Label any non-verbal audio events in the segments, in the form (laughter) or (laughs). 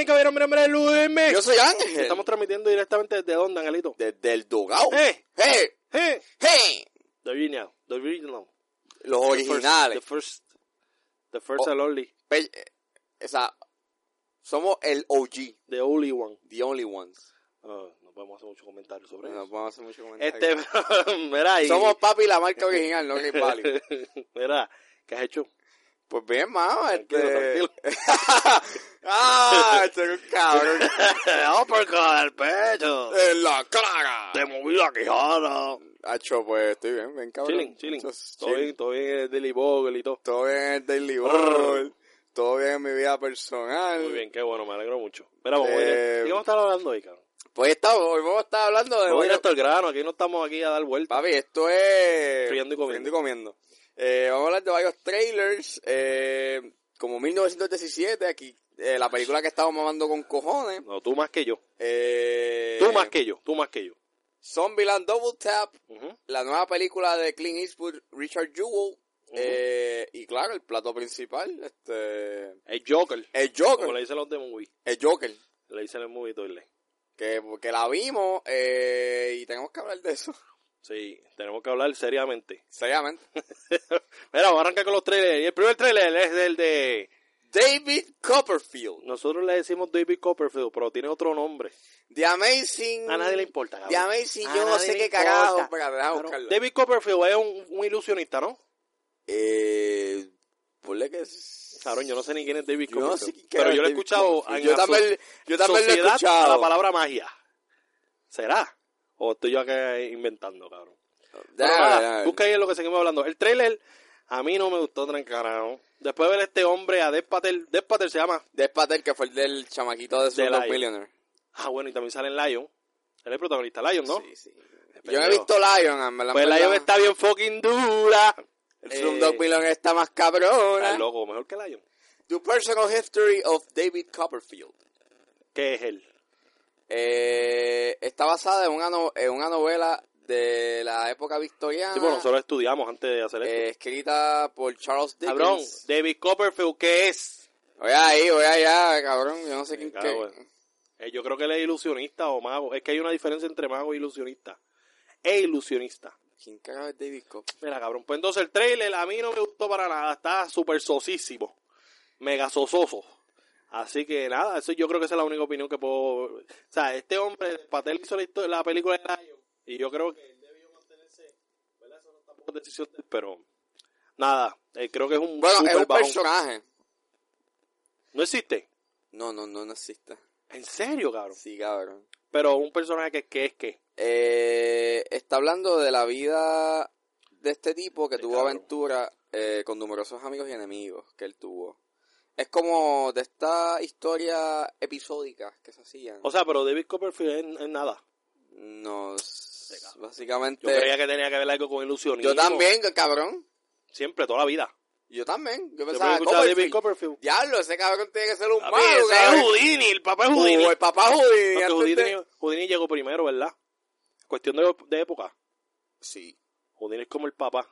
y caballero, hombre, hombre, Luis Yo soy Ángel. Estamos transmitiendo directamente desde dónde, Angelito. Desde el Dogao. Eh. ¡Hey! Eh, ¡Hey! The original, the original. Los The first- originales. The first, the first Oh. and only, Pe- eh, o sea, somos el OG, the only one. the only ones. Ah, no podemos hacer mucho comentario sobre No eso. podemos hacer mucho comentario. Este, (laughs) mira, y, Somos papi la marca original, no que (laughs) vale. mira, ¿qué has hecho? (laughs) Pues bien, mamá, este... Tranquilo, (laughs) ¡Ah! Este es un (laughs) cabrón. Oh, Uppercut al pecho. ¡En la cara! moví la quijada. Hacho, pues estoy bien, bien Chilling, cabrón. chilling. Todo Todo bien, todo bien, el Dilly Bogle y todo. Todo bien en el Daily World. Todo bien en mi vida personal. Muy bien, qué bueno, me alegro mucho. Mira, vamos, Eh, oye, ¿de qué vamos a estar hablando hoy, cabrón? Pues estamos, hoy vamos a estar hablando de... Vamos varios- directo al grano, aquí no estamos aquí a dar vueltas. Papi, esto es... Friendo y comiendo. Friendo comiendo. Eh, vamos a hablar de varios trailers. eh, como 1917, aquí... eh, la película que estamos mamando con cojones. No, tú más que yo. Eh, Tú más que yo, tú más que yo. Zombieland Double Tap. Ujú. La nueva película de Clint Eastwood, Richard Jewell. eh, y claro, el plato principal, este... El Joker. El Como le Joker. dicen los de Movie. El Joker. Le dicen el Movie Toilet. Que, que la vimos eh, y tenemos que hablar de eso. Sí, tenemos que hablar seriamente. Seriamente. Mira, vamos a arrancar con los trailers. Y el primer trailer es el de... David Copperfield. Nosotros le decimos David Copperfield, pero tiene otro nombre. The Amazing... A nadie le importa. cabrón. The Amazing, A yo no nadie sé le qué carajo. importa. Espera, déjame Claro. buscarlo. David Copperfield es un, un ilusionista, ¿no? Eh... Ponle que... es- Cabrón, yo no sé ni quién es David Yo no Copperfield. sé quién pero yo lo he David escuchado Copperfield. en Yo la también, yo también lo he sociedad a la escuchado. palabra magia. ¿Será? ¿O estoy yo acá inventando, cabrón? Déjame, Pero nada, déjame. busca ahí en lo que seguimos hablando. El trailer a mí no me gustó tan carajo. Después de ver a este hombre, a Dev Patel, Dev Patel se llama. Dev Patel, que fue el del chamaquito de Slumdog Lion. Millionaire. Ah, bueno, y también sale en Lion. Él es el protagonista, Lion, ¿no? Sí, sí. Yo Pero- he visto Lion, en verdad, Pues en verdad. Lion está bien fucking dura. El Eh, Slumdog Millionaire está más Está cabrón. loco, mejor que Lion. The Personal History of David Copperfield. ¿Qué es él? Eh, está basada en una, no- en una novela de la época victoriana. Sí, bueno, nosotros estudiamos antes de hacer esto. Ah. eh, escrita por Charles Dickens. cabrón, David Copperfield, ¿qué es? Oye ahí, oye allá, cabrón. Yo no sé Me quién cago qué- en- Eh, yo creo que él es ilusionista o mago. Es que hay una diferencia entre mago e ilusionista. E ilusionista. quién cagaba es David Copperfield. Mira, cabrón. Pues entonces el trailer a mí no me gustó para nada. Está súper sosísimo. Mega sososo. Así que nada, eso yo creo que esa es la única opinión que puedo... O sea, este hombre, Patel hizo la, histo- la película de Lion. Y yo creo que él debió mantenerse... ¿Verdad? Eso no está por decisión de él, pero... Nada, eh, creo que es un... Bueno, es súper un bajón. personaje. No existe. No, no, no, no existe. En serio, cabrón. Sí, cabrón. Pero un personaje que, que es que... Eh, está hablando de la vida de este tipo que Sí, tuvo cabrón. aventura eh, con numerosos amigos y enemigos que él tuvo. Es como de esta historia episódica que se hacían. O sea, pero David Copperfield es, es nada. no, cabrón. básicamente. Yo creía que tenía que ver algo con ilusionismo. Yo también, cabrón. Siempre, toda la vida. Yo también. Yo Yo pensaba, escuchado a David Copperfield. Copperfield. Diablo, ese cabrón tiene que ser un Papi, malo, ese cabrón. es Houdini, el papá es Houdini. O el papá Houdini. Aunque antes de- Houdini, Houdini llegó primero, ¿verdad? Cuestión de, de época. Sí, Houdini es como el papá.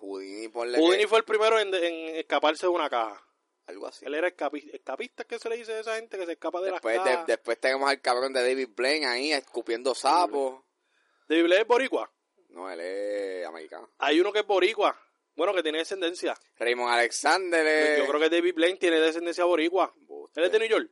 Houdini, ponle que- Houdini fue el primero en, en escaparse de una caja. algo así. Él era escapi- escapista, que se le dice a esa gente que se escapa de Después, las de- cajas. después tenemos al cabrón de David Blaine ahí escupiendo sapos. De Biblia es boricua. No, él es americano. Hay uno que es boricua. Bueno, que tiene descendencia. Raymond Alexander es... Yo creo que David Blaine tiene descendencia boricua. Buste. Él es de New York.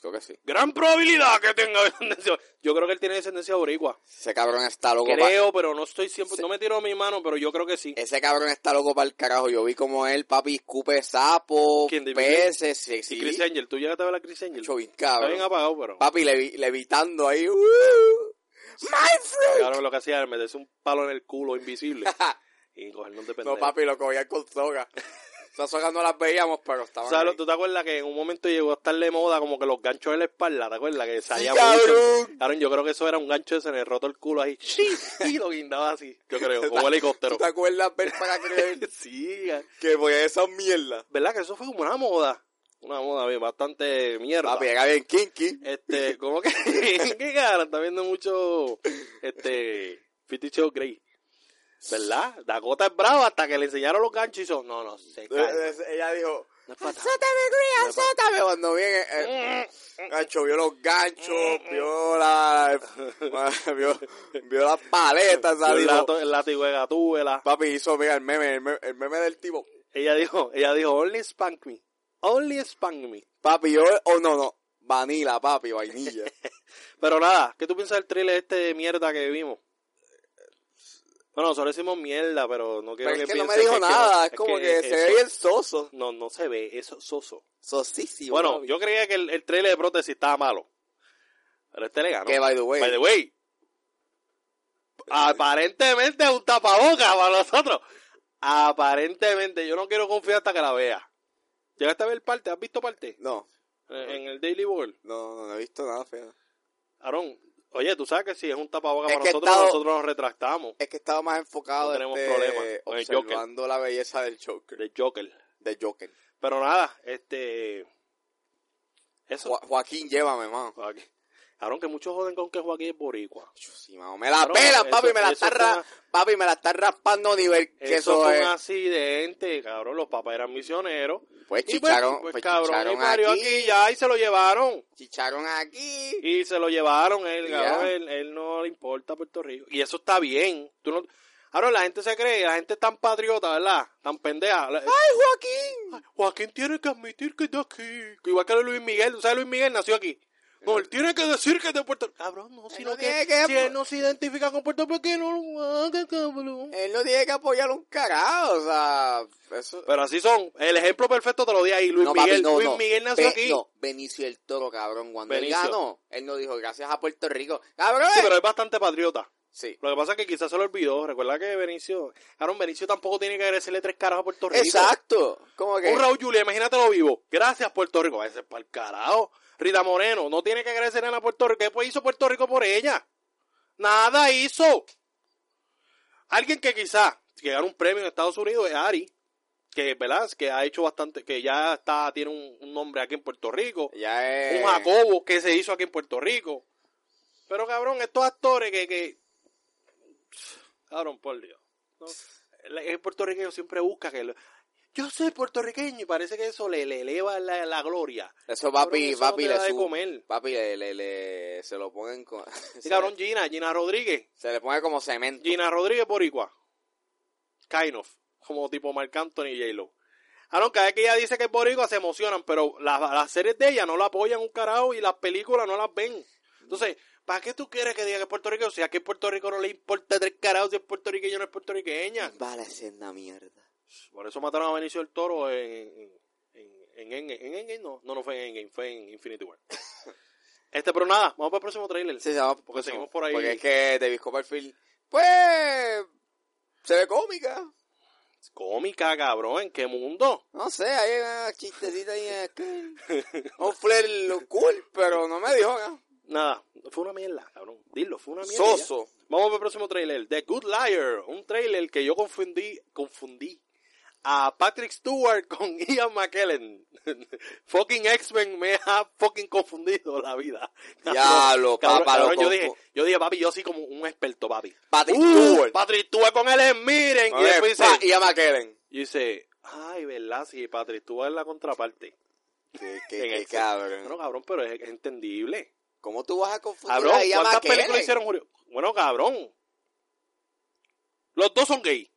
Creo que sí. Gran probabilidad que tenga (laughs) descendencia. Yo creo que él tiene descendencia boricua. Ese cabrón está loco pa- Creo, pero no estoy siempre. Se- No me tiro mi mano, pero yo creo que sí. Ese cabrón está loco para el carajo. Yo vi como él, papi, escupe sapos, ¿Quién, David peces, sí, Y sí. Chris Angel, tú llegaste a ver a Chris Angel. Mucho bien, Está cabrón. bien apagado, pero. Papi, levi- levitando ahí. ¡Uh! ¡My friend! Claro, lo que hacía era meterse un palo en el culo invisible (laughs) y cogernos de pendejo. No, papi, lo cogían con soga. (laughs) Esas sogas no las veíamos, pero O estaban sea, lo- ahí. ¿tú te acuerdas que en un momento llegó a estar de moda como que los ganchos en la espalda? ¿Te acuerdas? Que ¡Sí, salía mucho. cabrón! Cabrón, yo creo que eso era un gancho que se le roto el culo (laughs) ahí. ¡Sí! Y lo guindaba así, yo creo, como un helicóptero. ¿Tú te acuerdas ver para creer (laughs) Sí, (laughs) que voy a esas mierdas? ¿verdad? Que eso fue como una moda. Una moda bien, bastante mierda. Papi, era bien kinky. Este, como que, (laughs) qué cara, está viendo mucho, este, Fifty Shades of Grey, ¿verdad? Dakota es brava hasta que le enseñaron los ganchos y hizo, no, no, se Eh, calma. eh, Ella dijo, No es para (laughs) tanto. Azótame, Green, azótame. Cuando viene, eh, gancho, vio los ganchos, vio la, vio, vio las paletas, El, ¿sabes? lato- el látigo de Gatúbela. Papi hizo, mira, el meme, el meme, el meme del tipo. Ella dijo, ella dijo, only spank me. Only spank me. Papi, yo, oh, no, no, vanilla, papi, vainilla. Pero nada, ¿qué tú piensas del thriller este de mierda que vimos? Bueno, nosotros decimos mierda, pero no quiero Pero es que no me piensen dijo que- que nada, no- es como que, se ve eso- bien soso. No, no se ve, eso es soso. (laughs) Sosísimo. bueno, papi. yo creía que el, el trailer de prótesis estaba malo. Pero este le ganó. Que, eh. by the way. By the way. Aparentemente es un tapaboca para nosotros. Aparentemente, yo no quiero confiar hasta que la vea. ¿Llegaste a ver parte? ¿Has visto parte? No, Eh, En el Daily World. no, no, no he visto nada feo. Aaron, oye, tú sabes que si es un tapaboca Es para que he nosotros, estado- nosotros nos retractamos. Es que estaba más enfocado No tenemos este, problema con el Joker. observando la belleza del Joker. De Joker. Del Joker. Pero nada, este. Eso. Jo- Joaquín, llévame, mano. Joaquín. Aaron, que muchos joden con que Joaquín es boricua. Yo sí, mano, Me la Claro, pela, eso- papi, me la eso está fue ra- una- papi, me la está raspando nivel que Eso eso fue es. un accidente, cabrón. Los papás eran misioneros. Pues Y chicharon, pues, pues, cabrón, y chicharon parió aquí, aquí. ya y se lo llevaron. chicharon aquí. Y se lo llevaron, él, Ya. cabrón, él, él no le importa Puerto Rico. Y eso está bien. Tú no... Ahora la gente se cree, la gente es tan patriota, ¿verdad? Tan pendeja. La- ¡Ay, Joaquín! Joaquín tiene que admitir que es de aquí. Que Igual que Luis Miguel, ¿tú sabes? Luis Miguel nació aquí. No, él tiene que decir que es de Puerto Rico. Cabrón, no, si, no no tiene tiene- que- si él no se identifica con Puerto Rico, que no lo haga, cabrón. Él no tiene que apoyar un carajo, o sea, eso... Pero así son. El ejemplo perfecto te lo di ahí. Pues, Luis no, Miguel, papi, no, Luis no. Miguel nació Be- aquí. no, Benicio el Toro, cabrón, cuando Benicio. él ganó, él no dijo gracias a Puerto Rico. ¡Cabrón! Sí, pero es bastante patriota. Sí. Lo que pasa es que quizás se lo olvidó. Recuerda que Benicio. Aaron Benicio tampoco tiene que agradecerle tres caras a Puerto Rico. Exacto. Como que... Un Raúl Julia, imagínatelo vivo. Gracias, Puerto Rico. Ese es para el carajo. Rita Moreno, no tiene que agradecerle nada a Puerto Rico. ¿Qué pues hizo Puerto Rico por ella? Nada hizo. Alguien que quizás que gana un premio en Estados Unidos es Ari. Que, ¿verdad? Que ha hecho bastante. Que ya está tiene un, un nombre aquí en Puerto Rico. Ya es... Un Jacobo que se hizo aquí en Puerto Rico. Pero cabrón, estos actores que. que... Cabrón, por Dios. No, El, el puertorriqueño siempre busca que. lo- Yo soy puertorriqueño y parece que eso le, le eleva la, la gloria. Eso Cabrón, papi, eso no papi, te le da de sub- comer. Papi, le, le, le- se lo ponen (laughs) con... Y se, cabrón, le, Gina, Gina Rodríguez. se le pone como cemento. Gina Rodríguez Boricua. Kind of. Como tipo Marc Anthony y J-Lo. Aaron, cada vez que ella dice que es Boricua se emocionan, pero las, las series de ella no la apoyan un carajo y las películas no las ven. Entonces, ¿para qué tú quieres que diga que es Puerto Rico? O sea, que en Puerto Rico no le importa tres carajos si es puertorriqueño o no es puertorriqueña. Vale, esa es una mierda. Por eso mataron a Benicio del Toro en en, en, en, en Endgame, no. No, no fue en Endgame, fue en Infinity War. Este, pero nada, vamos para el próximo trailer. Sí, se llama- Porque seguimos por ahí. Porque es que David Copperfield, pues, se ve cómica. Cómica, cabrón, ¿en qué mundo? No sé, hay una chistecita ahí. eh, (laughs) que- un flair cool, pero no me dijo nada. Nada, fue una mierda, cabrón. Dilo, fue una mierda. ya. Soso. Vamos a ver el próximo trailer. The Good Liar. Un trailer que yo confundí, confundí a Patrick Stewart con (laughs) Ian McKellen. (laughs) fucking X-Men me ha fucking confundido la vida. Diablo, Cabrón, papá, lo cabrón, yo confu- dije, yo dije, papi, yo soy como un experto, papi. Patrick Uh, Stewart. Patrick Stewart con él es Miren. Y después dice, y a McKellen. y dice, ay, verdad, sí, Patrick Stewart es la contraparte. Qué, En qué, qué X-Men. No, cabrón. cabrón, pero es es entendible. ¿Cómo tú vas a confundir Cabrón, Pues a Ian ¿cuántas McKellen? películas hicieron Julio? Bueno, cabrón. Los dos son gay.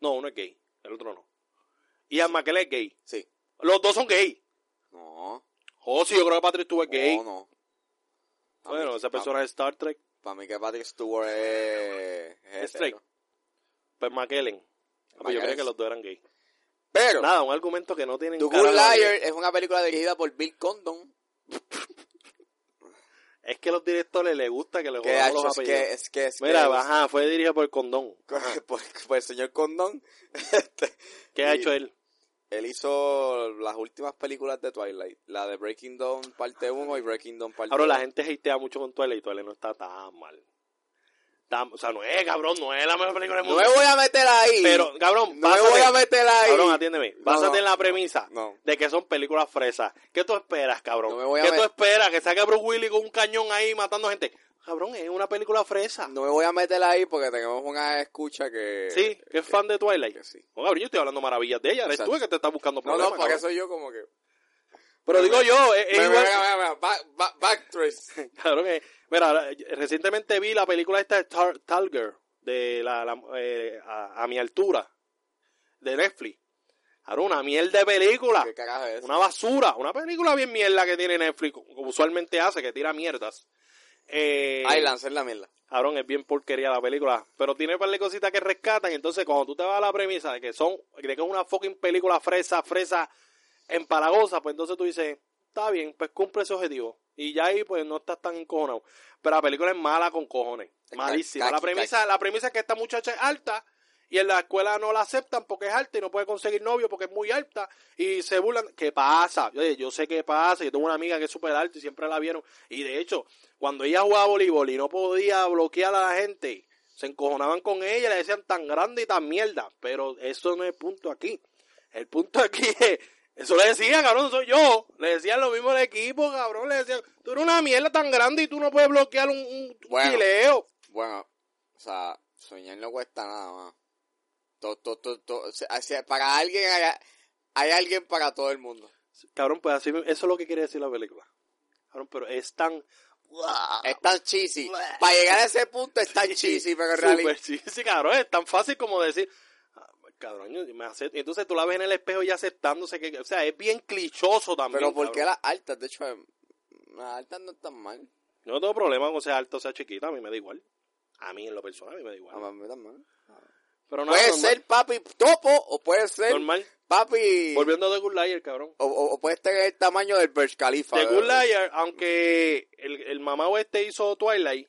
No, uno es gay, el otro no. Ian McKellen es gay. Sí. Los dos son gay. No. Oh, sí, yo creo que Patrick Stewart es gay. No, no. Pa' mí Bueno, que- esa pa- persona es Star Trek, Para mí que Patrick Stewart es... es Straight. hetero. pues McKellen. Ah, pues Yo McKellen. creía que los dos eran gay. Pero, Nada, un argumento que no tienen The cara Good de la Liar es una película dirigida por Bill Condon. Es que a los directores les gusta que les Que, jodan hacho, los es que, apellidos. es que, es que- Mira, ajá, fue dirigido por el condón. por, por el señor Condon. Este, ¿Qué ha Y- hecho él? él hizo las últimas películas de Twilight. La de Breaking Dawn parte 1 y Breaking Dawn parte Ahora 2. la gente hatea mucho con Twilight y Twilight no está tan mal. Tan- o sea, no es, cabrón, no es la mejor película del No mundo. me voy a meter ahí. Pero, cabrón, no me básate- voy a meter ahí. cabrón, atiéndeme. No, Básate no, en la premisa no. de que son películas fresas. ¿Qué tú esperas, cabrón? No me voy a ¿Qué met- tú esperas? Que saque a Bruce Willis con un cañón ahí matando gente. Cabrón, es una película fresa. No eh, me voy a meter ahí porque tenemos una escucha que... sí, que es fan de Twilight. que sí. No, cabrón, yo estoy hablando maravillas de ella. Eres eh. Exacto. tú el que te estás buscando No, problemas. no, por cabrón. eso yo como que... Pero Me- digo me- yo, es, es Mira, igual- mira, mira, mira, back- back- backtrace. Claro que, mira, ahora, eh, recientemente vi la película esta de Tar- Talger, de la, la- eh, a, a mi altura, de Netflix. Ahora, una mierda de película, ¿Qué carajo es eso? una basura, una película bien mierda que tiene Netflix, como usualmente hace, que tira mierdas. Eh, Ay, lancé la mierda. Cabrón, es bien porquería la película. Pero tiene un par de cositas que rescatan. Entonces, cuando tú te vas a la premisa de que son, de que es una fucking película fresa, fresa, empalagosa, pues entonces tú dices, está bien, pues cumple ese objetivo. Y ya ahí, pues no estás tan encojonado. Pero la película es mala con cojones. Es Malísima. caqui, La premisa, la premisa es que esta muchacha es alta y en la escuela no la aceptan porque es alta y no puede conseguir novio porque es muy alta y se burlan. ¿Qué pasa? Yo, yo sé qué pasa. Yo tengo una amiga que es súper alta y siempre la vieron. Y de hecho, cuando ella jugaba voleibol y no podía bloquear a la gente, se encojonaban con ella y le decían tan grande y tan mierda. Pero eso no es el punto aquí. El punto aquí (laughs) es, eso le decían, cabrón, soy yo. Le decían lo mismo al equipo, cabrón. Le decían, tú eres una mierda tan grande y tú no puedes bloquear un, un Bueno. fileo. Bueno, o sea, soñar no cuesta nada más. To- to- to- to- o sea, o sea, para alguien hay, hay alguien para todo el mundo. Cabrón, pues así, eso es lo que quiere decir la película. Cabrón, pero es tan... Ah, (laughs) Es tan cheesy. Para llegar a ese punto es tan cheesy, pero en realidad... Súper cheesy, cabrón. Es tan fácil como decir, "Ah, cabrón, yo me acepto". Y Entonces tú la ves en el espejo y aceptándose que, o sea, es bien clichoso también. Pero ¿por qué cabrón. las altas? De hecho, em, las altas no están mal. Yo no tengo problema con sea alta o sea chiquita, a mí me da igual. A mí en lo personal a mí me da A igual. mí me están mal. Pero nada, Ah, Puede normal- ser papi topo o puede ser normal. papi... Volviendo a The Good Liar, cabrón. O, o- o puede ser el tamaño del Burj Khalifa. The Good ¿verdad? Liar, aunque el, el mamá este hizo Twilight,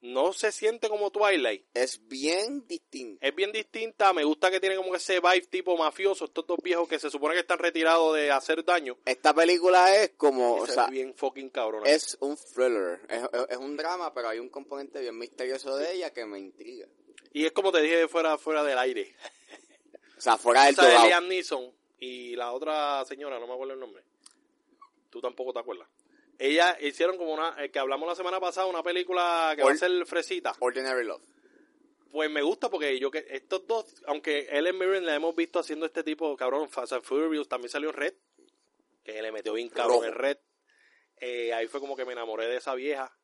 no se siente como Twilight. Es bien distinto. Es bien distinta, me gusta que tiene como ese vibe tipo mafioso, estos dos viejos que se supone que están retirados de hacer daño. Esta película es como... Esa O sea, es bien fucking cabrón. Es un thriller, es, es- es un drama, pero hay un componente bien misterioso de ella que me intriga. Y es como te dije fuera, fuera del aire. O sea, fuera del Esa de togao. Liam Neeson y la otra señora, no me acuerdo el nombre. Tú tampoco te acuerdas. Ellas hicieron como una, eh, que hablamos la semana pasada, una película que va a Ol- ser fresita. Ordinary Love. Pues me gusta porque yo que estos dos, aunque Ellen Mirren la hemos visto haciendo este tipo, cabrón, Fast and Furious, también salió en Red, que le metió bien cabrón Rojo. en Red. Eh, ahí fue como que me enamoré de esa vieja.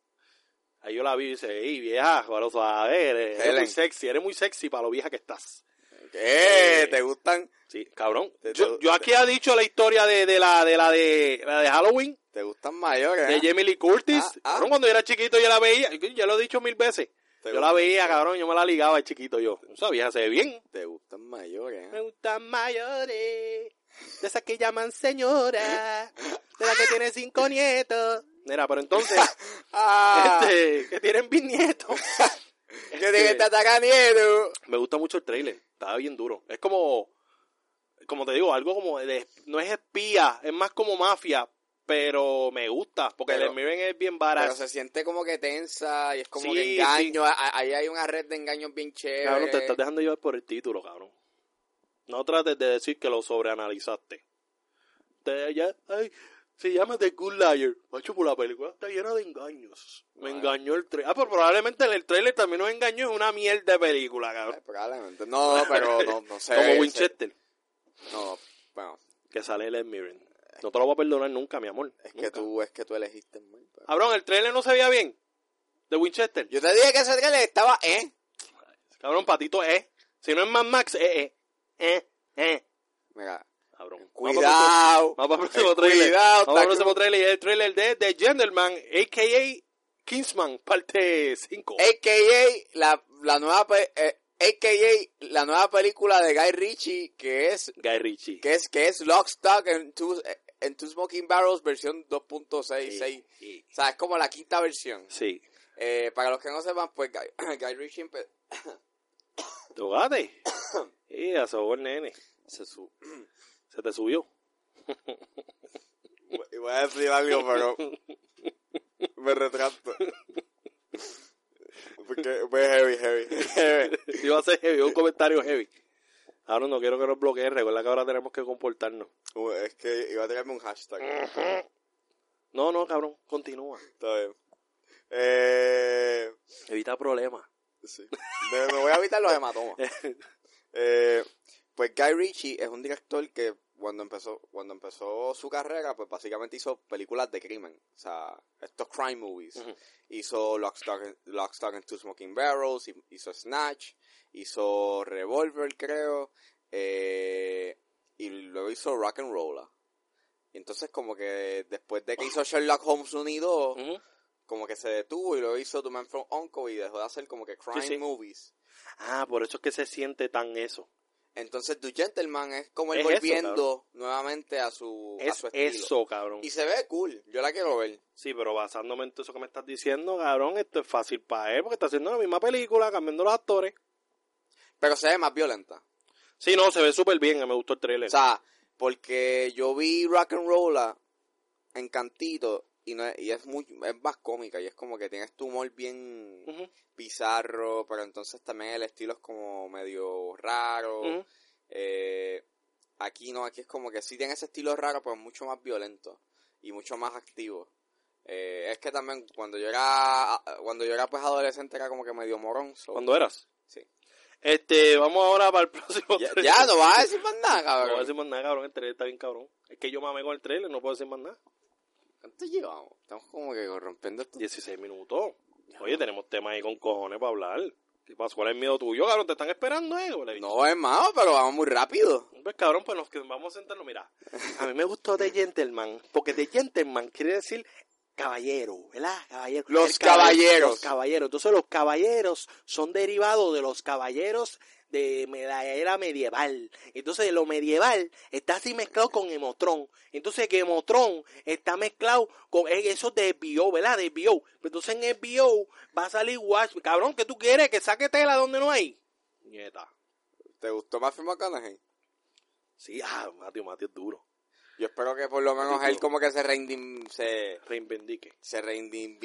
Ahí yo la vi y dice, ey vieja, bueno, suave, eres, eres muy Helen. sexy, eres muy sexy para lo vieja que estás. ¿Qué? Eh, ¿Te gustan? Sí, cabrón. Te- te- Yo, yo aquí ha dicho la historia de, de la de la de la de Halloween, ¿Te gustan mayores? de eh? Jamie Lee Curtis. Ah, ah. Cabrón, cuando yo era chiquito yo la veía, ya lo he dicho mil veces. ¿Te Yo gustan- la veía, cabrón, yo me la ligaba de chiquito yo. Esa vieja se ve bien. ¿Te gustan mayores? Me eh? gustan mayores, de esas que llaman señora, de la que tiene cinco nietos. Mira, pero entonces, (laughs) ¡Ah! este, que tienen bisnietos. (laughs) ¡Yo Este, dije que te atacan nieto! me gusta mucho el trailer, estaba bien duro. Es como, como te digo, algo como, de- no es espía, es más como mafia, pero me gusta, porque Pero- el Miren es bien Pero barato. se siente como que tensa y es como Sí, que engaño. a- a- Ahí hay una red de engaños bien chévere. Cabrón, te estás dejando llevar por el título, cabrón. No trates de decir que lo sobreanalizaste. Te, ya, ay, se llama The Good Liar. Macho, por la película está llena de engaños. Me Bueno. engañó el trailer. Ah, pero probablemente en el trailer también nos engañó. Es una mierda de película, Ay, cabrón. probablemente. (laughs) No, no, pero no, no sé. Como se- Winchester, No, bueno, que sale Ellen Mirren. No te lo voy a perdonar nunca, mi amor. es que Nunca. Ah. tú, es que tú elegiste mal. pero- Cabrón, el trailer no se veía bien. De Winchester. Yo te dije que ese trailer estaba, ¿eh? Cabrón, patito, eh. Si no es más Max, eh, eh. Eh, eh. Mira, Cabrón. cuidado. Vamos para el próximo Eh, trailer. cuidado, Vamos para el Taco. próximo trailer. Y el trailer de The Gentleman, a.k.a. Kingsman, parte 5. AKA la, la nueva pe- eh, AKA la nueva película de Guy Ritchie que es Guy Ritchie. que es que es Lock, Stock and Two eh, and Two Smoking Barrels versión 2.66. Sí. O sea, es como la quinta versión. Sí. Eh, para los que no sepan, pues Guy, (clears throat) Guy Ritchie empe- Tocate. (coughs) Y a sabor, nene. se su- Se te subió. Y voy a decir algo, (laughs) pero me retracto. Porque fue heavy, heavy, heavy. (laughs) Iba a ser heavy, un comentario heavy. Ahora no quiero que nos bloqueen. Recuerda que ahora tenemos que comportarnos. Es que iba a tirarme un hashtag. No, no, cabrón. Continúa. Está bien. Eh, Evita problemas. sí. Me, me voy a evitar los hematomas. Eh, pues Guy Ritchie es un director que cuando empezó cuando empezó su carrera, pues básicamente hizo películas de crimen. O sea, estos crime movies. Ujú. Hizo Lock, Stock, and- Lock, Stock and Two Smoking Barrels, hi- hizo Snatch, hizo Revolver, creo, eh, y luego hizo Rock and Roller. Y entonces como que después de que hizo Sherlock Holmes unido, Ujú. como que se detuvo y luego hizo The Man from Uncle y dejó de hacer como que crime sí. movies. Ah, por eso es que se siente tan eso. Entonces, The Gentleman es como él Es eso, volviendo nuevamente a su, a Es su estilo. eso, cabrón. Y se ve cool. Yo la quiero ver. Sí, pero basándome en todo eso que me estás diciendo, cabrón, esto es fácil para él porque está haciendo la misma película, cambiando los actores. Pero se ve más violenta. Sí, no, se ve súper bien, me gustó el trailer. O sea, porque yo vi Rock and Roll en Cantito y, no es, y es, muy, es más cómica y es como que tienes tu humor bien Ujú, bizarro, pero entonces también el estilo es como medio raro. ujú. Eh, aquí no, aquí es como que sí tiene ese estilo raro, pero es mucho más violento y mucho más activo. Eh, es que también cuando yo era cuando yo era pues adolescente era como que medio morón. so- ¿Cuándo eras? Sí. Este, vamos ahora para el (laughs) próximo Ya, trailer. ya, no vas a decir más (laughs) nada, No voy a cabrón. decir más nada, cabrón, el trailer está bien cabrón. Es que yo mame con el trailer, no puedo decir más nada. ¿Cuánto llevamos? Estamos como que rompiendo esto. 16 minutos. Oye, tenemos temas ahí con cojones para hablar. ¿Qué pasó? ¿Cuál es el miedo tuyo, cabrón? ¿Te están esperando, eh? güey? No es malo, pero vamos muy rápido. Pues cabrón, pues nos que- vamos a sentarnos. Mira, a mí me gustó The Gentleman, porque The Gentleman quiere decir caballero, ¿verdad? Caballero. Los El caball- caballeros. Los caballeros. Entonces los caballeros son derivados de los caballeros de me- la era medieval. Entonces lo medieval está así mezclado con Emotrón. Entonces que Emotrón está mezclado con eh, eso de bio, ¿verdad? De bio. Entonces en bio va a salir Watch. Cabrón, ¿qué tú quieres? Que saque tela donde no hay. Nieta. ¿Te gustó más McConaughey? Sí, ah, Mateo, Mateo es duro. Yo espero que por lo menos él como que se reindim... se Reinvendique. se reindim...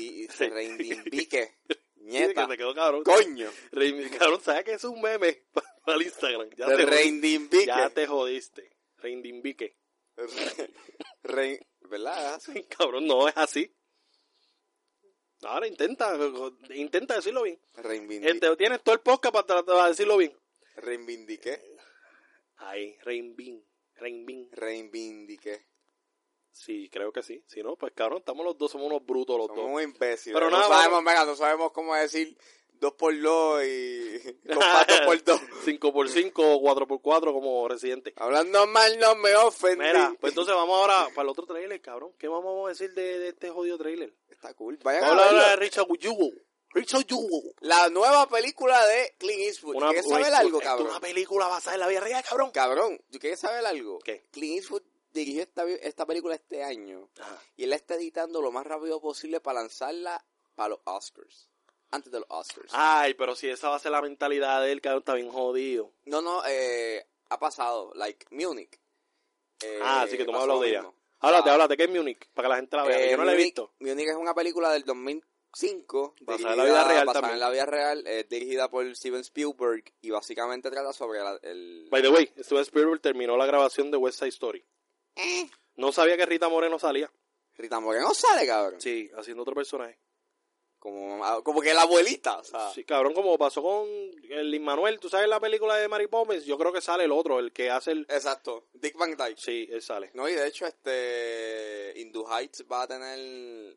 (laughs) se reindique. Sí, Nieta. que te quedó cabrón. (laughs) Coño. Rein- Cabrón, ¿sabes que es un meme para el Instagram? Ya Se te, jodiste. reindique. ya te jodiste. Reinvindique. Re- (laughs) re- ¿Verdad? Es así. Ah, Cabrón, no es así. Ahora intenta, intenta decirlo bien. Reinvindi- Este, tienes todo el podcast para tratar de decirlo bien. Reivindiqué. Ahí, reinvin, reinvin. Reivindiqué. Sí, creo que sí. Si no, pues cabrón, estamos los dos, somos unos brutos los Somos dos. muy imbéciles. Pero no nada, sabemos, mega, no sabemos cómo decir 2 por 2 (laughs) y 2 por 2. 5x5 o 4x4 como residente. Hablando mal no me ofendí. Mira, pues entonces vamos ahora para el otro trailer, cabrón. ¿Qué vamos a decir de, de este jodido trailer? Está cool. Vayan Vamos a a hablar verlo. ahora de Richard Yugo. Richard Yugo. La nueva película de Clint Eastwood. ¿Tú ¿Quieieres saber algo, Una cabrón? película basada en la vida real, cabrón. Cabrón, ¿tú quieres saber algo? ¿Qué? Clint Eastwood dirigió esta, vi- esta película este año y él la está editando lo más rápido posible para lanzarla para los Oscars. Antes de los Oscars. Ay, pero si esa va a ser la mentalidad de él, cabrón, está bien jodido. No, no, eh, ha pasado, like Munich. Eh, ah, así que tú me pasó hablas lo de ella. mismo. Háblate, Ah. háblate, que es Munich, para que la gente la vea. Eh, Yo no la he Munich- visto. Munich es una película del 2005. Basada en la vida real basada también. en la vida real, es dirigida por Steven Spielberg y básicamente trata sobre la- el... By the way, Steven Spielberg terminó la grabación de West Side Story. No sabía que Rita Moreno salía. Rita Moreno sale, cabrón. Sí, haciendo otro personaje. Como, ah, como que la abuelita, o sea. Sí, cabrón, como pasó con el Manuel. ¿Tú sabes la película de Mary Poppins? Yo creo que sale el otro, el que hace el... Exacto, Dick Van Dyke. Sí, él sale. No, y de hecho, este... Indu Heights va a tener...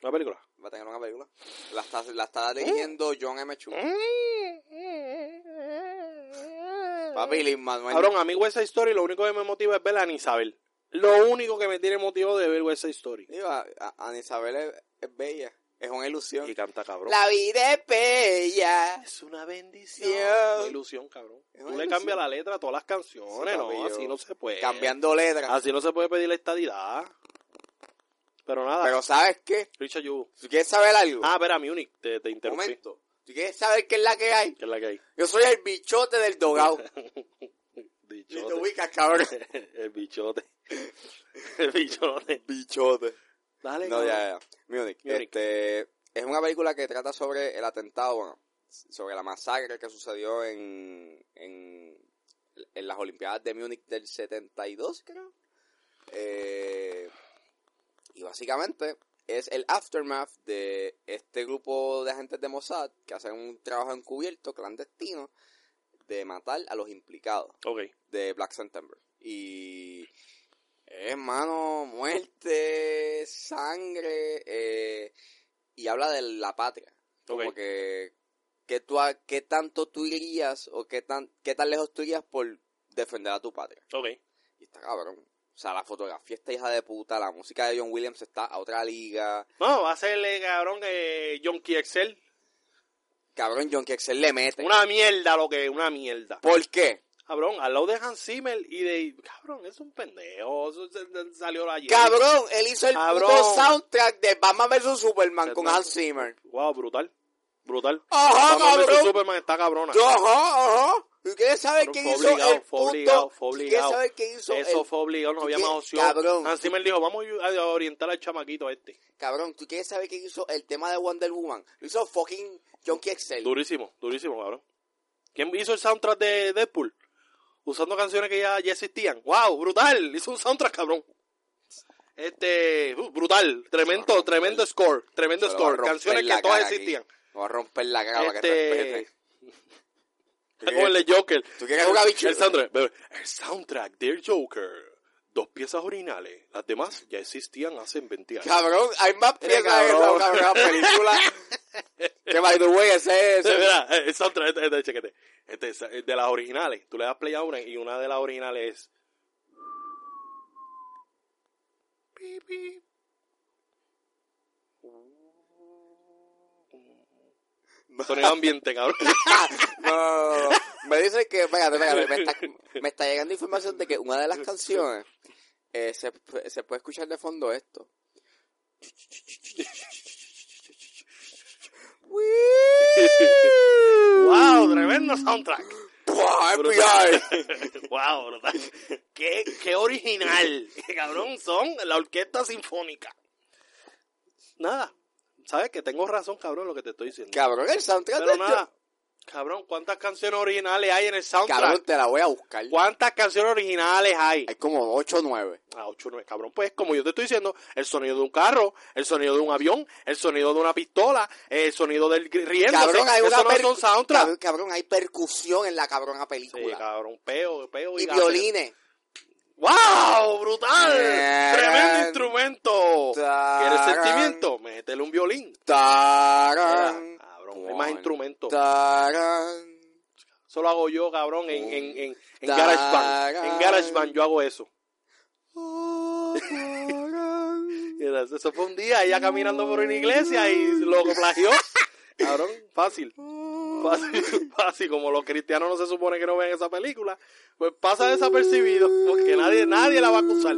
¿La película? Va a tener una película. La está, la ¿Eh? está dirigiendo John M. Chu. Papi, Lin Manuel. Cabrón, a mí West Side Story lo único que me motiva es ver a Isabel. Lo único que me tiene motivo de ver West Side Story. Digo, a, a- Ana Isabel es, es bella, es una ilusión. Y canta, cabrón. La vida es bella. Es una bendición. Dios. Una ilusión, cabrón. Es Tú una le ilusión. cambias la letra a todas las Sí, canciones, papi, ¿no? yo- Así no se puede. Cambiando letras. Así no se puede pedir la estadidad. Pero nada, Pero ¿sabes qué? Richard Yu. ¿Tú quieres saber algo? Ah, espera, Munich, te, te Un interrumpí. momento. ¿Tú quieres saber qué es la que hay? ¿Qué es la que hay? Yo soy el bichote del (laughs) dogao. Ni te Bichote. ubicas, cabrón. (laughs) El bichote. El bichote. bichote. Dale, No, cabrón. ya, ya. Munich. Munich. Este, es una película que trata sobre el atentado, bueno, sobre la masacre que sucedió en, en, en las Olimpiadas de Múnich del 72, creo. Eh, y básicamente es el aftermath de este grupo de agentes de Mossad que hacen un trabajo encubierto, clandestino, de matar a los implicados Ok. de Black September. Y, hermano, muerte, sangre, eh, y habla de la patria. Como Ok. que, que tú, ha- ¿qué tanto tú irías o qué tan, qué tan lejos tú irías por defender a tu patria? Ok. Y está cabrón. O sea, la fotografía está hija de puta, la música de John Williams está a otra liga. No, va a serle, cabrón, eh, Yonki Excel. Cabrón, John Kexel le mete. Una mierda lo que es, una mierda. ¿Por qué? Cabrón, al lado de Hans Zimmer y de... Cabrón, es un pendejo. Eso se- se- salió ayer. Cabrón, él hizo el Cabrón. puto soundtrack de Batman vs Superman con Batman. Hans Zimmer. Wow, brutal. Brutal. Batman Ajá, versus Ah, cabrón. Superman está cabrona. Ajá, ajá. ¿Ustedes saben Cabrón, quién fue hizo obligado, el fue puto? obligado, fue ¿Ustedes obligado. saben quién hizo Eso el... fue obligado, no había ¿Qué? más opción. Cabrón. Hans Zimmer dijo, vamos a orientar al chamaquito este. Cabrón, ¿tú quieres saber quién hizo el tema de Wonder Woman? Lo hizo fucking John Excel. Durísimo, durísimo, cabrón. ¿Quién hizo el soundtrack de Deadpool? Usando canciones que ya, ya existían. ¡Wow! ¡Brutal! Hizo un soundtrack, cabrón. Este. uh, brutal. Se va Tremendo, a romper. tremendo score. Tremendo Se lo va a score. romper Canciones la que todas cara aquí. existían. Me va a romper la cara para que Este- respete. (laughs) Está como el de Joker. ¿Tú quieres jugar, bicho? El soundtrack, bebé. el soundtrack del Joker. Dos piezas originales. Las demás ya existían hace 20 años. Cabrón, hay más piezas de esa Este cabrón. cabrón, película. (laughs) que by the way, ese es... Sí, mira, eh, el soundtrack, este, este, chequete. Este, es, eh, de las originales. Tú le das play a una y una de las originales es. Pi, pi. Sonido ambiente, cabrón. No, me dice que, espérate, espérate, me está, me está llegando información de que una de las canciones eh, se, se puede escuchar de fondo esto. (laughs) ¡Wow! Tremendo soundtrack. ¡Buah, FBI! (laughs) ¡Wow! Brutal. Qué, ¡Qué original! Cabrón, son la orquesta sinfónica. Nada. ¿Sabes que tengo razón, cabrón, lo que te estoy diciendo? Cabrón, el soundtrack Pero de este nada, esto. cabrón, ¿cuántas canciones originales hay en el soundtrack? Cabrón, te la voy a buscar. ¿Cuántas canciones originales hay? Hay como 8 o 9. Ah, ocho, nueve, cabrón, pues como yo te estoy diciendo, el sonido de un carro, el sonido de un avión, el sonido de una pistola, el sonido del gri- riéndose, Cabrón, hay una eso no percu- son soundtrack. Cabrón, cabrón, hay percusión en la cabrona Sí, película. cabrón, peo, peo y, y gases. violines. ¡Wow! ¡Brutal! Eh, ¡Tremendo instrumento! ¿Quieres Tarán. sentimiento? Métele un violín. Tarán. Mira, Cabrón, hay más instrumentos. Tarán. Eso lo hago yo, cabrón, en, en, en, en Tarán. GarageBand. En GarageBand yo hago eso. Tarán. Y era- Eso fue un día, ella caminando por una iglesia y lo (laughs) plagió. Cabrón, fácil. (laughs) Fácil, fácil, pues como los cristianos no se supone que no ven esa película, pues (laughs) pasa desapercibido, porque nadie, nadie la va a acusar.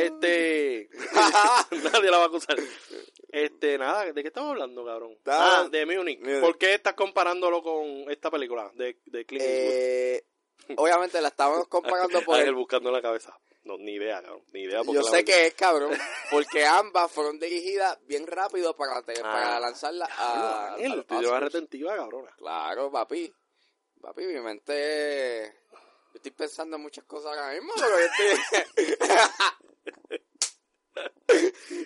Este, (laughs) nadie la va a acusar. Este, nada, ¿de qué estamos hablando, cabrón? Ta- ah, de Munich. Munich. ¿Por qué estás comparándolo con esta película de, de Clint Eastwood? Eh, obviamente la estábamos comparando por Ángel el... buscando en la cabeza. No, ni idea, cabrón, ni idea. porque Yo la sé verdad- que es cabrón, porque ambas fueron dirigidas bien rápido para, te- para Ah. lanzarla Ah, a... Ángel, a los tú llevas Oscars. retentiva, cabrona. Claro, papi. Papi, mi mente. Yo estoy pensando en muchas cosas ahora mismo, pero yo estoy.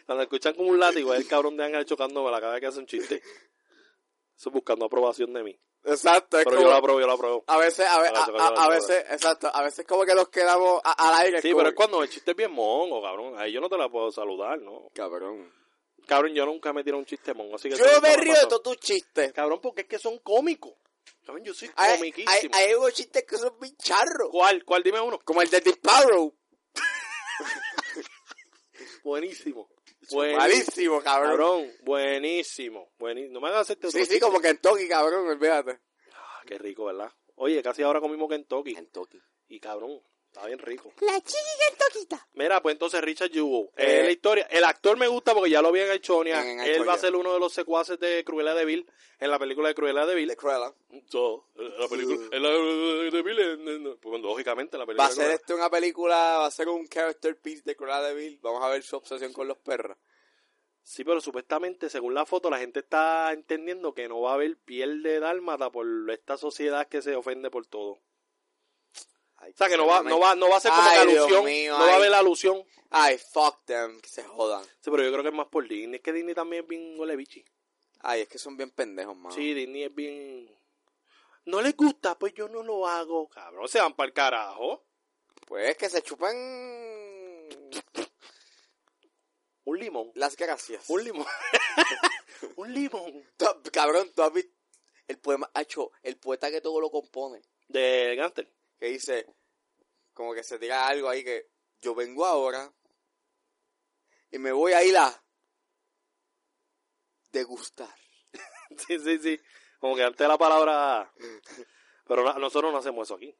Cuando escuchan como un látigo, es el cabrón de Ángel chocándome la cabeza que hace un chiste. Eso es buscando aprobación de mí. Exacto, es Pero yo como. la apruebo, yo la apruebo. A veces, a, ve- Ahora, a- ahora, a- a ahora. veces, exacto, a veces como que los quedamos a- al aire. Sí, como pero es que- cuando el chiste es bien mongo, cabrón. Ahí yo no te la puedo saludar, ¿no? Cabrón. Cabrón. Cabrón, yo nunca me tirado un chiste mongo, así que... eso Yo nunca me río de pasó. todos tus chistes. Cabrón, porque es que son cómicos. Cabrón, yo soy Hay, hay, comiquísimo. hay unos chistes que son bien charros. ¿Cuál? ¿Cuál? Dime uno. Como el de Disparo. Buenísimo. Buenísimo. Malísimo, Eh, cabrón. Cabrón, buenísimo. Buenísimo. No me hagas hacerte otro Sí, sí, chiste. como Kentucky, cabrón, olvídate. Ah, qué rico, ¿verdad? Oye, casi ahora comimos Kentucky. Kentucky. Y cabrón, está bien rico. La chiqui Kentuquita. Mira, pues entonces Richard Jewell. Eh. Eh, la historia. El actor me gusta porque ya lo vi en Achonia. En Achonia. Él va a ser uno de los secuaces de Cruella de Vil en la película de Cruella de Vil. De Cruella. So, eh, la película. en la de Vil, en- en- pues, bueno, lógicamente, la película. Va a de ser este. Cruella. esto una película, va a ser un character piece de Cruella de Vil. Vamos a ver su obsesión con los perros. Sí, pero supuestamente, según la foto, la gente está entendiendo que no va a haber piel de dálmata por esta sociedad que se ofende por todo. Ay, O sea, que no va, no va, no va a ser como Ay, que Dios alusión. mío, no va a ay. haber la alusión. Ay, fuck them, que se jodan. Sí, pero yo creo que es más por Disney. Es que Disney también es bien huele bichi. Ay, es que son bien pendejos, mano. Sí, Disney es bien. No les gusta, pues yo no lo hago, cabrón. Se van para el carajo. Pues que se chupan Un limón. las gracias. Un limón. (laughs) un limón. Tú has- Cabrón, tú has visto el poema, hecho el poeta que todo lo compone, De Gantel. que dice, como que se tira algo ahí que yo vengo ahora y me voy a ir a degustar. Sí, sí, sí. Como que antes la palabra. Pero na- nosotros no hacemos eso aquí.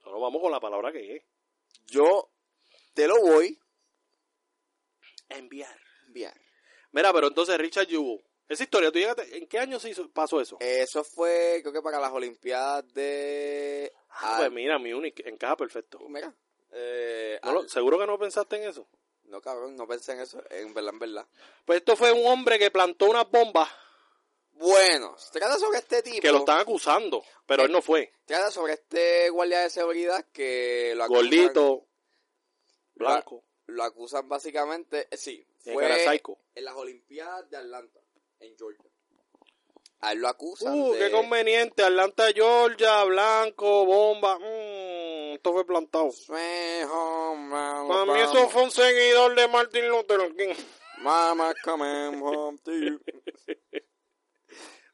Nosotros vamos con la palabra que es. Yo te lo voy Enviar. a enviar. Mira, pero entonces Richard Yubu. Esa historia, ¿tú llegaste? ¿En qué año se hizo- pasó eso? Eso fue, creo que para las Olimpiadas de... Ah, pues mira, mi único encaja perfecto. mira. eh, No lo- ¿Seguro que no pensaste en eso? No, cabrón, no pensé en eso. En verdad, en verdad. Pues esto fue un hombre que plantó unas bombas Bueno, se trata sobre este tipo. que lo están acusando, pero él no fue. Se trata sobre este guardia de seguridad que lo acusan. Gordito, lo- blanco, Lo acusan básicamente. eh, sí, y que era fue psycho. en las Olimpiadas de Atlanta, en Georgia. A él lo acusan. Uh, de- qué conveniente. Atlanta, Georgia, blanco, bomba. Mm, esto fue plantado. Sweet home, Para Alabama. mí eso fue un seguidor de Martin Luther King. Mama coming home to you.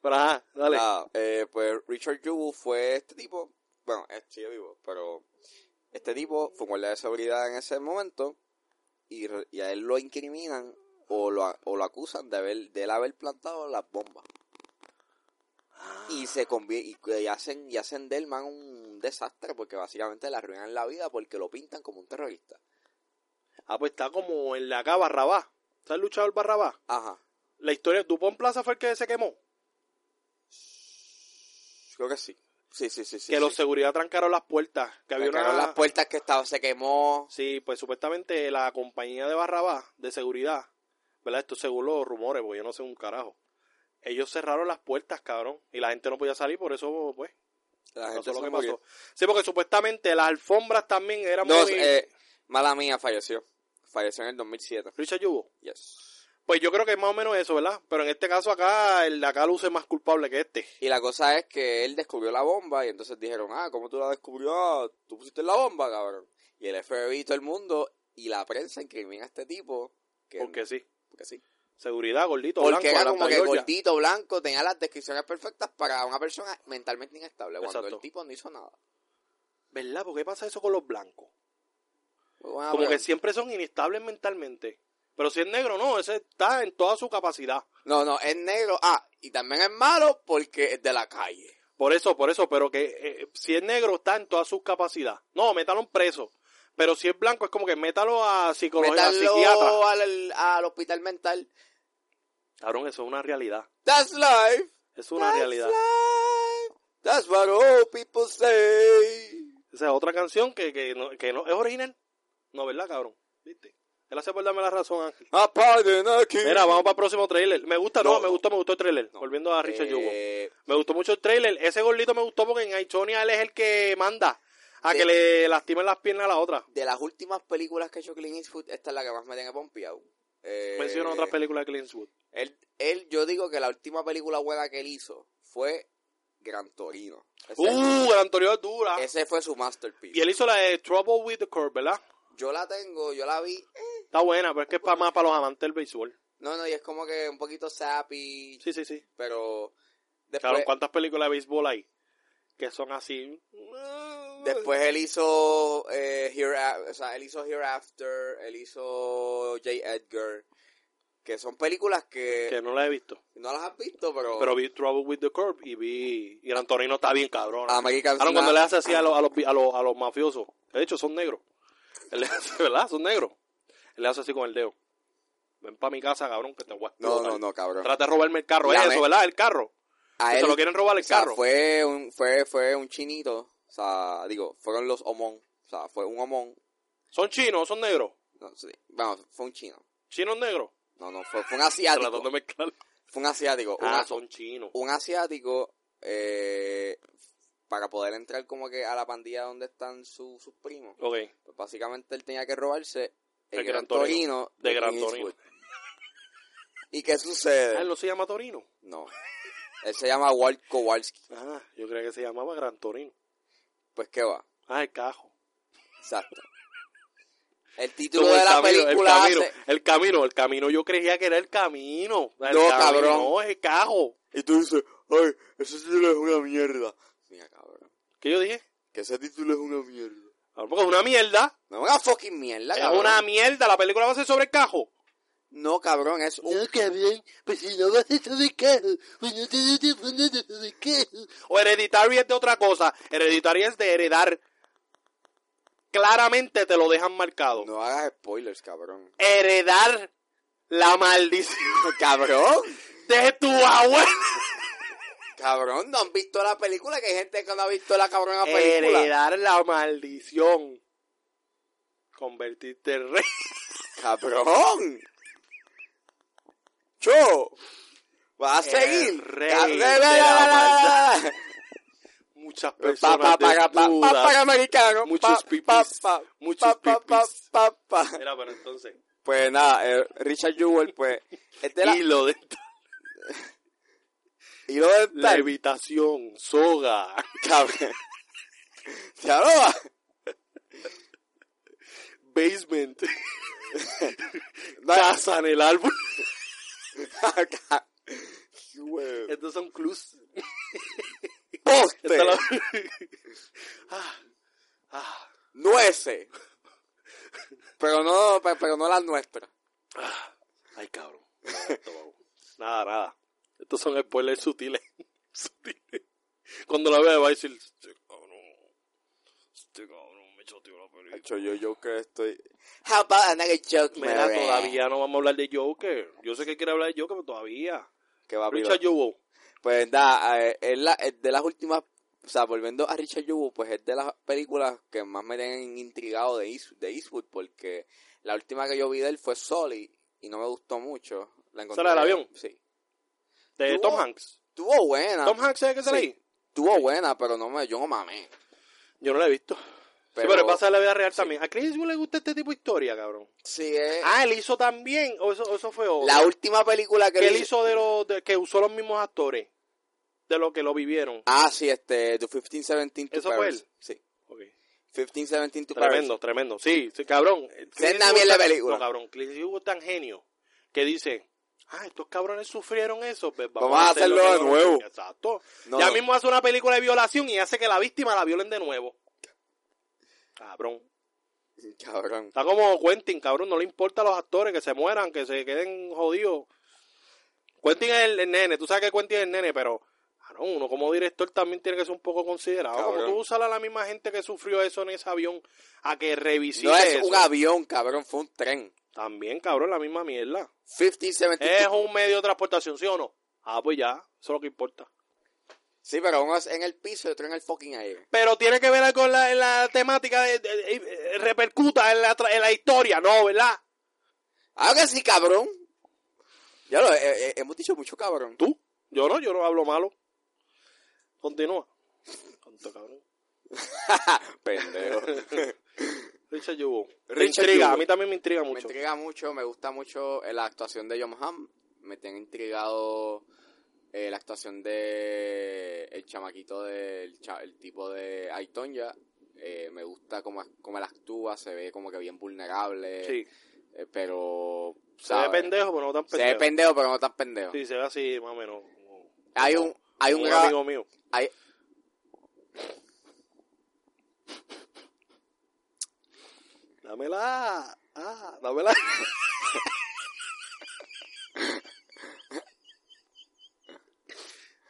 Pero ajá, dale. Nada, eh, pues Richard Jewell fue este tipo, bueno, eh, sigue vivo, pero este tipo fue un guardia de seguridad en ese momento y, re- y a él lo incriminan o lo, a- o lo acusan de, haber, de él haber plantado las bombas. Y se convier- y, y hacen y hacen de él man un desastre porque básicamente le arruinan la vida porque lo pintan como un terrorista. Ah, pues está como en la acá Barrabá. ¿Está el luchador Barrabá? Ajá. La historia, Dupont Plaza fue el que se quemó. Creo que sí. Sí, sí, sí, sí. que sí. los seguridad trancaron las puertas. Que había Trancaron una... las puertas que estaba se quemó. Sí, pues supuestamente la compañía de Barrabás de seguridad, ¿verdad? Esto según los rumores, porque yo no sé un carajo. Ellos cerraron las puertas, cabrón, y la gente no podía salir, por eso, pues, La gente pasó lo se que murió. pasó. Sí, porque supuestamente las alfombras también eran Dos, muy... eh, mala mía, falleció. Falleció en el 2007. Richard Yubo. Yes. Pues yo creo que es más o menos eso, ¿verdad? Pero en este caso acá, el de acá luce más culpable que este. Y la cosa es que él descubrió la bomba y entonces dijeron, ah, ¿cómo tú la descubrió? Ah, tú pusiste la bomba, cabrón. Y el FBI y todo el mundo y la prensa incrimina a este tipo. Que, Porque sí. porque sí. Seguridad, gordito, Porque blanco, era como Atlanta, que Georgia. gordito, blanco, tenía las descripciones perfectas para una persona mentalmente inestable. Cuando Exacto. el tipo no hizo nada. ¿Verdad? ¿Por qué pasa eso con los blancos? Muy buena como que pregunta. siempre son inestables mentalmente. Pero si es negro, no, ese está en toda su capacidad. No, no, es negro. Ah, y también es malo porque es de la calle. Por eso, por eso, pero que eh, si es negro está en toda su capacidad. No, métalo en preso. Pero si es blanco es como que métalo a psicólogo, a psiquiatra. Métalo al, al hospital mental. Cabrón, eso es una realidad. That's life. Es una That's realidad. life. That's what all people say. Esa es otra canción que, que, no, que no es original. No, ¿verdad, cabrón? ¿Viste? Él hace por darme la razón, Ángel. A pardon a king. Mira, vamos para el próximo trailer. Me gusta, no, No, me no. gustó, me gustó el trailer. No. Volviendo a Richard Yugo. Eh, Me gustó mucho el trailer. Ese gordito me gustó porque en Aitonia él es el que manda a De- que le lastimen las piernas a la otra. De las últimas películas que ha hecho Clint Eastwood, esta es la que más me tiene pompeado. Eh, Menciona otra película de Clint Eastwood. Él, él, yo digo que la última película buena que él hizo fue Gran Torino. Ese, Uh, Gran Torino es dura. ese fue su masterpiece. Y él hizo la de Trouble with the Curve, ¿verdad? Yo la tengo, yo la vi. Está buena, pero es que es para más para los amantes del béisbol. No, no, y es como que un poquito sappy, Sí, sí, sí. pero... Después, Claro, ¿cuántas películas de béisbol hay? Que son así. Después él hizo eh, Here, o sea, él hizo Hereafter, él hizo J. Edgar, que son películas que, Que no la he visto. no las has visto, pero, Pero vi Trouble with the Curve y vi. Y Gran Torino está bien cabrón. American Claro, cuando Sna- le hace así a los, a los, vi- a los, a los mafiosos. que De hecho, son negros. Él le hace, (laughs) ¿verdad? Son negros. Él le hace así con el dedo. Ven para mi casa, cabrón, que te voy a No, explotar. no, no, cabrón. Trata de robarme el carro. La Es ve- eso, ¿verdad? El carro. A Que se él, lo quieren robar o el sea, carro. fue un, fue, fue un chinito, o sea, digo, fueron los Omon, o sea, fue un Omon, Son chinos, son negros. no, sí, vamos, fue un chino, Chinos negros. no, no, fue, fue un asiático, Tratando de mezclar. Ah. fue un asiático, un Ah, as- son chinos. un asiático eh, para poder entrar como que a la pandilla donde están su- sus primos, Ok. pues básicamente él tenía que robarse el, El Gran Gran Torino. Torino De Gran Clint Torino. Eastwood. ¿Y qué Ah, él sucede? no se llama Torino. No. Él se llama Walt Kowalski. Ah, yo creía que se llamaba Gran Torino. Pues qué va. Ah, el cajo. Exacto. El título Como de la camino, película El camino, hace- el camino, el camino, yo creía que era el camino. El camino, No, cabrón. No, es el cajo. Y tú dices, ay, ese título es una mierda. Mira, cabrón. ¿Qué yo dije? Que ese título es una mierda. A lo mejor es una mierda. No es una fucking mierda, Es cabrón. una mierda. La película va a ser sobre el cajo. No, cabrón, es un... cabrón, pues si no vas a estar de cajo, pues no te vas a poner de cajo. O Hereditary es de otra cosa. Hereditary es de heredar. Claramente te lo dejan marcado. No hagas spoilers, cabrón. Heredar la maldición (laughs) cabrón. de tu abuela. Cabrón, no han visto la película, que hay gente que no ha visto la cabrona película. Heredar la maldición. Convertirte en rey. Cabrón. Cho. Vas El a seguir. rey Ca- de la- la- la la- la- Muchas Pa, personas pa, pa, pa, pa, desnudas. pa, americano. Muchos Pa, pa, pipis. pa, Muchos pa, pa, pipis. pa, pa, pa. Mira, pero entonces. Pues nada, eh, Richard Jewell, pues, es de la... Hilo de (laughs) Y lo de levitación, soga. (laughs) cabrón. (laughs) Ya lo va. (laughs) Basement. No, Casa en el árbol. ca- Güey. Estos son clues. Poste, Esta la- Ah, ah, nueces. Pero no, pe- pero no las nuestras. ah. (laughs) Ay, cabrón. Nada, nada. Estos son spoilers sutiles. (laughs) Sutiles. Cuando la vea va a decir, este cabrón, este cabrón me choteó la película. Hecho, yo, yo que estoy. How about another joke, Mira, todavía no vamos a hablar de Joker. Yo sé que quiere hablar de Joker, pero todavía. Que va a Richard Joe. Pues nada, eh, es, la- es de las últimas. O sea, volviendo a Richard Yubu, pues es de las películas que más me tienen intrigado de, East- de Eastwood, porque la última que yo vi de él fue Soli y no me gustó mucho. La encontré- ¿Sale del avión? Sí. De Tú- Tom Hanks. Tuvo buena. Tom Hanks, ¿sabes qué sale Ah. Sí. ahí? Tuvo buena, pero no me, yo no mamé. Yo no la he visto. Pero, sí, pero pasa en la vida real también. ¿A Clint Eastwood le gusta este tipo de historia, cabrón? sí, eh, Ah, él hizo también. O eso, o eso fue otro. la última película que que él él hizo de los de- que usó los mismos actores de los que lo vivieron. Ah, sí, este, The 1517 to ¿Eso fue Paris. él? Sí. Ok. 1517 to Paris. Tremendo, tremendo. Sí, sí, cabrón. Clint una mierda Eastwood- de película. No, cabrón. Clint Eastwood es tan genio que dice, ah, estos cabrones sufrieron eso. pues Vamos a hacerlo de cabrón". nuevo. Exacto. No, ya no. mismo hace una película de violación y hace que la víctima la violen de nuevo. Cabrón. (laughs) Cabrón. Está como Quentin, cabrón. No le importa a los actores que se mueran, que se queden jodidos. Quentin es el, el nene. Tú sabes que Quentin es el nene, pero cabrón, uno como director también tiene que ser un poco considerado. Cabrón. Como tú usas a la misma gente que sufrió eso en ese avión a que revisite no es eso. un avión, cabrón, fue un tren. También, cabrón, la misma mierda. 1517 Es un medio de transportación, ¿sí o no? Ah, pues ya. Eso es lo que importa. Sí, pero uno es en el piso y otro en el fucking aire. Pero tiene que ver con la, en la temática, de, de- de- eh, repercuta en la, tra- en la historia, ¿no? ¿Verdad? Ahora sí, cabrón. Ya lo eh, eh, hemos dicho mucho, cabrón. ¿Tú? Yo no, yo no hablo malo. Continúa. Tonto, cabrón. (laughs) Pendejo. Richard Yubo. Me Richard intriga, Yubo. a mí también me intriga me mucho. intriga mucho, me gusta mucho eh, la actuación de John Hamm. Me tiene intrigado eh, la actuación de el chamaquito del cha- el tipo de Aitonya. Eh, me gusta cómo, cómo él actúa, se ve como que bien vulnerable. Sí. eh, pero. Se ve ¿sabes? pendejo, pero no tan Se ve pendejo. pendejo, pero no tan pendejo. Sí, se ve así, más o menos. como- Hay un. Hay como un, un gra- amigo mío. hay- Dámela. Ah, dámela. (laughs)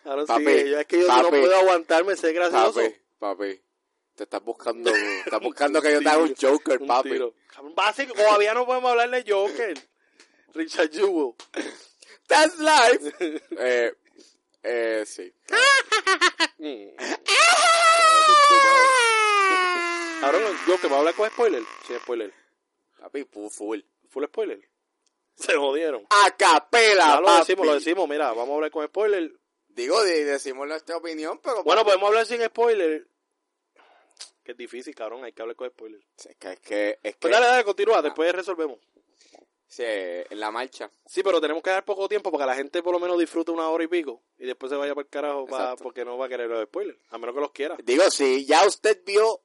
Ahora Papi, sí, es que yo no papi, puedo aguantarme, ser gracioso. Papi, papi. Te estás buscando. (laughs) estás buscando que yo te haga un tiro, Joker, un papi. tiro. Cabrón, base- todavía no podemos hablar de Joker. Richard Jewell. (laughs) That's life. eh, eh, sí. Mm. Ahora los Joker, ¿va a hablar con spoiler? Sí, spoiler. Papi, pu- full. Full spoiler. Se jodieron. A capela, Ya lo papi. decimos, lo decimos. Mira, vamos a hablar con spoiler. Digo, de- decimos nuestra opinión, pero... Bueno, podemos hablar sin spoiler. Que es difícil, cabrón, hay que hablar con spoiler. Es que... Es que, es que Pues dale, dale, continúa, después Ah. resolvemos. sí, en la marcha. Sí, pero tenemos que dar poco tiempo para que la gente por lo menos disfrute una hora y pico y después se vaya para el carajo pa- Exacto. porque no va a querer los spoilers, a menos que los quiera. Digo, si ya usted vio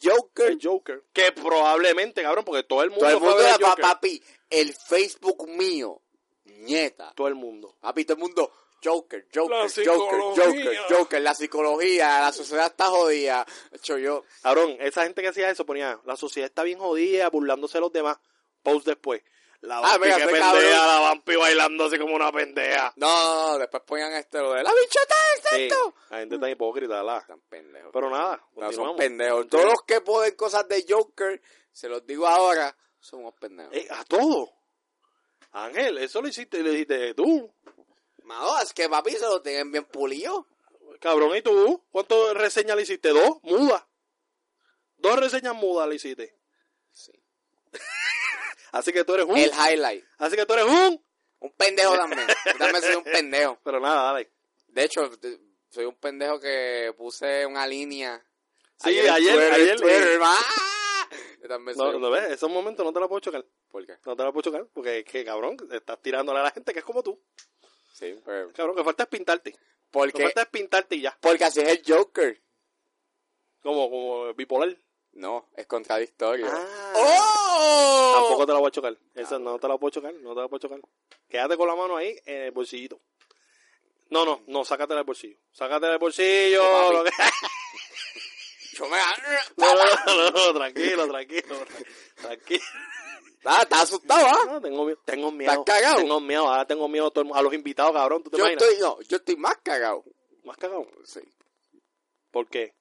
Joker, El Joker. Que probablemente, cabrón, porque todo el mundo todo el fue a mundo ver era el Joker. papi, el Facebook mío, nieta. Todo el mundo. Papi, todo el mundo, Joker, La Joker, Joker, psicología. Joker, Joker, la psicología, la sociedad está jodida. Hecho yo, Cabrón, esa gente que hacía eso ponía, la sociedad está bien jodida, burlándose de los demás. Post después. La Ah, vampi mira, que soy pendeja, cabrón. la vampi bailando así como una pendeja. no, no, no, después ponían este lo de la bichota del Sí, centro. la gente está hipócrita, la. Están pendejos. Pero nada, No, continuamos. son pendejos. Todos los que ponen cosas de Joker, se los digo ahora, son unos pendejos. Eh, a todo. Ángel, eso lo hiciste, lo dijiste tú. Mano, es que papi se lo tienen bien pulido. Cabrón, ¿y tú? ¿Cuántas reseñas le hiciste? ¿Dos? Muda. Dos reseñas mudas le hiciste. Sí. Así que tú eres un... El highlight. Así que tú eres un... Un Eh. pendejo también. Yo también soy un pendejo. Pero nada, dale. De hecho, de- soy un pendejo que puse una línea. Sí, en ayer, Twitter, ayer. Twitter, ¡ah! Yo también soy No, un no ves, esos momentos no te la puedo chocar. ¿Por qué? No te la puedo chocar porque es que, cabrón, estás tirándole a la gente que es como tú. Sí, pero- Cabrón, que falta es pintarte. Lo que Porque, falta es pintarte y ya. porque así es el Joker. Como, como bipolar. No, es contradictorio. Ah. ¡Oh! Tampoco te la voy a chocar. Esa no te la puedo chocar, no te la puedo chocar. Quédate con la mano ahí en el bolsillito. No, no, no, sácatela del bolsillo. Sácatela del bolsillo. No, lo que- Yo me- (laughs) No, no, no, no, tranquilo, tranquilo. Tranquilo. Ah, estás asustado, ¿ah? No, tengo, miedo, tengo miedo. ¿Estás cagado? Tengo miedo, ahora tengo miedo a, todo el mu- a los invitados, cabrón. ¿Tú te Yo imaginas? estoy, no, yo estoy más cagado. Más cagado. Sí. ¿Por (laughs) qué?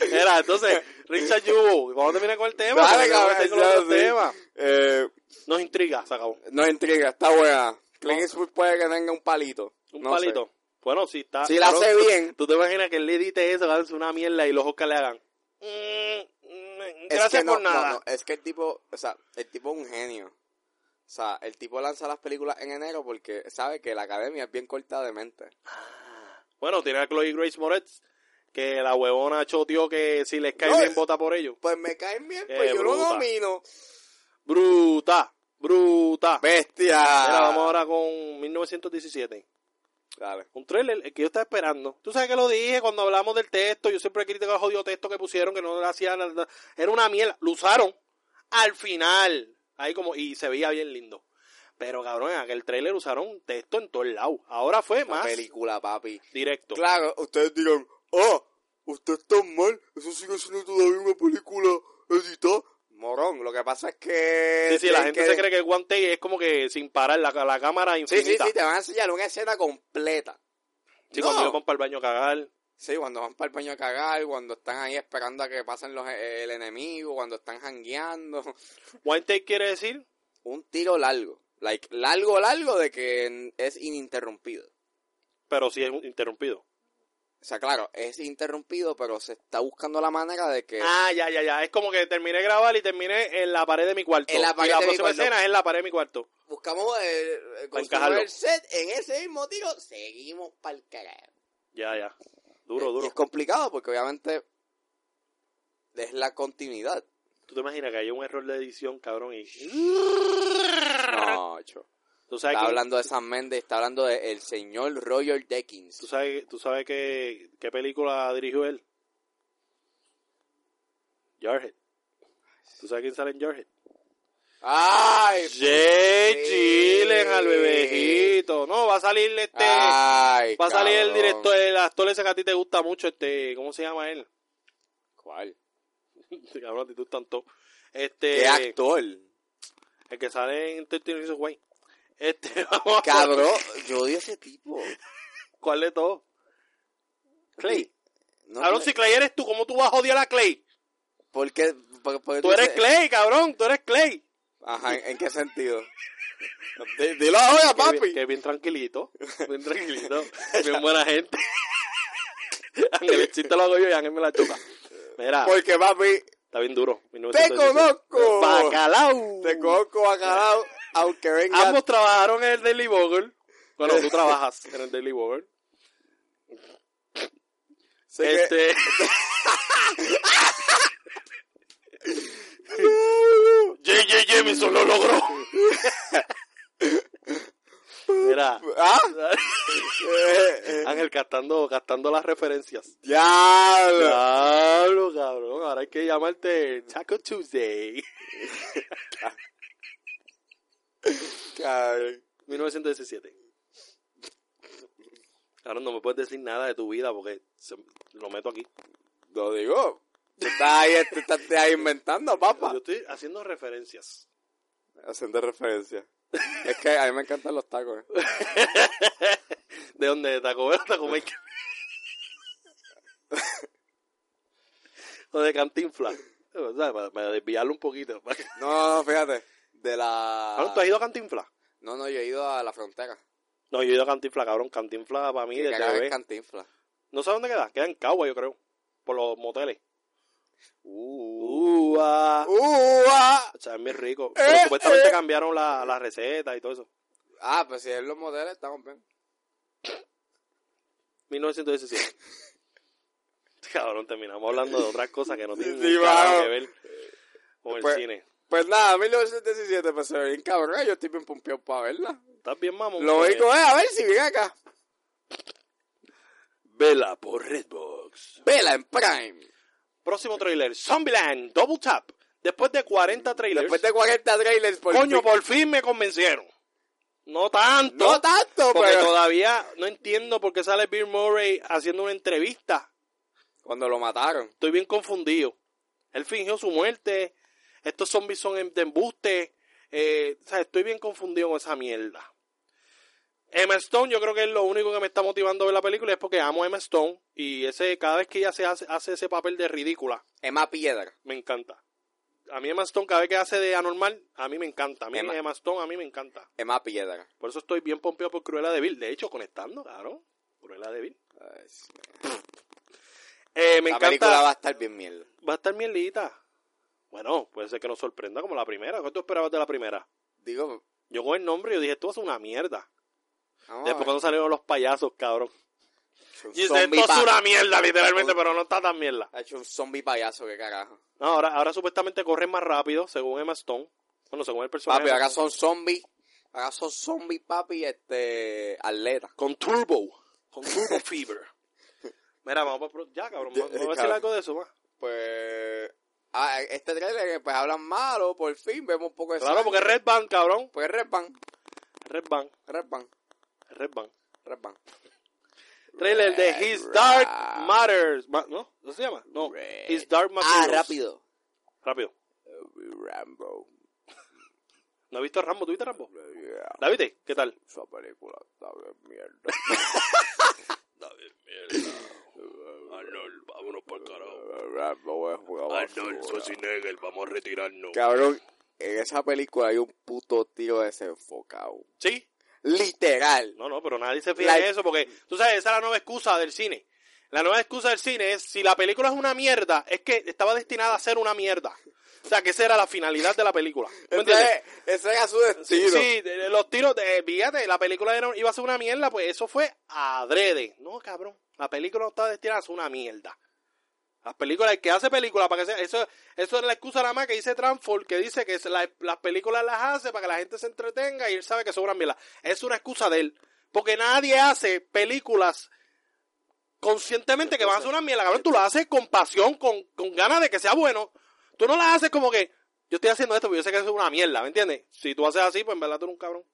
Era, entonces, Richard Yu, cuando termina con el tema, Dale, Porque vamos a seguir con los cabrón, otros ya, sí. temas. Eh, nos intriga, se acabó. no intriga, está buena. Clint Eastwood puede que tenga un palito. Un No sé. palito. Bueno, si está. Si la cabrón, hace tú- bien. ¿Tú te imaginas que él le edite eso, va a hacer una mierda y los Oscar le hagan? mm, mm, Es gracias que no, por nada. no, no, es que el tipo, o sea, el tipo es un genio. O sea, el tipo lanza las películas en enero porque sabe que la academia es bien corta de mente. Bueno, tiene a Chloe Grace Moretz, que la huevona choteó que si les cae No, bien, es- vota por ellos. Pues me caen bien, Qué pues yo lo bruta. domino. Bruta, bruta. Bestia. Mira, vamos ahora con 1917. Dale. Un trailer el que yo estaba esperando. Tú sabes que lo dije cuando hablamos del texto. Yo siempre critico el jodido texto que pusieron, que no le hacían. la- la- Era una mierda. Lo usaron al final. Ahí como. Y se veía bien lindo. Pero cabrón, en aquel trailer usaron texto en todo el lado. Ahora fue La más película, papi. directo. Claro, ustedes dirán, ah, usted está mal, eso sigue siendo todavía una película editada. Morón, lo que pasa es que... Sí, sí, la tienen gente que- se cree que el One Take es como que sin parar la, la cámara Sí, sí, infinita. sí, te van a enseñar una escena completa. Sí, cuando No. yo van para el baño a cagar. Sí, cuando van para el baño a cagar, cuando están ahí esperando a que pasen los, eh, el enemigo, cuando están jangueando. (laughs) One Take quiere decir Un tiro largo. Like, largo, largo de que es ininterrumpido. pero sí es un- interrumpido. O sea, claro, es interrumpido, pero se está buscando la manera de que... Ah, ya, ya, ya. Es como que terminé de grabar y terminé en la pared de mi cuarto. En la y pared la de mi próxima cuarto. escena es en la pared de mi cuarto. Buscamos eh, eh, construir encajarlo. el set en ese mismo tiro, seguimos para el carajo. Ya, ya. Duro, Eh, y duro. Es complicado porque obviamente es la (laughs) continuidad. ¿Tú te imaginas que hay un error de edición, cabrón? Y... No, cho. ¿Tú, sabes Está que, hablando de San Méndez, está hablando del señor Roger ¿tú, Deakins. sabes, ¿Tú sabes qué, qué película dirigió él? Jarhead. ¿Tú sabes quién sale en Jarhead? ¡Ay! Jay sí. Chilen al bebejito. No, va a salir este... ¡Ay! va a salir el cabrón. director, el actor ese que a ti te gusta mucho, este... ¿Cómo se llama él? (laughs) ¿Cuál? cabrón, a ti te gustan todos. Este... ¿Qué actor? El que sale en Thirteen Reasons Why. Este, (laughs) vamos a- Cabrón, yo odio a ese tipo. ¿Cuál de todos? Clay. No, cabrón, no, si Clay eres tú, ¿cómo tú vas a odiar a Clay? ¿Por qué? ¿Por- por qué Tú eres dices- Clay, cabrón, tú eres Clay. Ajá, ¿en, en qué sentido? (laughs) D- Dilo ahora, Que, Ah, papi. bien- que bien tranquilito, bien (laughs) tranquilito, bien buena gente. Ángel, el chiste lo hago yo y Ángel me la chupa. Mira, Porque, papi, está bien duro. 1917. conozco. Uh. Bacalao. te conozco bacalao aunque venga. Ambos trabajaron en el Daily Bugle. Bueno, (laughs) tú trabajas en el Daily Bugle. sé que- este, J.J. Jameson lo logró. Mira, (laughs) ¿Ah? (laughs) Eh, eh, Ángel gastando, gastando las referencias. Diablo. Claro, cabrón. Ahora hay que llamarte Taco Tuesday. Cabrón. 1917. Ahora no me puedes decir nada de tu vida porque se- lo meto aquí. Lo digo. Tú estás ahí, tú estás ahí inventando, papá. Yo estoy haciendo referencias. Haciendo referencia. Es que a mí me encantan los tacos. eh. ¿De dónde? ¿De Taco Bell (laughs) o Taco Maker? o de Cantinfla. O sea, para, para desviarlo un poquito. No, no, no, fíjate. De la. Ah, no, ¿Tú has ido a Cantinfla? No, no, yo he ido a la frontera. No, yo he ido a Cantinfla, cabrón. Cantinfla para mí Que de cagaba en TV. cantinfla. No sé dónde queda. Queda en Cagua, yo creo. Por los moteles. Uh. Uva. ¡Ua! O sea, es muy rico. Pero Eh, supuestamente eh. cambiaron la, la receta y todo eso. Ah, pues si es los modelos, estamos bien. (laughs) 1917. Cabrón, terminamos hablando de otras cosas que no Sí, tienen sí, un carajo mano. que ver con el Pues- cine. Pues nada, 1917, pues se ve bien cabrón. Yo estoy bien pompeado para verla. ¿Estás bien, mamón? Lo Porque- único es, a ver si viene acá. Vela por Redbox. Vela en Prime. Próximo trailer. Zombieland Double Tap. Después de 40 trailers. Después de 40 trailers por Coño, fin- por fin me convencieron. No tanto. No tanto, Porque pero... todavía no entiendo por qué sale Bill Murray haciendo una entrevista. Cuando lo mataron. Estoy bien confundido. Él fingió su muerte. Estos zombies son em- de embuste. Eh, o sea, estoy bien confundido con esa mierda. Emma Stone, yo creo que es lo único que me está motivando a ver la película. Es porque amo a Emma Stone. Y ese, cada vez que ella se hace, hace ese papel de ridícula, Emma Piedra. me encanta. A mí Emma Stone, cada vez que hace de anormal, a mí me encanta. A mí Emma, Emma- Stone, a mí me encanta. Emma Piedra. Por eso estoy bien pompeado por Cruella de Vil. De hecho, conectando, claro. Cruella de Vil. Ay, sí. Eh, me la encanta. película va a estar bien mierda. Va a estar mierdita. Bueno, puede ser que nos sorprenda como la primera. ¿Qué tú esperabas de la primera? Digo, Yo con el nombre y yo dije, tú haces una mierda. vamos a Después ver. pues, cuando salieron los payasos, cabrón. Un Y dice, zombie esto es pa- una mierda, (laughs) literalmente, pero no está tan mierda. Ha hecho un zombie payaso, qué carajo. No, ahora, ahora supuestamente corren más rápido, según Emma Stone. Bueno, según el personaje. Papi, acá son zombies. Acá son zombies, papi, este... Atleta. Con Turbo. Con Turbo (laughs) Fever. Mira, vamos para... Ya, eh, cabrón. Ya, Vamos vamos a decir cabrón. algo de eso, más. Pues... Ah, este trailer, pues hablan malo, por fin, vemos un poco de Claro, sangre. porque Red Band, cabrón. Pues Red Band, Red Band. Red Band, Red Band. Red Band. Trailer de Red His Dark Band. Matters. Ma- ¿No? ¿No se llama? No. Red. His Dark Matters. Ah, rápido. Rápido. Rambo. ¿No has visto Rambo? ¿Tuviste Rambo? ¿La viste? ¿Qué tal? Esa película está bien mierda. (laughs) Arnold, vámonos por carajo. Rambo es una Ah, basura. Schwarzenegger, vamos a retirarnos. Cabrón, en esa película hay un puto tío desenfocado. ¿Sí? Literal. No, no, pero nadie se fija en Like- eso porque, tú sabes, esa es la nueva excusa del cine. La nueva excusa del cine es, si la película es una mierda, es que estaba destinada a ser una mierda. O sea, que esa era la finalidad de la película. ¿Me Ese, entiendes? es- ese era su Sí, destino. sí, de- de los tiros, de, fíjate, la película era- iba a ser una mierda, pues eso fue adrede. No, cabrón, la película no estaba destinada a ser una mierda. Las películas, el que hace películas, para que sea, eso, eso es la excusa nada más que dice Transform, que dice que se la- las películas las hace para que la gente se entretenga y él sabe que son una mierda. Es una excusa de él, porque nadie hace películas conscientemente que van a ser una mierda, cabrón, tú las haces con pasión, con, con ganas de que sea bueno. Tú no las haces como que, yo estoy haciendo esto porque yo sé que eso es una mierda, ¿me entiendes? Si tú haces así, pues en verdad tú eres un cabrón.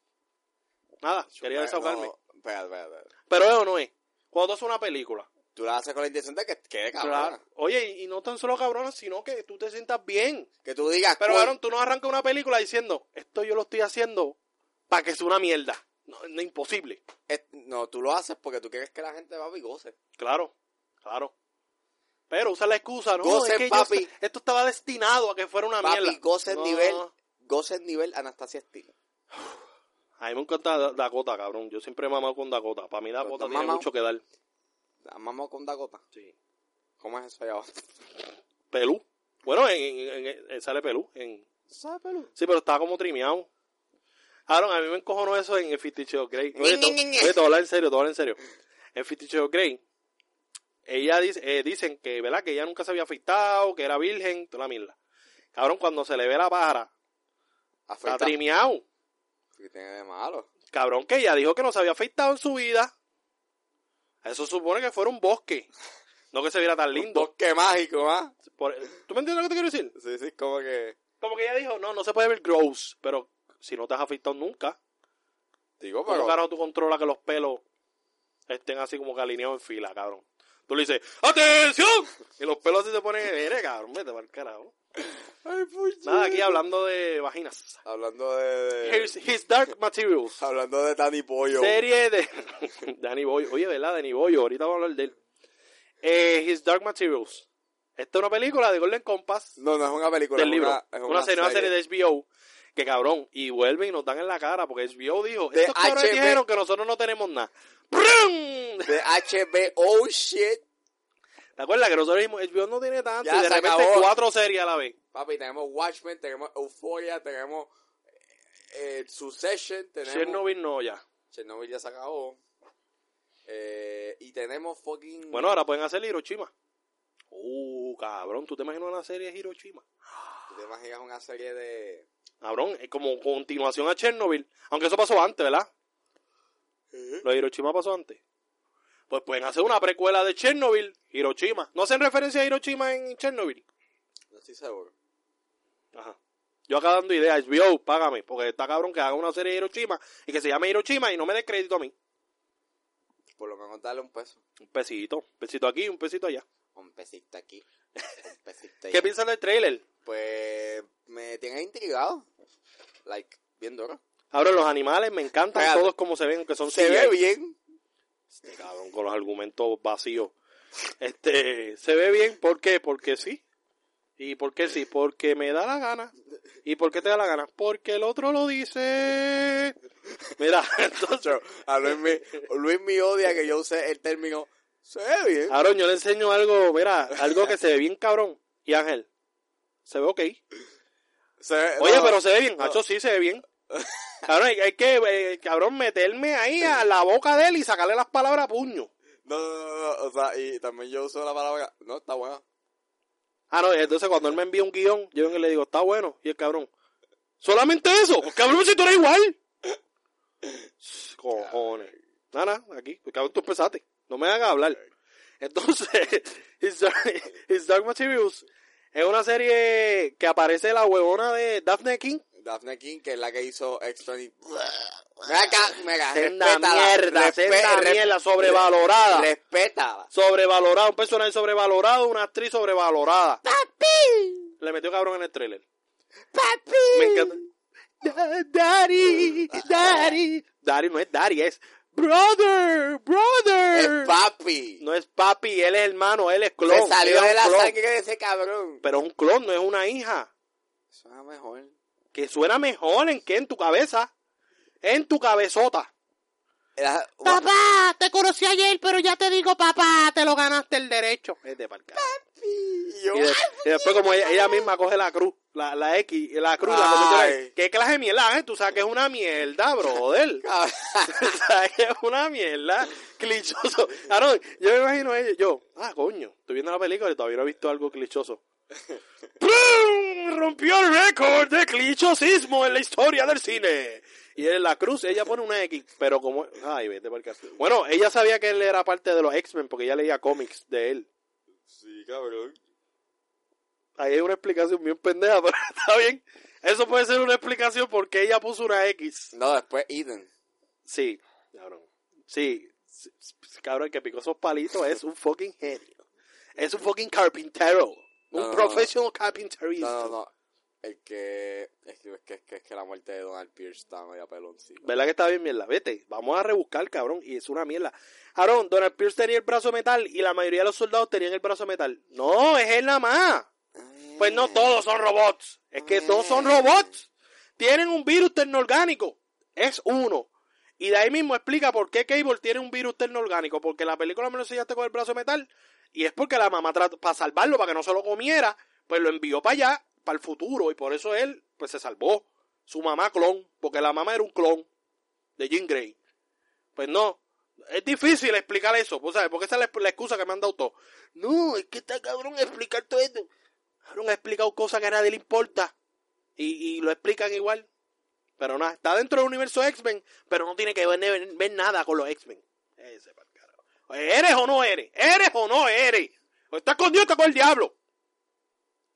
Nada, quería Eh, desahogarme. no, espérate, espérate, espérate. Pero eso no es. Cuando tú haces una película, Tú la haces con la intención de que quede cabrón. claro, oye, y- y no tan solo cabrona, sino que tú te sientas bien. Que tú digas. Pero, coño, cabrón, tú no arrancas una película diciendo, esto yo lo estoy haciendo para que sea una mierda. No, no, imposible. eh, no, tú lo haces porque tú quieres que la gente va y goce. Claro, claro. Pero usa la excusa, ¿no? Gocen, es que yo papi. esta- esto estaba destinado a que fuera una Papi, mierda. goce el No. nivel. Goce el nivel Anastasia Steele. A mí me encanta Da- Dakota, cabrón. Yo siempre he mamado con Dakota. Para mí Dakota estás tiene mamado? mucho que dar. La Mamá con Dakota. Sí. ¿Cómo es eso allá abajo? Pelú. Bueno, en, en- en- en- sale Pelú. En... ¿Sabes, Perú? Sí, pero está como trimeado. Aaron, a mí me encojonó eso en el Fifty Shades of Grey. Ni, Oye, ni, te, ni, ni. oye, te voy a hablar en serio, te voy a hablar en serio. En Fifty Shades of Grey, ella dice, eh, dicen que, ¿verdad? Que ella nunca se había afeitado, que era virgen, toda la mierda. Cabrón, cuando se le ve la pájara, está Afecta. trimeado. ¿Qué tiene de malo? Cabrón, que ella dijo que no se había afeitado en su vida. Eso supone que fuera un bosque. No que se viera tan Un lindo. bosque mágico, ¿ah? Por- ¿Tú me entiendes lo que te quiero decir? Sí, sí, como que... Como que ella dijo, no, no se puede ver gross, pero si no te has afeitado nunca, Digo, ¿cómo pero... carajo tú controlas que los pelos estén así como que alineados en fila, cabrón? Tú le dices, ¡Atención! Y los pelos así se ponen, mire, cabrón, vete para el carajo. Ay, puñeta. Nada, aquí hablando de vaginas. Hablando de... de- Here's- his Dark Materials. Hablando de Danny Pollo. Serie de Danny Boy. Oye, ¿verdad? Danny Boy. Ahorita vamos a hablar de él. Eh, His Dark Materials. Esta es una película de Golden Compass No, no es una película. del es libro. Una, es una, serie, una serie de HBO. Que cabrón. Y vuelven y nos dan en la cara porque HBO dijo: De Estos cabrones HB. dijeron que nosotros no tenemos nada. ¡Brum! de HBO shit. ¿Te acuerdas que nosotros dijimos: HBO no tiene tanto? Ya, y de se repente acabó. cuatro series a la vez. Papi, tenemos Watchmen, tenemos Euphoria, tenemos eh, eh, Succession, tenemos... Chernobyl no ya. Chernobyl ya se acabó. Eh, y tenemos fucking... Bueno, ahora pueden hacer Hiroshima. Uh, cabrón. ¿Tú te imaginas una serie de Hiroshima? ¿Tú te imaginas una serie de... Cabrón, es como continuación a Chernobyl. Aunque eso pasó antes, ¿verdad? Eh. Lo de Hiroshima pasó antes. Pues pueden hacer una precuela de Chernobyl, Hiroshima. ¿No hacen referencia a Hiroshima en Chernobyl? No estoy seguro. Ajá. Yo acá dando ideas, HBO, págame, porque está cabrón que haga una serie de Hiroshima y que se llame Hiroshima y no me dé crédito a mí. Por lo menos darle un peso. Un pesito, un pesito aquí, un pesito allá. Un pesito aquí. (laughs) Un pesito ¿Qué allá. piensas del trailer? Pues me tiene intrigado. Like, bien duro. Cabrón, los animales me encantan Espérate. todos como se ven, aunque son Se CGI. ve bien. Este cabrón con los argumentos vacíos. Este, se ve bien, ¿por qué? Porque sí. ¿Y por qué sí? Porque me da la gana. ¿Y por qué te da la gana? Porque el otro lo dice. Mira, (laughs) entonces, A Luis me, Luis me odia que yo use el término se ve bien. Aaron, yo le enseño algo, mira, algo que se ve bien cabrón. Y Ángel, se ve ok. Se ve- Oye, no, pero se ve bien. no. Nacho sí se ve bien. Cabrón, hay, hay que, eh, cabrón, meterme ahí a la boca de él y sacarle las palabras a puño. No, no, no, no, O sea, y también yo uso la palabra. No, está buena. Ah, no, entonces cuando él me envía un guión, yo vengo y le digo, está bueno. Y el cabrón, ¿solamente eso? Pues, cabrón, si tú eres igual. Cojones. Nada, nada, aquí. Pues, cabrón, tú empezaste. No me hagas hablar. Entonces, (laughs) His Dark, His Dark Materials es una serie que aparece la huevona de Daphne King. Daphne King, que es la que hizo Extra. Ven acá, mira, Senda Ah, respétala, mierda, respe- senda res- mierda, sobrevalorada. Respétala. sobrevalorada, un personaje sobrevalorado, una actriz sobrevalorada. ¡Papi! Le metió cabrón en el trailer. ¡Papi! Me encanta. Da- Daddy, daddy. Daddy no es daddy, es brother, brother. Es papi. Mm. no es papi, él es hermano, él es clon. Se salió él es de un la clon. sangre de ese cabrón. Pero es un clon, no es una hija. Eso es mejor. Que suena mejor en que en tu cabeza. En tu cabezota. Era- Papá, te conocí ayer, pero ya te digo, papá, te lo ganaste el derecho. Vete pa'l carajo. Y yo, Y, de- y después como ella, ella misma coge la cruz, la, la X, la cruz, la convirtió en Ay. la- ¿Qué clase de mierda, eh? Tú sabes que es una mierda, (laughs) brother. (laughs) Tú sabes que es una mierda. Clichoso. Aaron, yo me imagino a ellos, yo, ah, coño, estoy viendo la película y todavía no he visto algo (laughs) clichoso. ¡Prum! Rompió el récord de clichosismo en la historia del cine. Y en la cruz ella pone una X, pero como... Ay, vete por Bueno, ella sabía que él era parte de los X-Men porque ella leía cómics de él. Sí, cabrón. Ahí hay una explicación bien pendeja, (laughs) pero está bien. Eso puede ser una explicación porque ella puso una X. No, después Eden. Sí, cabrón. Sí, sí, sí, cabrón, el que picó esos palitos es un fucking genio. Es un fucking carpintero. No, Un no, no. professional carpinterista. No, no, no. El que. Es que, es que, es que, es que la muerte de Donald Pierce está media peloncita. ¿Verdad que está bien mierda? Vete, vamos a rebuscar, cabrón. Y es una mierda. Aaron, Donald Pierce tenía el brazo de metal y la mayoría de los soldados tenían el brazo de metal. No, es él nada más. Pues Eh, no todos son robots. Es que no son robots. Tienen un virus ternorgánico. Es uno. Y de ahí mismo explica por qué Cable tiene un virus ternorgánico. Porque la película me lo enseñaste con el brazo de metal. Y es porque la mamá, trató- para salvarlo, para que no se lo comiera, pues lo envió para allá, para el futuro. Y por eso él, pues se salvó. su mamá clon, porque la mamá era un clon de Jean Grey. Pues no, es difícil explicar eso, pues, ¿sabes? Porque esa es la, la excusa que me han dado todos. No, es que está cabrón explicar todo esto. Cabrón, ha explicado cosas que a nadie le importa. Y, y lo explican igual. Pero nada, está dentro del universo X-Men, pero no tiene que ver, ver- ver nada con los X-Men. Ese pa'l carajo. ¿Eres o no eres? ¿Eres o no eres? ¿O estás con Dios o estás con el diablo?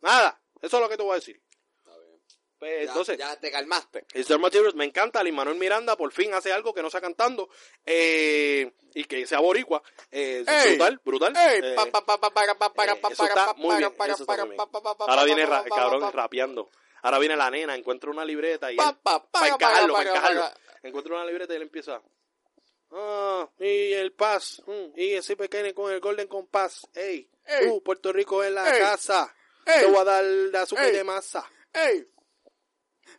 Nada, eso es lo que te voy a decir. Está bien. Pues, Ya- entonces, ya, te calmaste. el Sir Materials me encanta. Luis Manuel Miranda por fin hace algo que no está cantando eh, y que sea boricua. Eh, Ey, brutal, brutal. Eh, eh, eso está muy bien, eso está muy bien. Ahora viene el ra- el cabrón rapeando. Ahahora viene la nena, encuentra una libreta y él, para encajarlo, para encajarlo. Encuentra una libreta y él empieza. Ah, y el Paz, mm, y el Sipe Kennedy con el Golden Compass. Ey, Ey. uh, Puerto Rico en la Ey. casa. Ey. Te voy a dar de azúcar y Ey. de masa. Hey,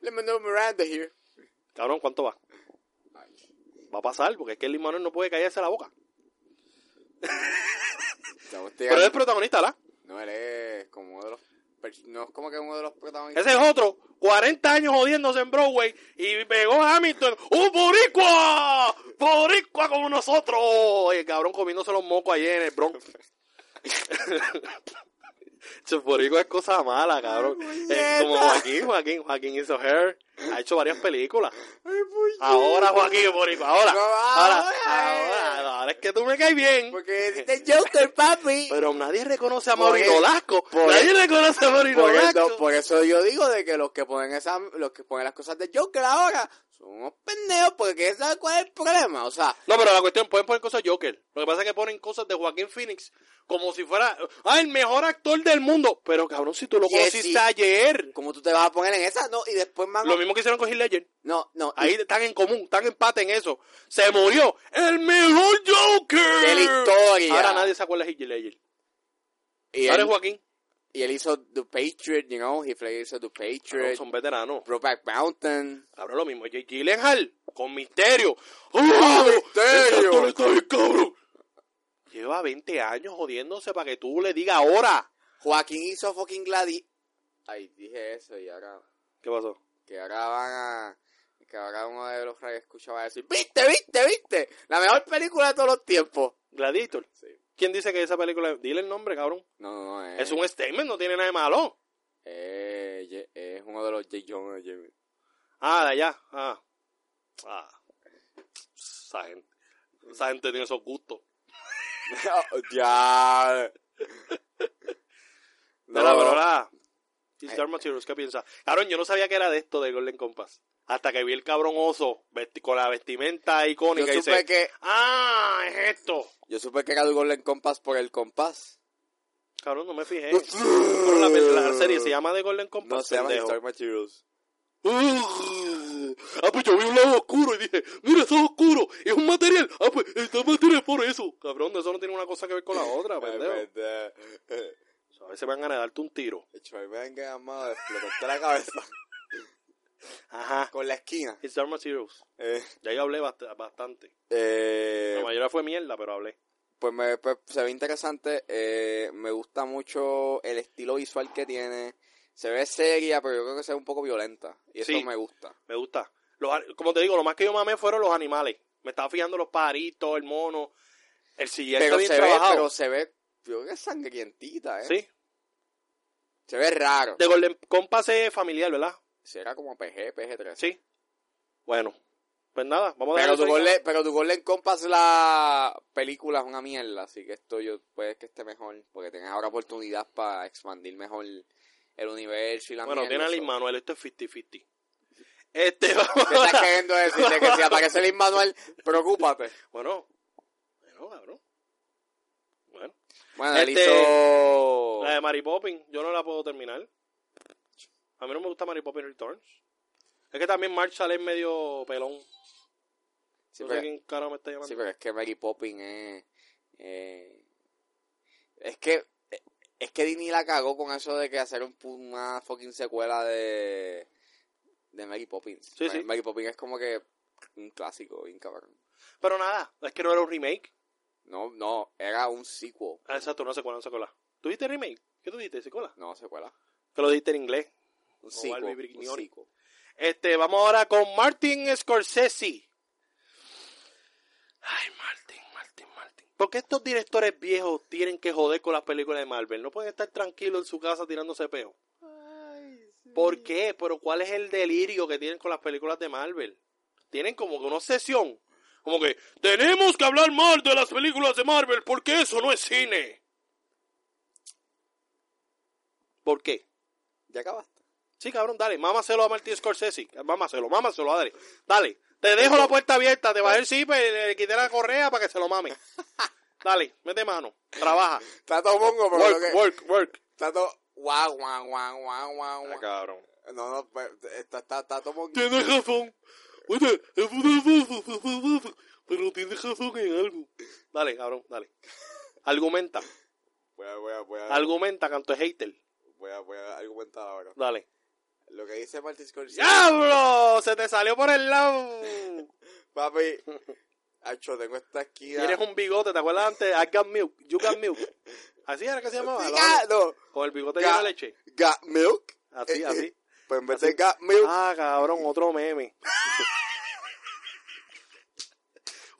let me know Miranda here. Cabrón, ¿cuánto va? Va a pasar, porque es que el Manuel no puede callarse la boca. Pero es protagonista, ¿la? No, él es como uno de los... pers- No es como que uno de los protagonistas. Ese es otro. 40 años jodiéndose en Broadway y pegó a Hamilton. ¡Un boricua! ¡Boricua como nosotros! Y el cabrón comiéndose los mocos ayer en el Bronx. (laughs) Ese boricua es cosa mala, cabrón. Es como Joaquín, Joaquín, Joaquín hizo Hair. Ha hecho varias películas. Ay, puñeta. Ahora, Joaquín, boricua. Ahora, No, ahora, ahora. ahora, ahora es que tú me caes bien. Porque (laughs) es el Joker, papi. Pero nadie reconoce a Por Maurito eso- Lasco. por Nadie reconoce a Maurito Por Lasco. eso, por eso yo digo de que los que ponen esa, los que ponen las cosas de Joker ahora son unos pendejos porque ¿sabes cuál es el problema? O sea, No, pero la cuestión, pueden poner cosas de Joker. Lo que pasa es que ponen cosas de Joaquín Phoenix como si fuera, ah, el mejor actor del mundo. Pero cabrón, si tú lo Yes, conociste sí. ayer. ¿cómo tú te vas a poner en esa? No, y después más Lo mismo que hicieron con Heath Ledger. No, no. Ahí están en común, están empate en eso. Se murió el mejor Joker De la historia. Ahora nadie se acuerda de Heath Ledger. Y, Ahora él, es Joaquín. y él hizo The Patriot, you know, he played hizo The Cabrón, Patriot, son veteranos. Brokeback Mountain. Ahora lo mismo, Jake Gyllenhaal con Misterio. ¡Oh, Misterio! ese actor está bien cabrón! Lleva 20 años jodiéndose para que tú le digas ahora. Joaquín hizo fucking Gladi. Ay, dije eso y ahora ¿Qué pasó? que ahora van a que ahora uno de los que escucha va a decir, "¿Viste, viste, viste? La mejor película de todos los tiempos." Gladiator. Sí. ¿Quién dice que esa película? Dile el nombre, cabrón. No, no, no. eh. Es un statement, no tiene nada de malo. Eh, ye- es uno de los J. Jones de (laughs) Jimmy. Ah, de allá. Ah. Ah. Esa gente. Esa gente tiene esos gustos. Oh, ya. No, pero ahora. Eh. Sister Materials, ¿qué piensas? Cabrón, yo no sabía que era de esto de Golden Compass. Hasta que vi el cabrón oso vesti- con la vestimenta yo icónica y supe dice, que ¡Ah! Es esto. yo supe que era de Golden Compass por el compás. Cabrón, no me fijé. Pero la, la serie se llama The Golden Compass. No se llama pendejo. Star Materials. Ugh. Ah, pues yo vi un lado oscuro y dije, mira, eso es oscuro, es un material. Ah, pues está material por eso. Cabrón, eso no tiene una cosa que ver con la (laughs) otra, Eh, pendejo. verdad. Eh, A veces me van a ganar darte un tiro. Schwarzenegger, amado, explotaste la cabeza (laughs) Ajá. con la esquina. It's Dark Materials. Eh, Ya yo hablé bast- bastante. eh, La mayoría fue mierda, pero hablé. pues, me, pues se ve interesante. eh, me gusta mucho el estilo visual que tiene. Se ve seria, pero yo creo que se ve un poco violenta. Y eso Sí. me gusta. Me gusta. Los a- como te digo, lo más que yo mamé fueron los animales. Me estaba fijando los pajaritos, el mono. El siguiente pero bien se ve, trabajado. pero se ve, yo creo que es sangrientita, ¿eh? Sí. Se ve raro. De Golden Compass es familiar, ¿verdad? Será como PG, PG-13. Sí. Bueno. Pues nada, vamos a Pero dejar eso tu, ahí. Golden, pero tu Golden Compass la película es una mierda, así que esto yo puede que esté mejor, porque tienes ahora oportunidad para expandir mejor el universo y la Bueno, tiene mierda. a Lin so. Manuel, esto es 50-50. Este, vamos ¿Qué estás a- queriendo decir? De que si aparece Lin Manuel, preocúpate. (laughs) Bueno, bueno, cabrón. Bueno, Bueno, él Este- hizo... la de Mary Poppins, yo no la puedo terminar. A mí no me gusta Mary Poppins Returns. Es que también March sale en medio pelón. Sí, no sé pero- quién caro me está llamando. Sí, pero es que Mary Poppins es. eh, es que. Es que Disney la cagó con eso de que hacer un, pu- una fucking secuela de. De Mary Poppins. Sí, Mary, sí. Mary Poppins es como que. Un clásico, bien cabrón. Pero nada, es que no era un remake. No, no, era un sequel. Ah, exacto, no se cola, no se cola. ¿Tuviste remake? ¿Qué tuviste? ¿Se cola? No, secuela. Que lo dijiste en inglés. Un Como Barbie sequel. Un Brignoni. sequel. Este, vamos ahora con Martin Scorsese. Ay, Martin, Martin, Martin. ¿Por qué estos directores viejos tienen que joder con las películas de Marvel? No pueden estar tranquilos en su casa tirándose peo. ¿Por qué? ¿Pero cuál es el delirio que tienen con las películas de Marvel? Tienen como que una obsesión. Como que, tenemos que hablar mal de las películas de Marvel porque eso no es cine. ¿Por qué? Ya acabaste. Sí, cabrón, dale, mámaselo a Martín Scorsese. Mámaselo, mámaselo, dale. Dale, te dejo la puerta abierta, te bajé el zipper, pues, le quité la correa para que se lo mame. Dale, mete mano, trabaja. Está todo mongo, pero lo Work, que- work, work. Está todo guau, guau, guau, guau, guau, guau. cabrón. No, no, pe- está, está, está todo mongo. Tienes razón. Oye, es una cosa, Pero tienes razón en algo. Dale, cabrón, dale. Argumenta, Voy a, voy a, voy Ah, a, argumenta, canto de hater. voy a, voy a argumentar ahora. Dale. Lo que dice Martin Scorsese. ¡Diablo! Se te salió por el lado. Papi, Acho, tengo esta esquina. Tienes un bigote, ¿te acuerdas antes? I got milk, you got milk. Así era que se llamaba. Sí, lo- ga- no, Con el bigote Ga- lleno de leche. got milk. Así, Eh, así. (laughs) Pues en vez Así. de got milk, Ah, cabrón, otro meme. (laughs)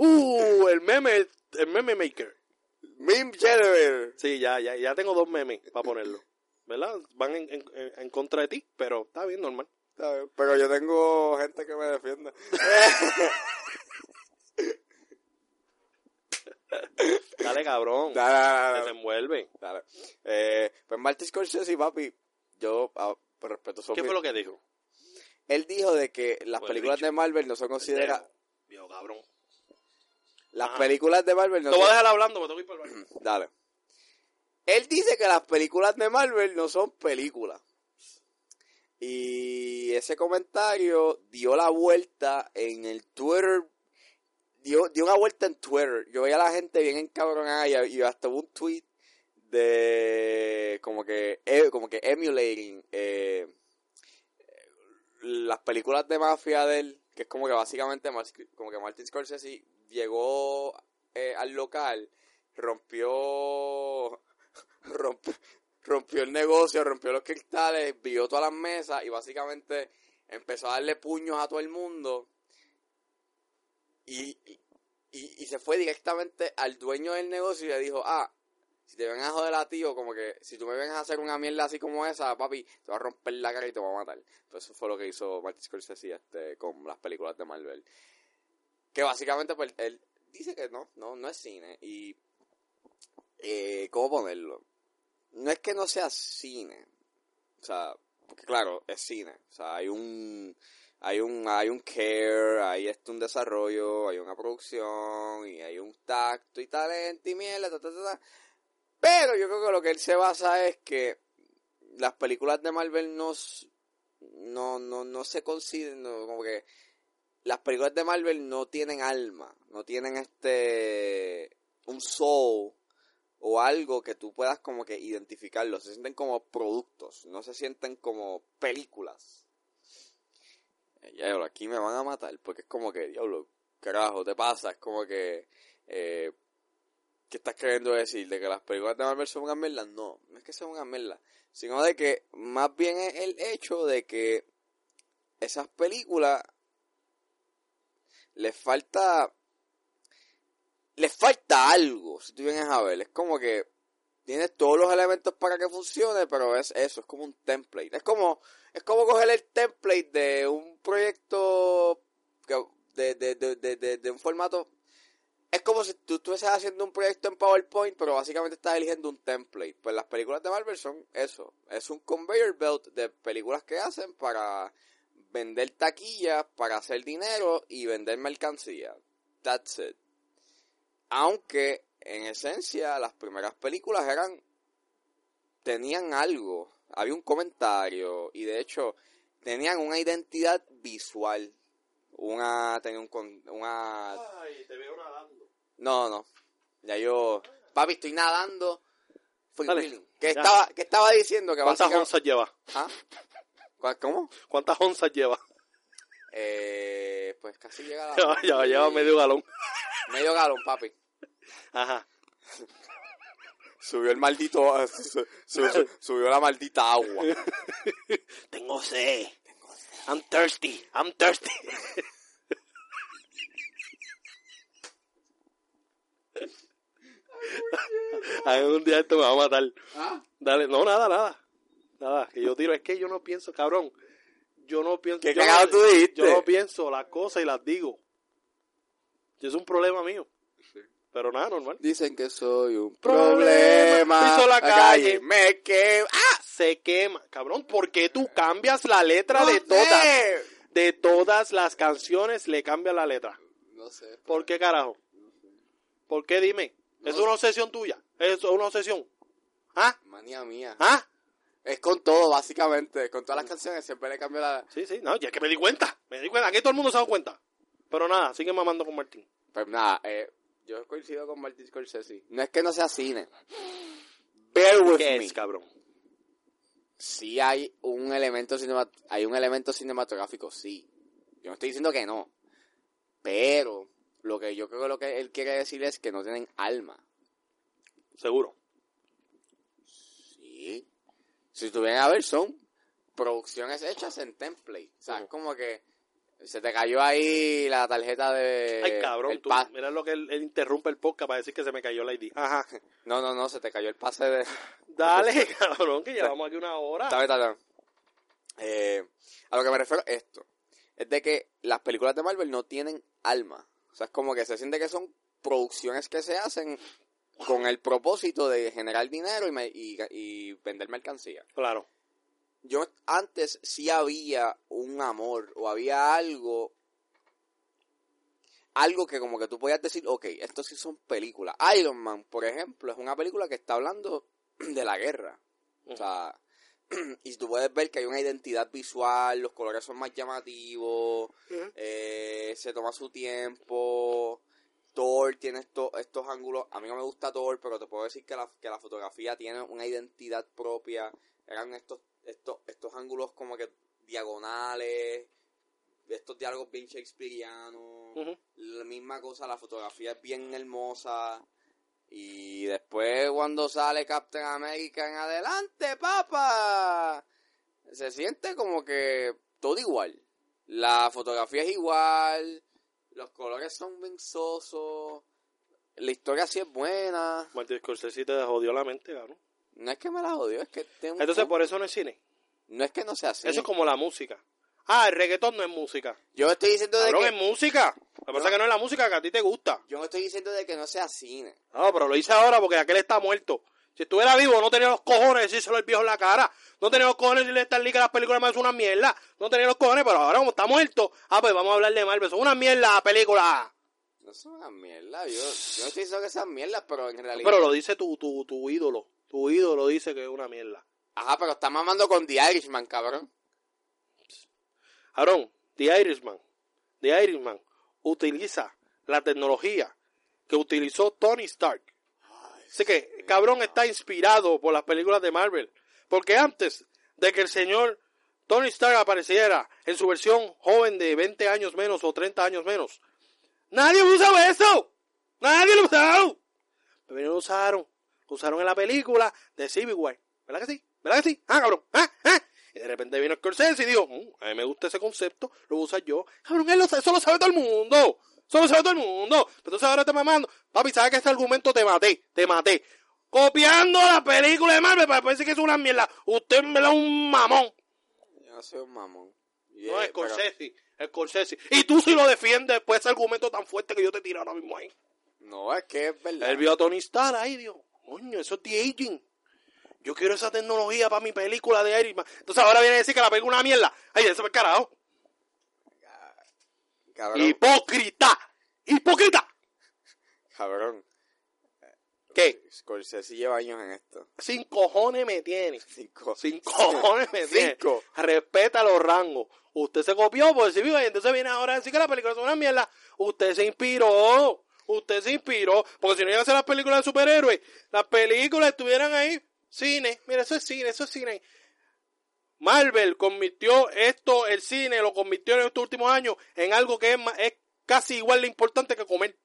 Uh, el meme, el meme maker. meme generator. Sí, ya, ya, ya tengo dos memes para ponerlo. ¿Verdad? Van en, en- en- en contra de ti, pero está bien, normal. Está bien, Pero yo tengo gente que me defienda. Mm. Dale, cabrón. Dale, dale, dale, dale, Desenvuelve. dale. Eh, pues Martin Scorsese, papi, yo ah, por respeto su ¿Qué fue opinión, lo que dijo? Él dijo de que las Pues, películas bicho. de Marvel no se consideran... Viejo cabrón. Las Ajá. películas de Marvel no Te voy a se- dejar hablando, me tengo que ir para (clears throat) el baño. Dale. Él dice que las películas de Marvel no son películas. Y ese comentario dio la vuelta en el Twitter. Dio, dio una vuelta en Twitter. Yo veía a la gente bien encabronada y, y hasta hubo un tweet de como que eh, como que emulating eh, las películas de mafia de él que es como que básicamente Mar- como que Martin Scorsese llegó eh, al local rompió romp- rompió el negocio, rompió los cristales, vio todas las mesas y básicamente empezó a darle puños a todo el mundo y, y- y- y se fue directamente al dueño del negocio y le dijo, ah, si te ven a joder a tío, como que si tú me ven a hacer una mierda así como esa, papi, te va a romper la cara y te va a matar. Pues eso fue lo que hizo Martin Scorsese este, con las películas de Marvel. Que básicamente, pues, él dice que no, no, no es cine. Y eh, ¿cómo ponerlo? No es que no sea cine. O sea, porque claro, es cine. O sea, hay un hay un hay un care, hay este un desarrollo, hay una producción y hay un tacto y talento y mierda, ta, ta, ta, ta. Pero yo creo que lo que él se basa es que las películas de Marvel no s- no no no se consideran no, como que las películas de Marvel no tienen alma, no tienen este un soul o algo que tú puedas como que identificarlos. Se sienten como productos, no se sienten como películas. Eh, Diablo, aquí me van a matar porque es como que, diablo, carajo, te pasa. Es como que, eh, ¿qué estás queriendo decir? ¿De que las películas de Marvel son una mierda? No, no es que sean una mierda, sino de que más bien es el hecho de que esas películas les falta les falta algo, si tú vienes a ver. Es como que tienes todos los elementos para que funcione, pero es eso, es como un template. Es como, es como coger el template de un proyecto que- de, de, de, de, de- de un formato. Es como si tú estuvieses haciendo un proyecto en PowerPoint, pero básicamente estás eligiendo un template. Pues las películas de Marvel son eso. Es un conveyor belt de películas que hacen para vender taquillas, para hacer dinero y vender mercancía. That's it. Aunque en esencia las primeras películas eran tenían algo, había un comentario y de hecho tenían una identidad visual, una tenía un con- una Ay, te veo nadando. no, no. Ya yo papi estoy nadando Fui Dale, willing. que ya. estaba que estaba diciendo que ¿Cuántas básicamente onzas lleva? ¿Ah? ¿Cuá- ¿Cómo? ¿Cuántas onzas lleva? Eh, pues casi llega a la (laughs) Ya, ya lleva medio galón. medio galón, papi. Ajá. Subió el maldito. su- su- su- subió la maldita agua. Tengo sed. I'm thirsty, I'm thirsty. Ay, un día esto me va a matar. ¿Ah? Dale, no, nada, nada. Nada, que yo tiro. Es que yo no pienso, cabrón. Yo no pienso. ¿Qué yo, cagado no, tú dijiste? yo no pienso las cosas y las digo. Y es un problema mío. Sí. Pero nada, normal. Dicen que soy un Problema. problema. Piso la calle. Me quema. ¡Ah! Se quema. Cabrón, ¿por qué tú cambias la letra de tota. No todas? sé. De todas las canciones le cambia la letra. No sé. ¿Por qué carajo? ¿Por qué dime? ¿Es una obsesión tuya? ¿Es una obsesión? ¿Ah? Manía mía. ¿Ah? Es con todo, básicamente. Con todas las canciones siempre le cambio la. Sí, sí, no, ya que me di cuenta, me di cuenta, aquí todo el mundo se ha dado cuenta. Pero nada, sigue mamando con Martín. Pues nada, eh, yo coincido con Martin Scorsese. No es que no sea cine. Bear with me. cabrón? sí hay un elemento cinema- hay un elemento cinematográfico, sí. Yo no estoy diciendo que no. Pero lo que yo creo que lo que él quiere decir es que no tienen alma. Seguro. Sí. Si tú vienes a ver, son producciones hechas en template. O sea, es Ujú. como que se te cayó ahí la tarjeta de... Ay, cabrón, Eh, el tú, pa- mira lo que él, él interrumpe el podcast para decir que se me cayó la ID. Ajá. No, no, no, se te cayó el pase de... Dale, (laughs) cabrón, que llevamos aquí una hora. Está bien, está bien. Eh, a lo que me refiero es esto. Es de que las películas de Marvel no tienen alma. O sea, es como que se siente que son producciones que se hacen con el propósito de generar dinero y, me- y, y vender mercancía. Claro. Yo antes sí había un amor o había algo... Algo que como que tú podías decir, ok, esto sí son películas. Iron Man, por ejemplo, es una película que está hablando (clears throat) de la guerra. O sea, (clears throat) y tú puedes ver que hay una identidad visual, los colores son más llamativos, Ujú. eh, se toma su tiempo. Thor tiene esto- estos ángulos. A mí no me gusta Thor, pero te puedo decir que la, que la fotografía tiene una identidad propia. Eran estos, estos, estos ángulos como que diagonales, estos diálogos bien shakespearianos Ujú. la misma cosa, la fotografía es bien hermosa. Y después cuando sale Captain America en adelante, papá, se siente como que todo igual. La fotografía es igual, los colores son venzosos, la historia sí es buena. Martín Scorsese te jodió la mente, cabrón. No es que me la odio, es que tengo un Entonces, punto. por eso no es cine. no es que no sea así. Eso es como la música. Ah, el reggaetón no es música. Yo estoy diciendo de Cabrón, que es música. Lo que pasa es que no es la música que a ti te gusta. yo no estoy diciendo de que no sea cine. No, pero lo hice ahora porque aquel está muerto. Si estuviera vivo, no tenía los cojones de decírselo al viejo en la cara. No tenía los cojones de decirle a Stan Lee que las películas más son una mierda. No tenía los cojones, pero ahora como está muerto, ah, pues vamos a hablar de Marvel. Son una mierda la película. No son una mierda, yo, yo no estoy diciendo que sean mierdas, pero en realidad Pero lo dice tu, tu, tu ídolo. Tu ídolo dice que es una mierda. Ajá, pero está mamando con The Irishman, cabrón. Aaron, The Irishman. The Irishman utiliza la tecnología que utilizó Tony Stark. Así que, cabrón, está inspirado por las películas de Marvel. Porque antes de que el señor Tony Stark apareciera en su versión joven de 20 años menos o 30 años menos, nadie usaba eso. Nadie lo usaba. Pero lo usaron. Lo usaron en la película de Civil War. ¿Verdad que sí? ¿Verdad que sí? Ah, cabrón. Ah, ah. Y de repente vino Scorsese y dijo, "Mm, a mí me gusta ese concepto, lo voy a usar yo. Cabrón, él lo, sa- eso lo sabe todo el mundo. Eso lo sabe todo el mundo. Pero entonces ahora te mamando. Papi, ¿sabes que este argumento te maté? Te maté. Copiando la película de Marvel para después decir que es una mierda. Usted me da un mamón. Yo no soy un mamón. Y, no, eh, es Scorsese. Es Scorsese. Y tú si lo defiendes, pues ese argumento tan fuerte que yo te tiro ahora mismo ahí. pero- No, es que es verdad. Él vio a Tony Stark ahí, dijo, coño, eso es The Aging. Yo quiero esa tecnología para mi película de Iron Man. Entonces ahora viene a decir que la película es una mierda. Ay, eso me carajo. Cabrón, Hipócrita. Hipócrita. cabrón. ¿Qué? Scorsese lleva años en esto. (laughs) Sin cojones me tiene. Cinco. Sin cojones me tiene. Cinco. Respeta los rangos. Usted se copió por si vive. Entonces viene ahora a decir que la película es una mierda. Usted se inspiró. Usted se inspiró. Porque si no iban a ser las películas de superhéroes, las películas estuvieran ahí. Cine. Mira, eso es cine, eso es cine. Marvel convirtió esto, el cine, lo convirtió en estos últimos años en algo que es, ma- es casi igual de importante que comer.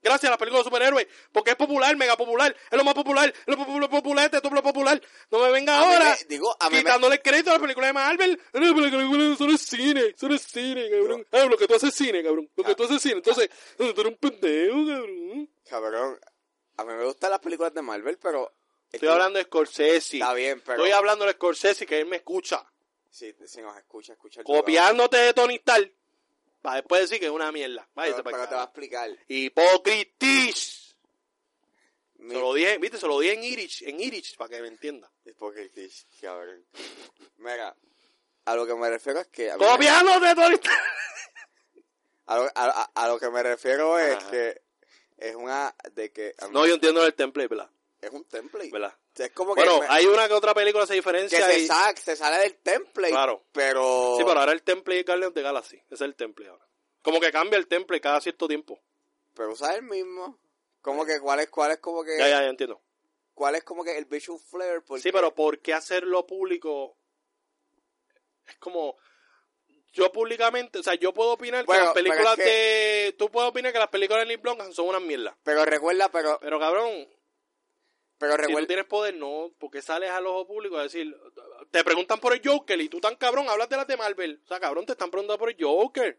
Gracias a la película de superhéroes. Porque es popular, mega popular. Es lo más popular. Es lo popular, popular, este es lo popular. No me venga A mí ahora me- digo, a mí me- quitándole el crédito a la película de Marvel. Son es cine, son es cine, cabrón. Ah, lo que tú haces es cine, cabrón. Lo que tú haces es cine. Entonces, tú eres un pendejo, cabrón. Cabrón, a mí me gustan las películas de Marvel, pero... Estoy hablando de Scorsese. Está bien, pero... Estoy hablando de Scorsese que él me escucha. Si, si nos escucha, escucha el programa. Copiándote de Tony Stark. Para después decir que es una mierda. Váyase Pero, para pero te va a este acá. explicar. Hipocritis. Mi- Se lo dije, viste, se lo dije en Irish, en Irish, para que me entienda. Hipocritis, cabrón. Mira, a lo que me refiero es que... A mí me- Copiándote de Tony Stark. A lo, a- a- a lo que me refiero es Ajá. que es una de que a mí- No, yo entiendo el template, ¿verdad? es un template. ¿Verdad? O sea, es como que, Bueno, me- hay una que otra película se que diferencia se, y- sa- se sale del template, Claro. pero Sí, pero ahora el template es Guardians de Galaxy. Ese es el template ahora. Como que cambia el template cada cierto tiempo. pero usa el mismo. Como que cuál es cuál es como que Ya, ya, ya entiendo. cuál es como que el visual flair porque Sí, pero ¿por qué hacerlo público? Es como. Yo públicamente, o sea, yo puedo opinar Bueno, que las pero películas es que- de. Tú puedes opinar que las películas de Nick Blomkamp son una mierda. pero recuerda, pero Pero cabrón, pero si tú recuerda tienes poder, no. Porque sales al ojo público a decir. Te preguntan por el Joker y tú tan cabrón hablas de las de Marvel. O sea, cabrón, te están preguntando por el Joker.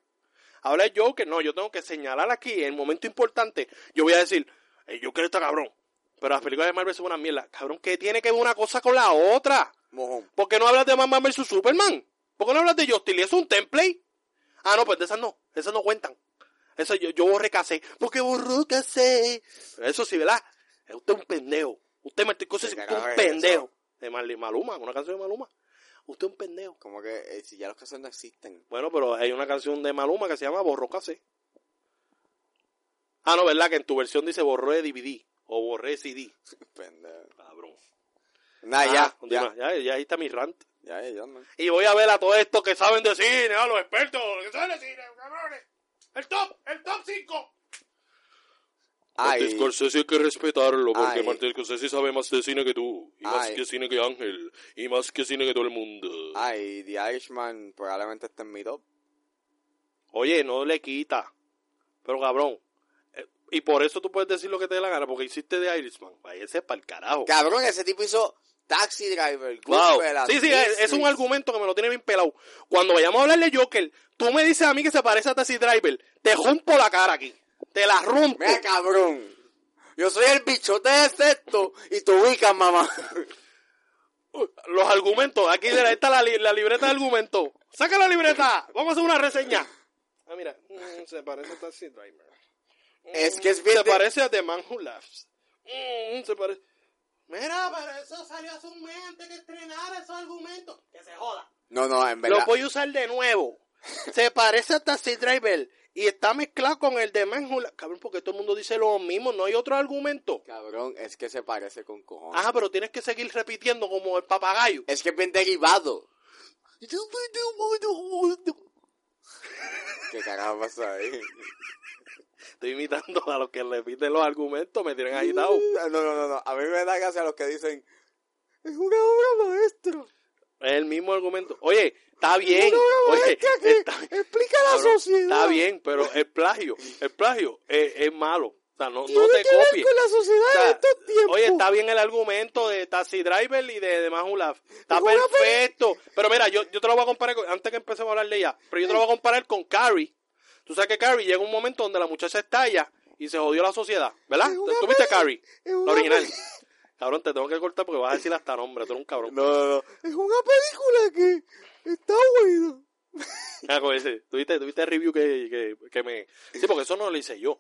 Habla del Joker. No, yo tengo que señalar aquí en el momento importante. Yo voy a decir, el Joker está cabrón. Pero las películas de Marvel son una mierda. Cabrón, ¿qué tiene que ver una cosa con la otra? mojón. ¿Por qué no hablas de Batman vs Superman? ¿Por qué no hablas de Justin Lee? ¿Es un template? Ah, no, pues de esas no. Esas no cuentan. Eso yo, yo borré casé. ¿Por qué borró casé? Eso sí, ¿verdad? Eh, Usted es un pendejo. Usted me cosas Sí, usted es carajo, un es pendejo. eso. De Marley Maluma, una canción de Maluma. Usted es un pendejo. Como que eh, si ya los casos no existen. (laughs) Bueno, pero hay una canción de Maluma que se llama Borró casé. Ah, no, ¿verdad? Que en tu versión dice borré DVD o borré CD. Pendejo. Cabrón. Nah, Ah, ya, ya, continúa. ya, ya, ahí está mi rant. ya, ya, ya, no. Y voy a ver a todos estos que saben de cine, a los expertos, los que saben de cine, cabrones. El top, el top 5. Ay, Scorsese hay que respetarlo, porque Ay. Martín Scorsese sabe más de cine que tú, y más Ay. que cine que Ángel, y más que cine que todo el mundo. ay, The Irishman probablemente esté en mi top. Oye, no le quita. Pero cabrón, eh, y por eso tú puedes decir lo que te dé la gana, porque hiciste de Irishman. Váyase para el carajo. Cabrón, ese tipo hizo Taxi Driver, Wow. Goodfellas, Sí, sí, es, es un District. argumento que me lo tiene bien pelado. Cuando vayamos a hablar de Joker, tú me dices a mí que se parece a Taxi Driver. Te rompo la cara aquí. Te la rompo. Mira, cabrón. Yo soy el bichote de sexto y te ubicas, mamá. (laughs) Los argumentos. Aquí mira, está la, li- la libreta de argumentos. Saca la libreta. Vamos a hacer una reseña. Ah, mira. Mm, se parece a Taxi Driver. Mm, Es que es bien Se de- parece a The Man Who Laughs. Mm, se parece... Mira, pero eso salió a su mente que estrenara esos argumentos. Que se joda. No, no, en Lo verdad. voy a usar de nuevo. Se parece a Taxi Driver y está mezclado con el de Manhula. Cabrón, porque todo el mundo dice lo mismo, no hay otro argumento. Cabrón, es que se parece con cojones. Ajá, pero tienes que seguir repitiendo como el papagayo. Es que es bien derivado. (laughs) ¿Qué carajo pasa ahí? Estoy imitando a los que repiten los argumentos, me tienen agitado. No, no, no, no. A mí me da gracia los que dicen. Es una obra maestra. Es el mismo argumento. Oye, está bien. Una obra Oye, maestra que está, explica la cabrón, sociedad. está bien, pero el plagio, el plagio es, es malo. O sea, no, no Tiene te que ver copies. con la sociedad O sea, de estos tiempos. Oye, está bien el argumento de Taxi Driver y de, de Mahulaf. Está Es una perfecto. Pero mira, yo, yo te lo voy a comparar, con- antes que empecemos a hablar de ella, pero yo te lo voy a comparar con Carrie. Tú sabes que Carrie llega un momento donde la muchacha estalla y se jodió la sociedad, ¿verdad? Es ¿Tú una tú viste peli- Carrie? es La una original. peli- Cabrón, te tengo que cortar porque vas a decir hasta nombre, tú eres un (laughs) cabrón. No, no, no. Es una película que está buena. Ah, con ese. Tuviste, tuviste el review que, que, que me... Sí, porque eso no lo hice yo.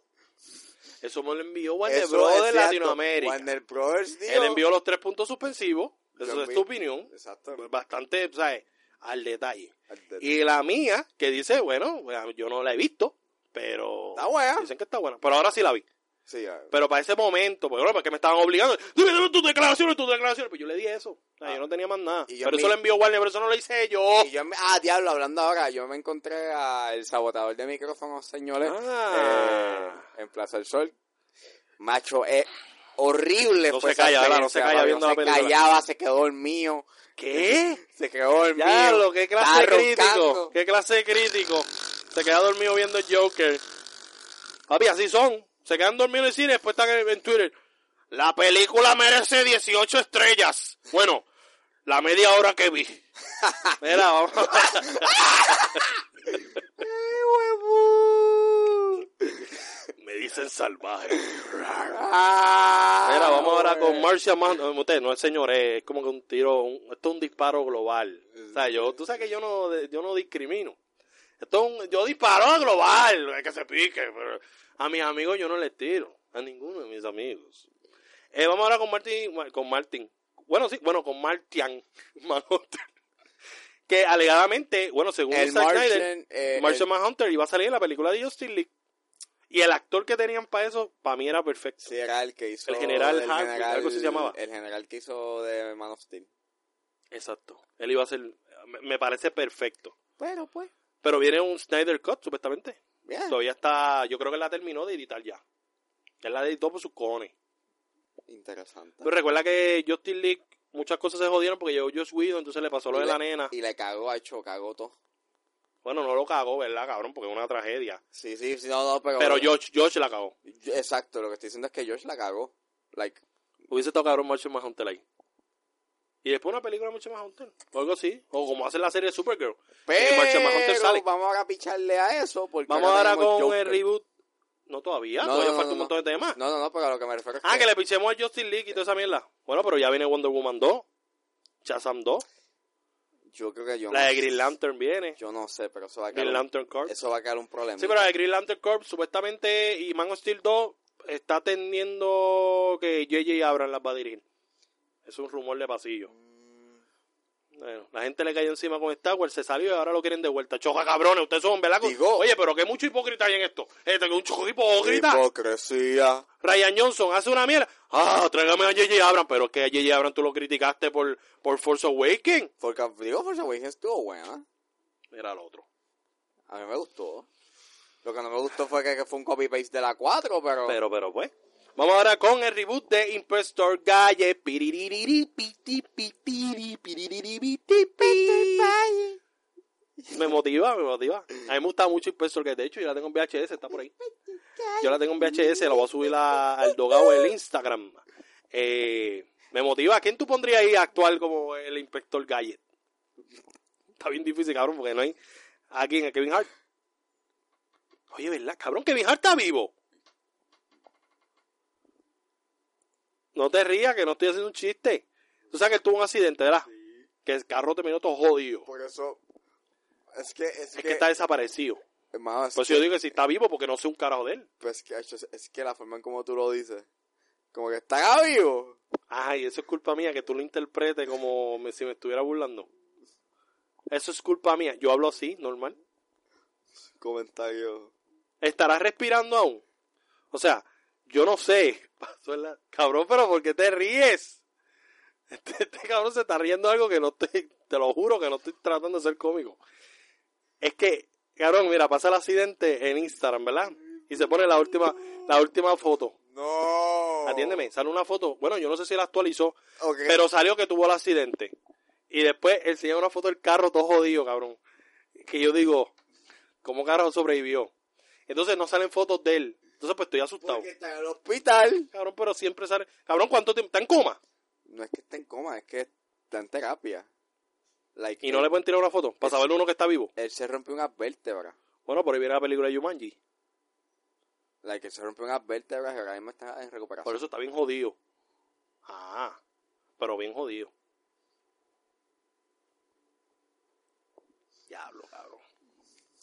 Eso me lo envió Warner Eso Bros. es de cierto. Latinoamérica. Warner Brothers, dijo- Él envió los tres puntos suspensivos. Eso Yo es vi- tu opinión. Exacto. bastante, ¿sabes? Al detalle. Y la mía, que dice, bueno, bueno, yo no la he visto, pero. Está buena. Dicen que está buena. Pero ahora sí la vi. Sí, ya. Pero para ese momento, pues, bueno, porque me estaban obligando. Dime, dime tus declaraciones, tus declaraciones. Pues yo le di eso. O sea, Ah. Yo no tenía más nada. Y yo Pero en eso mi- lo envió Warner, pero eso no lo hice yo. Y yo me- ah, diablo, hablando ahora, yo me encontré al sabotador de micrófonos, señores, Ah. eh, en Plaza del Sol. Macho, es horrible. No fue se esa calla, ¿verdad? No experiencia, se calla papi, viendo no la se película. callaba, se quedó dormido, ¿Qué? se quedó dormido. Ya, lo que clase de Estaba crítico. roncando. Qué clase de crítico. Se queda dormido viendo Joker. Papi, así son. Se quedan dormidos en el cine y después están en, en Twitter. La película merece 18 estrellas. Bueno, la media hora que vi. Mira, vamos. Me dicen salvaje. Mira, Ah, vamos ahora con Marcia Man. eh, Usted no es señor, eh, es como que un tiro, un- esto es un disparo global. O sea, yo, tú sabes que yo no, de- yo no discrimino. Esto es un- yo disparo a global, es que se pique. Pero a mis amigos yo no les tiro, a ninguno de mis amigos. Eh, vamos ahora con Martin, con Martin. Bueno, sí, bueno, con Martian (laughs) Manhunter. Que alegadamente, bueno, según El Zack Snyder, Martian, eh, Martian el- Manhunter iba a salir en la película de Justin League. Y el actor que tenían para eso, para mí era perfecto. sí, era el que hizo. El general el Hartman, general- algo así se llamaba. El general que hizo de Man of Steel. Exacto. Él iba a ser. me- Me parece perfecto. Bueno, pues. Pero viene un Snyder Cut, supuestamente. Bien. Todavía está. Yo creo que la terminó de editar ya. Él la editó por sus cojones. Interesante. Pero recuerda que Justin League, muchas cosas se jodieron porque llegó Josh Whedon, entonces le pasó lo de la nena. Y le cagó a hecho, cagó todo. Bueno, no lo cagó, ¿verdad, cabrón? Porque es una tragedia. Sí, sí, sí, no, no, pero. Pero Josh, Josh la cagó. Yo- Exacto, lo que estoy diciendo es que Josh la cagó. Like, Hubiese estado cabrón Martian Manhunter ahí. Y después una película de Martian Manhunter. O algo así. O como hace la serie de Supergirl. pero Martian Manhunter sale. vamos ahora a picharle a eso porque Vamos ahora ahora tenemos con el Joker. reboot. No todavía, No, todavía no, no, falta un no, montón de temas. No, no, no, pero a lo que me refiero es Ah, que le pichemos a Justin League y toda esa mierda. Bueno, pero ya viene Wonder Woman 2, Shazam 2, yo creo que yo la no de sé. Green Lantern viene, Yo no sé, pero eso va a Green quedar un, Lantern Corps. eso va a quedar un problema. Sí, pero la de Green Lantern Corps supuestamente y Man of Steel 2 está teniendo que JJ Abrams las va a dirigir. Es un rumor de pasillo. Bueno, la gente le cayó encima con Star Wars, se salió y ahora lo quieren de vuelta. Choja cabrones, ustedes son, ¿verdad? Digo- Oye, pero qué mucho hipócrita hay en esto. Este que es un chojo hipócrita. Hipocresía. Ryan Johnson hace una mierda. Ah, tráigame a J.J. Abrams. Pero es que a J.J. Abrams tú lo criticaste por, por Force Awakens. Porque, digo, Force Awakens estuvo buena. Era el otro. A mí me gustó. Lo que no me gustó fue que, que fue un copy-paste de la 4, pero... Pero, pero, pues. Vamos ahora con el reboot de Impostor Galle. Piririri, piti, pitiri, piririri, piti, pi. Me motiva, me motiva. A mí me gusta mucho Impostor Galle. De hecho, yo la tengo en VHS, está por ahí. Yo la tengo en VHS, la voy a subir a- al Dogao en Instagram. Eh, me motiva. ¿A quién tú pondrías ahí a actuar como el Inspector Gadget? Está bien difícil, cabrón, porque no hay. ¿A quién? ¿A Kevin Hart? Oye, ¿verdad? Cabrón, Kevin Hart está vivo. No te rías, que no estoy haciendo un chiste. Tú sabes que él tuvo un accidente, ¿verdad? Que el carro terminó todo jodido. Por eso... Es que... Pues Es, Es que está desaparecido. hermano, es Por eso que- yo digo que si está vivo, porque no sé un carajo de él. Pues que, hecho, es- es que la forma en como tú lo dices, como que está vivo. Ay, eso es culpa mía, que tú lo interpretes como me- si me estuviera burlando. Eso es culpa mía. Yo hablo así, normal. Comentario. ¿Estarás respirando aún? O sea, yo no sé. (laughs) Pasó en la- Cabrón, pero ¿por qué te ríes? (laughs) Este, este cabrón se está riendo de algo que no estoy... Te lo juro que no estoy tratando de ser cómico. Es que, cabrón, mira, pasa el accidente en Instagram, ¿verdad? Y se pone la última, la última foto. No. Atiéndeme, sale una foto. Bueno, yo no sé si la actualizó. Ok. Pero salió que tuvo el accidente. Y después enseñó una foto del carro todo jodido, cabrón. Que yo digo, ¿cómo carajo sobrevivió? Entonces no salen fotos de él. Entonces pues estoy asustado. Porque está en el hospital. Cabrón, pero siempre sale. Cabrón, ¿cuánto tiempo? Está en coma. No es que está en coma, es que está en terapia. Like, Y no le pueden tirar una foto para saber uno que está vivo. Él se rompió una vértebra. Bueno, por ahí viene la película de Yumanji. Like, él se rompió una vértebra y ahora mismo está en recuperación. Por eso está bien jodido. Ah, pero bien jodido. Diablo, cabrón.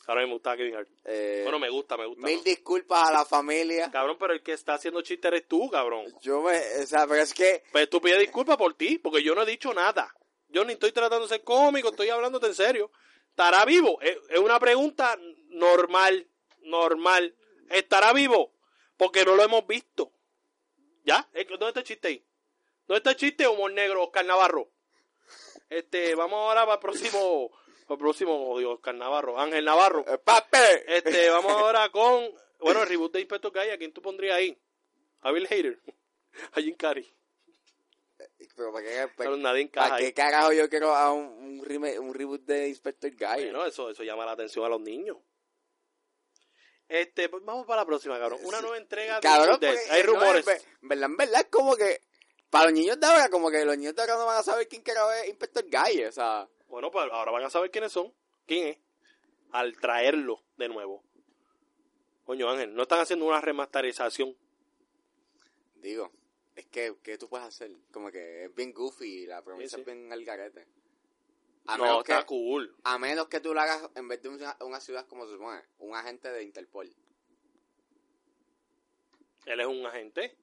Ahora me gusta Kevin Hart. Eh, Bueno, me gusta, me gusta. mil ¿no? disculpas a la familia. Cabrón, pero el que está haciendo chiste eres tú, cabrón. Yo me... O sea, pero es que... Pues tú pides disculpas por ti, porque yo no he dicho nada. Yo ni estoy tratando de ser cómico, estoy hablándote en serio. ¿Estará vivo? Es es una pregunta normal, normal. ¿Estará vivo? Porque no lo hemos visto. ¿Ya? Eh, ¿Dónde está el chiste ahí? ¿Dónde está el chiste, humor negro, Oscar Navarro? Este, vamos ahora para el próximo, para el próximo, oh, Dios, Oscar Navarro, Ángel Navarro. eh, ¡Pape! Este, vamos ahora con. Bueno, el reboot de Inspector Gaia, ¿a quién tú pondrías ahí? A Bill Hader. (laughs) A Jim Carrey. Pero ¿para qué, para- Pero nadie encaja Pues, ¿para ahí. qué carajo yo quiero a un, un, reme- un reboot de Inspector Guy? Bueno, eso, eso llama la atención a los niños. Este, pues vamos para la próxima, cabrón. Una Sí. nueva entrega Cabrón, de Evil Dead. porque, Hay no, rumores. en ve- en verdad, en verdad, es como que. Para los niños de ahora, como que los niños de ahora no van a saber quién carajo es Inspector Guy, o sea. Bueno, pues ahora van a saber quiénes son. ¿Quién es? Al traerlo de nuevo. Coño, Ángel, no están haciendo una remasterización. Digo, es que, ¿qué tú puedes hacer? Como que es bien goofy y la promesa Sí, sí. es bien al garete. A, no, menos está Ah, que, cool. a menos que tú lo hagas en vez de una, una ciudad como se supone, un agente de Interpol. Él es un agente.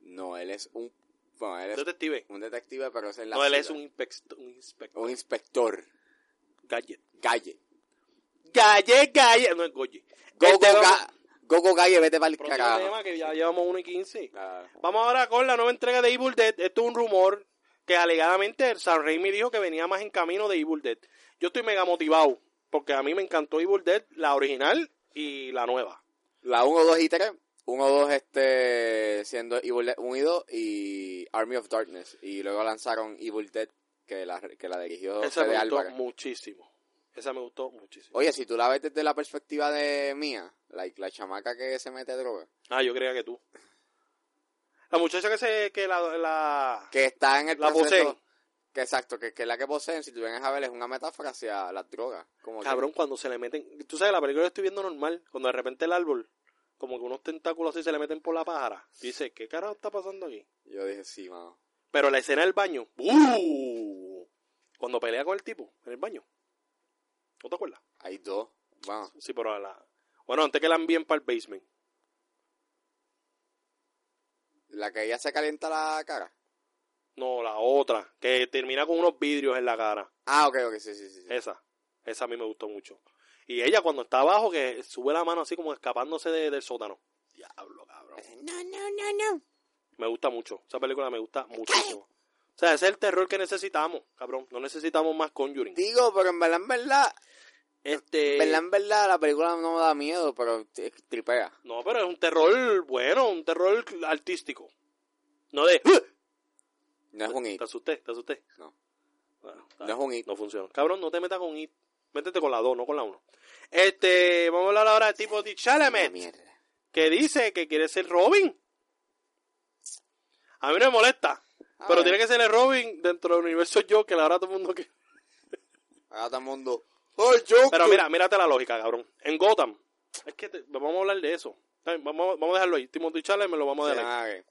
No, él es un. Bueno, él un es detective. un detective, pero es en la. No, él es ciudad. un, inspect- un inspector. Un inspector. Gadget. Galle. Gadget, gadget. No es Goye. Gogo Este, vamos- Ga- Gogo Galle, vete para el Próximo carajo. tema que ya llevamos 1 y 15. Ah, Vamos ahora con la nueva entrega de Evil Dead. Esto es un rumor que alegadamente Sam Raimi dijo que venía más en camino de Evil Dead. Yo estoy mega motivado porque a mí me encantó Evil Dead, la original y la nueva. la 1, 2 y 3. 1, 2 este, siendo Evil Dead 1 y 2 y Army of Darkness. Y luego lanzaron Evil Dead, que la, que la dirigió Esa Fede me gustó Álvarez. muchísimo. Esa me gustó muchísimo. Oye, si tú la ves desde la perspectiva de mía, like, la chamaca que se mete droga, Ah, yo creía que tú. La muchacha que se que la la, que está en el la proceso... poseen. Que exacto, que, que es la que poseen, si tú vienes a ver, es una metáfora hacia las drogas. Como que- Cabrón, cuando se le meten. Tú sabes, la película yo estoy viendo normal. Cuando de repente el árbol, como que unos tentáculos así se le meten por la pájara. Dice, ¿qué carajo está pasando aquí? yo dije, sí, mano. Pero la escena del baño. ¡uh! Cuando pelea con el tipo en el baño. ¿No te acuerdas? Hay dos. Bueno, Sí, pero a la. Bueno, antes que la envíen para el basement. la que ella se calienta la cara. No, la otra. Que termina con unos vidrios en la cara. Ah, ok, ok, sí, sí, sí. sí. Esa. Esa a mí me gustó mucho. Y ella cuando está abajo, que sube la mano así como escapándose de- del sótano. Diablo, cabrón. No, no, no, no. Me gusta mucho. Esa película me gusta muchísimo. O sea, ese es el terror que necesitamos, cabrón. No necesitamos más Conjuring. Digo, pero en verdad, en verdad, Este. en verdad, en verdad, la película no me da miedo, pero t- tripea. No, pero es un terror bueno, un terror artístico. No (laughs) de. "¡Ah!". No es un hit. Te asusté, te asusté. No. Bueno, está No es bien. un hit. No funciona. Cabrón, no te metas con IT. Métete con la 2, no con la 1. Este, vamos a hablar ahora de tipo de Una Chalamet, mierda. que dice que quiere ser Robin. A mí no me molesta, Ah, pero bueno. tiene que ser el Robin dentro del universo Joker, ahora todo el mundo que... Ahora todo el mundo. ¡Ay, yo! Pero mira, mírate la lógica, cabrón. En Gotham, es que te- vamos a hablar de eso. Está bien, Vamos, vamos a dejarlo ahí. Timothy Chalamet lo vamos a dejar ahí.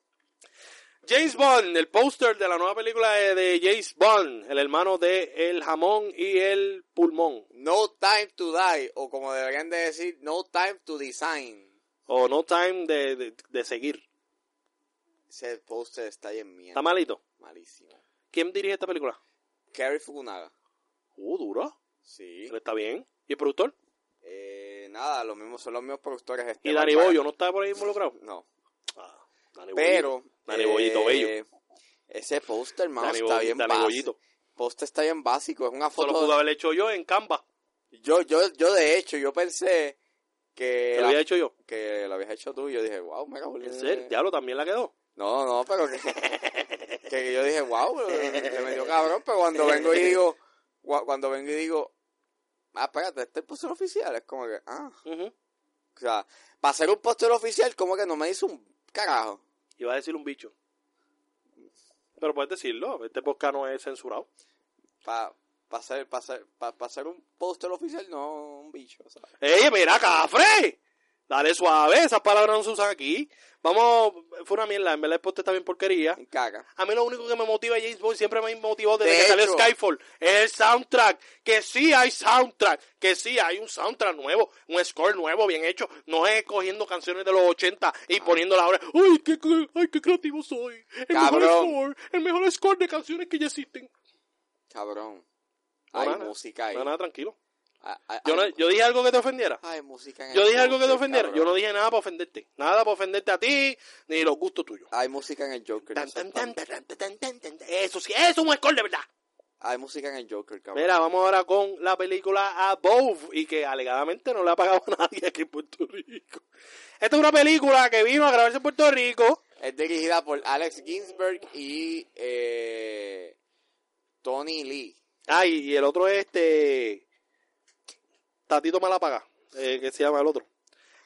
James Bond, el póster de la nueva película de, de James Bond, el hermano de El Jamón y El Pulmón, No time to die, o como deberían de decir, no time to design. o No Time de, de- de seguir. Ese poster está ahí en mierda. Está malito. Malísimo. ¿Quién dirige esta película? Cary Fukunaga. Uh, duro. Sí. Él está bien. ¿Y el productor? Eh, nada, los mismos, son los mismos productores. ¿Y Esteban Danny Para- Boyo no está por ahí involucrado? No. Ah, Danny Pero. eh, Boyo. Danny Boyito Bello. Ese poster, hermano, Danny está Boy- bien Danny básico. Boyito. Poster está bien básico. Es una Eso lo foto. pude haber hecho yo en Canva. Yo, yo, yo de hecho, yo pensé que, Te lo la- había hecho yo. que lo habías hecho tú y yo dije, wow, mega En serio, diablo, también la quedó. No, no, pero que, que (laughs) yo dije, wow, se me dio cabrón, pero cuando vengo y digo, gua- cuando vengo y digo, ah, espérate, este es el póster oficial, es como que, ah, Ujú. o sea, para hacer un póster oficial, como que no me hizo un carajo. Iba a decir un bicho. Pero puedes decirlo, este podcast no es censurado. Para hacer, pa hacer, pa- pa hacer un póster oficial, no un bicho, ¿sabes? ¡Ey, mira, cafre! Dale suave, esas palabras no se usan aquí. Vamos, fue una mierda, en verdad el poste está bien porquería. En caca. A mí lo único que me motiva es James Bond, siempre me motivó desde De que salió hecho. Skyfall, es el soundtrack. Que sí hay soundtrack, que sí hay un soundtrack nuevo, un score nuevo, bien hecho. No es cogiendo canciones de los 80 Ah. y poniéndolas ahora. ¡Uy, qué, qué- ay, qué creativo soy! El Cabrón. mejor score, el mejor score de canciones que ya existen. Cabrón. No, Hay nada, música ahí. No, nada, tranquilo. Hay- hay- Yo, no- hay- yo dije algo que te ofendiera. hay música en el Yo dije algo que te póster, ofendiera. Yo cabrón. no dije nada para ofenderte. Nada para ofenderte a ti, ni los gustos tuyos. Hay música en el Joker. no Tan, seas tan, tan- tan, tan, tan, tan, tan, tan, tan. Eso sí, eso es un score de verdad. Hay música en el Joker, cabrón. Mira, vamos ahora con la película Above y que alegadamente no le ha pagado a nadie aquí en Puerto Rico. Esta es una película que vino a grabarse en Puerto Rico. Es dirigida por Alex Ginsberg y eh, Tony Lee. Ah, y, y el otro es este. Tatito Malapaga, eh, que se llama el otro.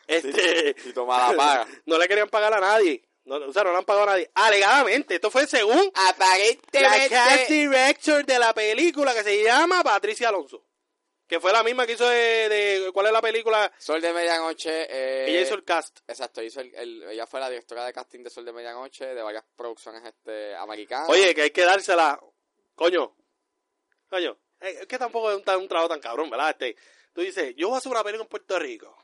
Este, Tito Malapaga. (laughs) no le querían pagar a nadie. No, o sea, no le han pagado a nadie. Alegadamente, esto fue según la cast Aparentemente. director de la película que se llama Patricia Alonso. Que fue la misma que hizo de, de- ¿cuál es la película? Sol de Medianoche. eh, Ella hizo el cast. Exacto, hizo el, el- ella fue la directora de casting de Sol de Medianoche, de varias producciones este, americanas. Oye, que hay que dársela. Coño. Coño. Eh, Es que tampoco es un, tan- un trabajo tan cabrón, ¿verdad? Este, tú dices, yo voy a hacer una película en Puerto Rico.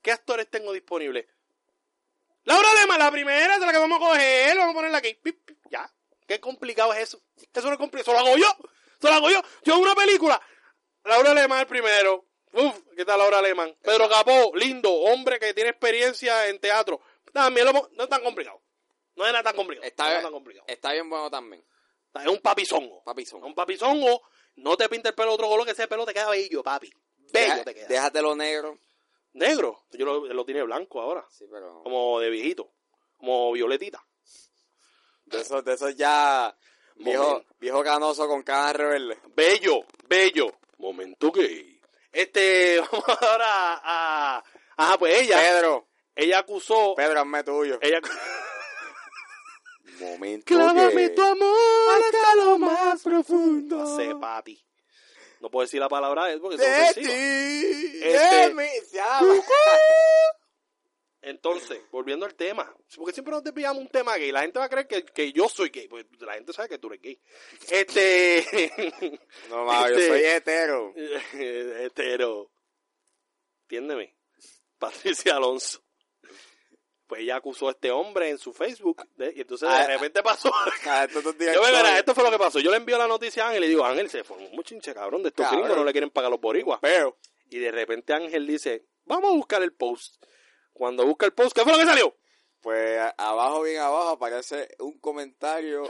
¿Qué actores tengo disponibles? Laura Lema, la primera, de la que vamos a coger, vamos a ponerla aquí. Pip, pip, ya. Qué complicado es eso. Eso no es complicado. Eso lo hago yo. Eso lo hago yo. Yo hago una película. Laura Lema el primero. Uf, ¿qué tal Laura Alemán? Pedro Capó, lindo, hombre que tiene experiencia en teatro. También lo, pon- no es tan complicado. No es nada tan complicado. Está- no es nada tan complicado. Está bien bueno también, O sea, Es un papizongo. papizón. Un papizongo, no te pinta el pelo de otro color, que ese pelo te queda bello, papi. Bello Deja- te queda. Déjatelo negro. Negro. Yo lo, lo tiene blanco ahora. Sí, pero. Como de viejito. Como violetita. De esos, de esos ya. Viejo, Momento. viejo canoso con cara rebelde. Bello, bello. Momento que. Este, (laughs) vamos ahora a. a- Ajá, pues ella. Pedro, Ella acusó. Pedro, hazme tuyo. Ella. (laughs) Momento. Clávame que- tu amor hasta lo más profundo. No sé, sé, papi. No puedo decir la palabra de él porque De es ti. ofensivo. De Este- mí. Se ama. Entonces, volviendo al tema, porque siempre nos desviamos un tema gay, la gente va a creer que, que yo soy gay, pues la gente sabe que tú eres gay. Este, (laughs) No, ma, yo Este- soy hetero. hetero, este, entiéndeme, Patricia Alonso. Pues ella acusó a este hombre en su Facebook, de- y entonces de Ah, repente (laughs) pasó. Ah, estos dos Yo me directores. verá, esto fue lo que pasó. Yo le envío la noticia a Ángel y le digo, Ángel, se formó un chinche cabrón de estos Cabrón. gringos, no le quieren pagar los boricuas. Pero. Y de repente Ángel dice, vamos a buscar el post. Cuando busca el post, ¿qué fue lo que salió? Pues a- abajo, bien abajo, aparece un (laughs) comentario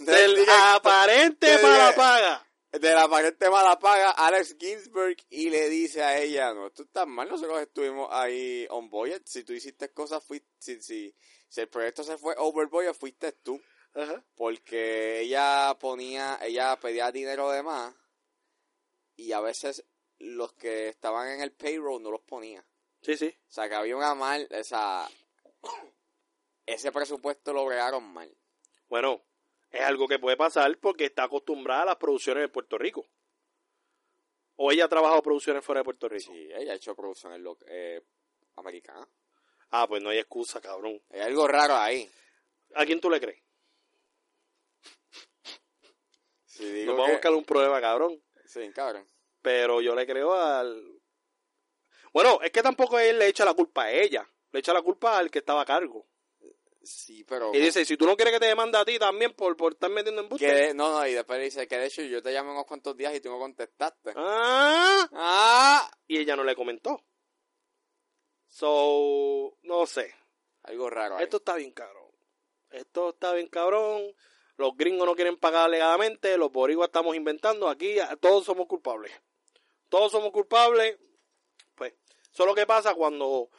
del directo- aparente del- para paga. de la aparente mala paga, Alex Ginsberg, y le dice a ella, no, tú estás mal, nosotros estuvimos ahí on budget, si tú hiciste cosas, fuiste, si, si, si el proyecto se fue over budget, fuiste tú, porque ella ponía, ella pedía dinero de más, y a veces los que estaban en el payroll no los ponía. Sí, sí. O sea, que había una mal, o sea, ese presupuesto lo bregaron mal. Bueno, es algo que puede pasar porque está acostumbrada a las producciones de Puerto Rico. O ella ha trabajado producciones fuera de Puerto Rico. Sí, ella ha hecho producciones lo- eh, americanas. Ah, pues no hay excusa, cabrón. Hay algo raro ahí. ¿A quién tú le crees? Si Nos digo va a que- buscar un problema, cabrón. Sí, cabrón. Pero yo le creo al... Bueno, es que tampoco él le echa la culpa a ella. Le echa la culpa al que estaba a cargo. Sí, pero... Y dice, si tú no quieres que te demande a ti también por, por estar metiendo en que de- no, no, y después le dice que de hecho yo te llamo en unos cuantos días y tú no contestaste. Ah, ¡Ah! y ella no le comentó. So, no sé. Algo raro ahí. Esto está bien cabrón. Esto está bien cabrón. Los gringos no quieren pagar legalmente. Los boricuas estamos inventando. Aquí a- todos somos culpables. Todos somos culpables. Pues, eso es lo que pasa cuando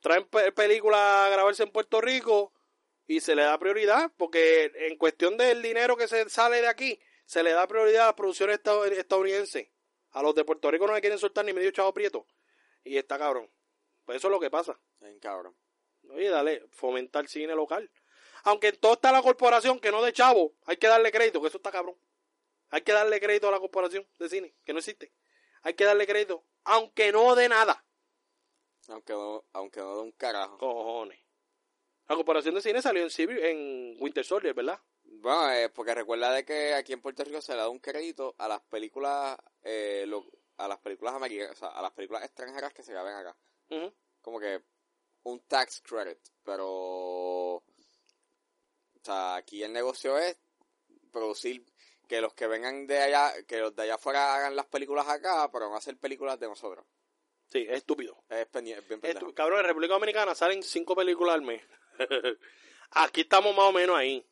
traen pe- películas a grabarse en Puerto Rico y se le da prioridad. Porque en cuestión del dinero que se sale de aquí, se le da prioridad a las producciones estad- estadounidenses. A los de Puerto Rico no le quieren soltar ni medio chavo prieto. Y está cabrón. Pues eso es lo que pasa. Bien, cabrón. Oye, dale, fomenta el cine local. Aunque en todo está la corporación, que no de chavo, hay que darle crédito, que eso está cabrón. Hay que darle crédito a la corporación de cine, que no existe. Hay que darle crédito, aunque no de nada. Aunque no, aunque no de un carajo. Cojones. La corporación de cine salió en, Civil- en Winter Soldier, ¿verdad? Bueno, eh, porque recuerda de que aquí en Puerto Rico se le da un crédito a las películas, eh, lo- a las películas americanas, o sea, a las películas extranjeras que se graben acá. Ujú. como que un tax credit, pero o sea, aquí el negocio es producir que los que vengan de allá, que los de allá afuera hagan las películas acá, pero van a hacer películas de nosotros. Sí, es estúpido. Es, peñe- es bien Es pendejo. estu- cabrón, en República Dominicana salen cinco películas al mes. (laughs) Aquí estamos más o menos ahí.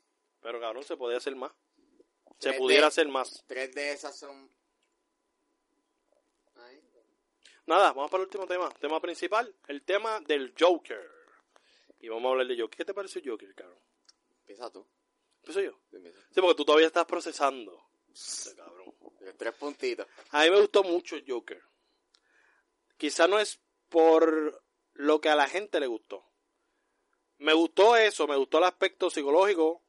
Pero cabrón, se podía hacer más. Se Tres pudiera de- hacer más. Tres de esas son Ay. Nada, vamos para el último tema. Tema principal, el tema del Joker. Y vamos a hablar de Joker. ¿Qué te pareció Joker, cabrón? Empieza tú. Empiezo yo. Empieza. Sí, porque tú todavía estás procesando. Este cabrón. Tres puntitos. A mí me gustó mucho Joker. Quizá no es por lo que a la gente le gustó. Me gustó eso, me gustó el aspecto psicológico.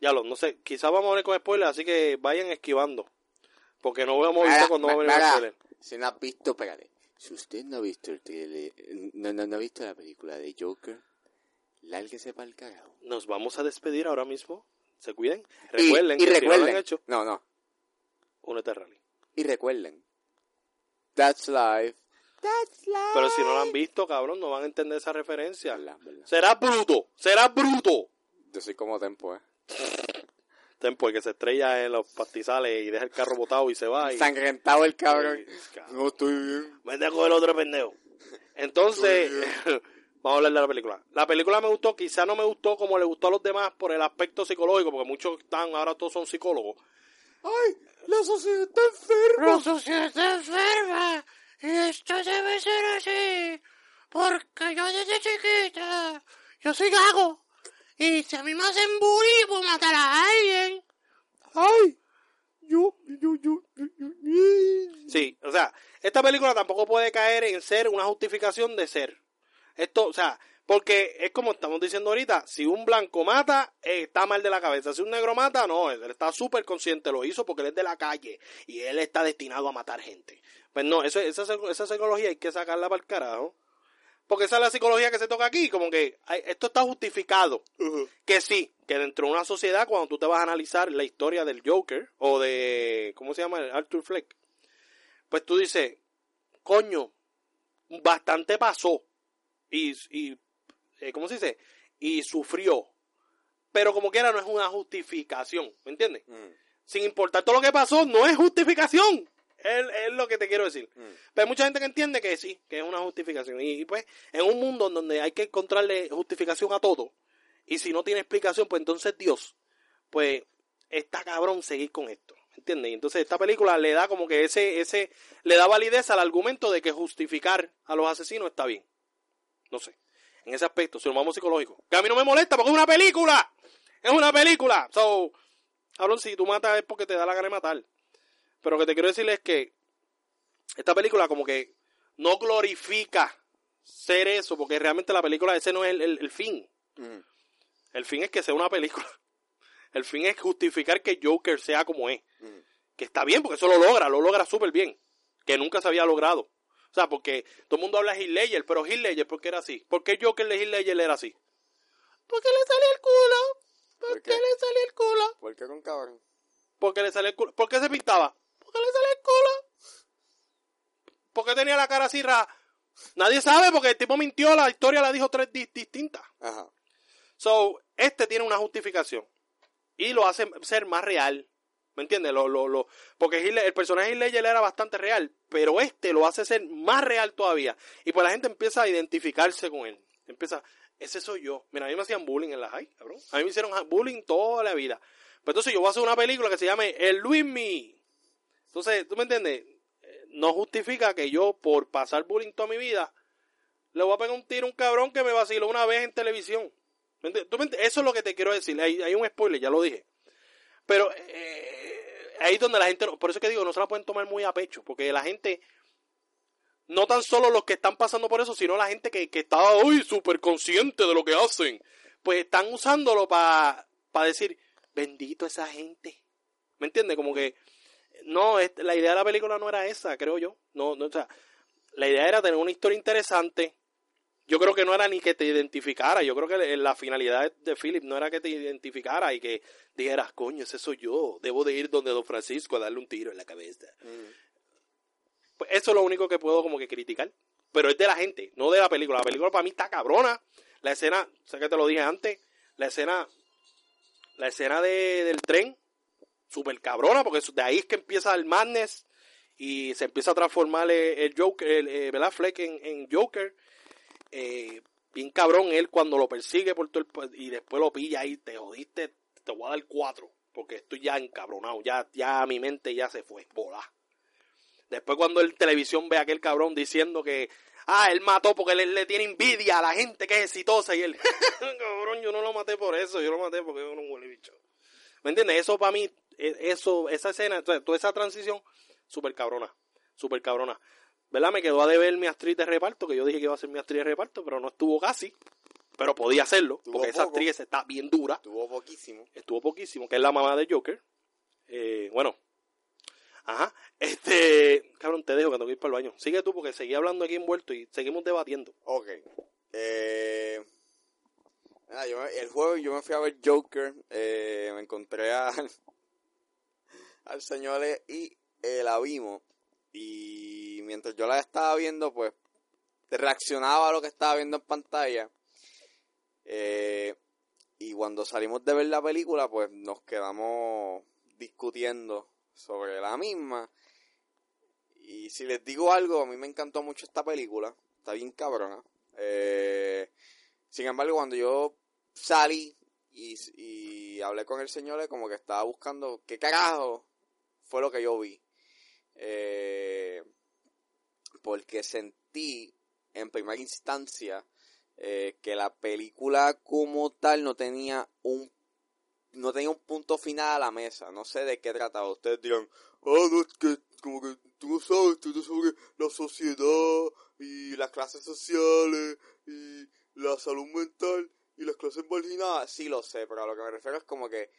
Ya lo, no sé, quizás vamos a venir con spoilers, así que vayan esquivando. Porque no voy a moverse Mira, cuando vamos a venir mira, con spoilers. Si no has visto, espérate. Si usted no ha visto el trailer, no, no, no ha visto la película de Joker, lárguese para el carajo. Nos vamos a despedir ahora mismo. Se cuiden. Y- Recuerden que y, si no lo recuerden, han hecho, no, no, únete al rally. y recuerden, that's life, that's life. Pero si no lo han visto, cabrón, no van a entender esa referencia. Verdad, verdad. Será bruto, será bruto. Yo soy como Tempo, eh. Tempo el pues, que se estrella en los pastizales y deja el carro botado y se va. Y... Sangrentado el cabrón. Ay, cabrón. No estoy bien. Vete a coger otro pendejo. Entonces, (laughs) vamos a hablar de la película. La película me gustó, quizá no me gustó como le gustó a los demás por el aspecto psicológico, porque muchos están, ahora todos son psicólogos. Ay, la sociedad está enferma. sociedad está enferma y esto debe ser así porque yo desde chiquita yo soy gago y si a mí me hacen bullying por matar a alguien Ay, yo, yo, yo, yo, yo. Sí, o sea, esta película tampoco puede caer en ser una justificación de ser. Esto, o sea, porque es como estamos diciendo ahorita, si un blanco mata, eh, está mal de la cabeza. Si un negro mata, no, él está súper consciente, lo hizo porque él es de la calle y él está destinado a matar gente. Pues no, eso, esa, psico- esa psicología hay que sacarla para el carajo. Porque esa es la psicología que se toca aquí, como que ay, esto está justificado. Que sí, que dentro de una sociedad, cuando tú te vas a analizar la historia del Joker o de, ¿cómo se llama? Arthur Fleck pues tú dices, coño, bastante pasó y, y eh, ¿cómo se dice? Y sufrió. Pero como quiera no es una justificación, ¿me entiendes? Mm, Sin importar todo lo que pasó, no es justificación. Es, es lo que te quiero decir. mm, Pero hay mucha gente que entiende que sí, que es una justificación. Y, y, pues, en un mundo en donde hay que encontrarle justificación a todo, y si no tiene explicación, pues entonces Dios, pues está cabrón seguir con esto. ¿Entiendes? Y entonces esta película le da como que ese, ese, le da validez al argumento de que justificar a los asesinos está bien. No sé. En ese aspecto, si nos vamos psicológico. Que a mí no me molesta porque es una película. Es una película. So, cabrón, si tú matas es porque te da la gana de matar. Pero lo que te quiero decir es que esta película como que no glorifica ser eso, porque realmente la película ese no es el, el- el fin. mm, El fin es que sea una película. (laughs) El fin es justificar que Joker sea como es. mm. Que está bien, porque eso lo logra, lo logra súper bien. Que nunca se había logrado. O sea, porque todo el mundo habla de Heath Ledger, pero Heath Ledger, ¿por qué era así? ¿Por qué Joker de Heath Ledger era así? Porque le sale el culo. ¿Por Porque qué? le sale el culo. ¿Por qué con cabrón? Porque le sale el culo. ¿Por qué se pintaba? Porque le sale el culo. ¿Por qué tenía la cara así rara? Nadie sabe porque el tipo mintió, la historia la dijo tres dis- distintas. Ajá. So, este tiene una justificación. Y lo hace ser más real. ¿Me entiendes? Lo, lo, lo, porque Heath Led- el personaje de Heath Ledger era bastante real, pero este lo hace ser más real todavía. Y pues la gente empieza a identificarse con él. Empieza, ese soy yo. Mira, a mí me hacían bullying en la high, cabrón. A mí me hicieron ha- bullying toda la vida. Pero entonces yo voy a hacer una película que se llame El Luismi. Entonces, ¿tú me entiendes? Eh, No justifica que yo, por pasar bullying toda mi vida, le voy a pegar un tiro a un cabrón que me vaciló una vez en televisión. ¿Me entiendes? ¿Tú me entiendes? Eso es lo que te quiero decir. Hay, hay un spoiler, ya lo dije. Pero eh, ahí es donde la gente, no- por eso es que digo, no se la pueden tomar muy a pecho, porque la gente, no tan solo los que están pasando por eso, sino la gente que, que está hoy súper consciente de lo que hacen, pues están usándolo para decir, bendito esa gente. ¿Me entiendes? Como que, no, es- la idea de la película no era esa, creo yo. No, no, o sea, la idea era tener una historia interesante, yo creo que no era ni que te identificara. Yo creo que le- la finalidad de Philip no era que te identificara y que dijeras, coño, ese soy yo. Debo de ir donde Don Francisco a darle un tiro en la cabeza. Mm. Pues eso es lo único que puedo como que criticar. Pero es de la gente, no de la película. La película para mí está cabrona. La escena, sé que te lo dije antes, la escena, la escena de- del tren, súper cabrona, porque eso- de ahí es que empieza el madness y se empieza a transformar el, el Joker, el, eh, ¿verdad? Fleck en, en Joker. Eh, bien cabrón él cuando lo persigue por todo el pa- y después lo pilla ahí, te jodiste, te voy a dar cuatro, porque estoy ya encabronado, ya, ya mi mente ya se fue, volá. Después cuando el televisión ve a aquel cabrón diciendo que, ah, él mató porque le, le tiene envidia a la gente que es exitosa y él, (laughs) cabrón, yo no lo maté por eso, yo lo maté porque yo no huele bicho. ¿Me entiendes? Eso para mí, e- eso, esa escena, o sea, toda esa transición, súper cabrona, súper cabrona. ¿verdad? Me quedó a deber mi actriz de reparto, que yo dije que iba a ser mi actriz de reparto, pero no estuvo casi. Pero podía hacerlo, Estuvo porque esa poco. actriz está bien dura. Tuvo poquísimo. Estuvo poquísimo, que es la mamá de Joker. Eh, bueno. Ajá. Este, cabrón, te dejo que tengo que ir para el baño. Sigue tú porque seguí hablando aquí envuelto y seguimos debatiendo. Ok. Eh, nada, yo me- el juego yo me fui a ver Joker. eh, me encontré al, (laughs) al señor E- y eh, la vimos. Y mientras yo la estaba viendo, pues reaccionaba a lo que estaba viendo en pantalla. Eh, y cuando salimos de ver la película, pues nos quedamos discutiendo sobre la misma. Y si les digo algo, a mí me encantó mucho esta película. Está bien cabrona. Eh, sin embargo, cuando yo salí y, y hablé con el señor, como que estaba buscando qué carajo fue lo que yo vi. Eh, porque sentí en primera instancia eh, que la película como tal no tenía un no tenía un punto final a la mesa. No sé de qué trataba. Ustedes dirán, ah, no, es que como que tú no sabes, tú no sabes que la sociedad y las clases sociales y la salud mental y las clases marginadas. Sí lo sé, pero a lo que me refiero es como que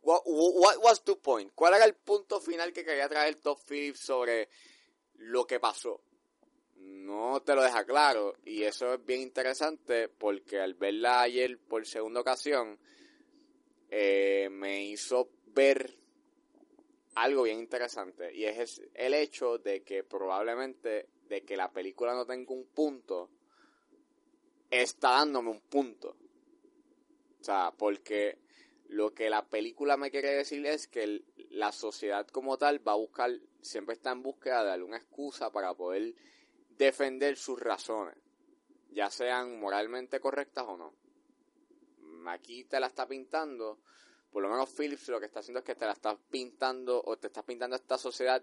what, what was the point? ¿Cuál era el punto final que quería traer Todd Phillips sobre lo que pasó? No te lo deja claro y eso es bien interesante porque al verla ayer por segunda ocasión eh, me hizo ver algo bien interesante y es es el hecho de que probablemente de que la película no tenga un punto está dándome un punto o sea porque lo que la película me quiere decir es que el- la sociedad como tal va a buscar siempre está en búsqueda de alguna excusa para poder defender sus razones ya sean moralmente correctas o no aquí te la está pintando por lo menos Phillips lo que está haciendo es que te la estás pintando o te estás pintando esta sociedad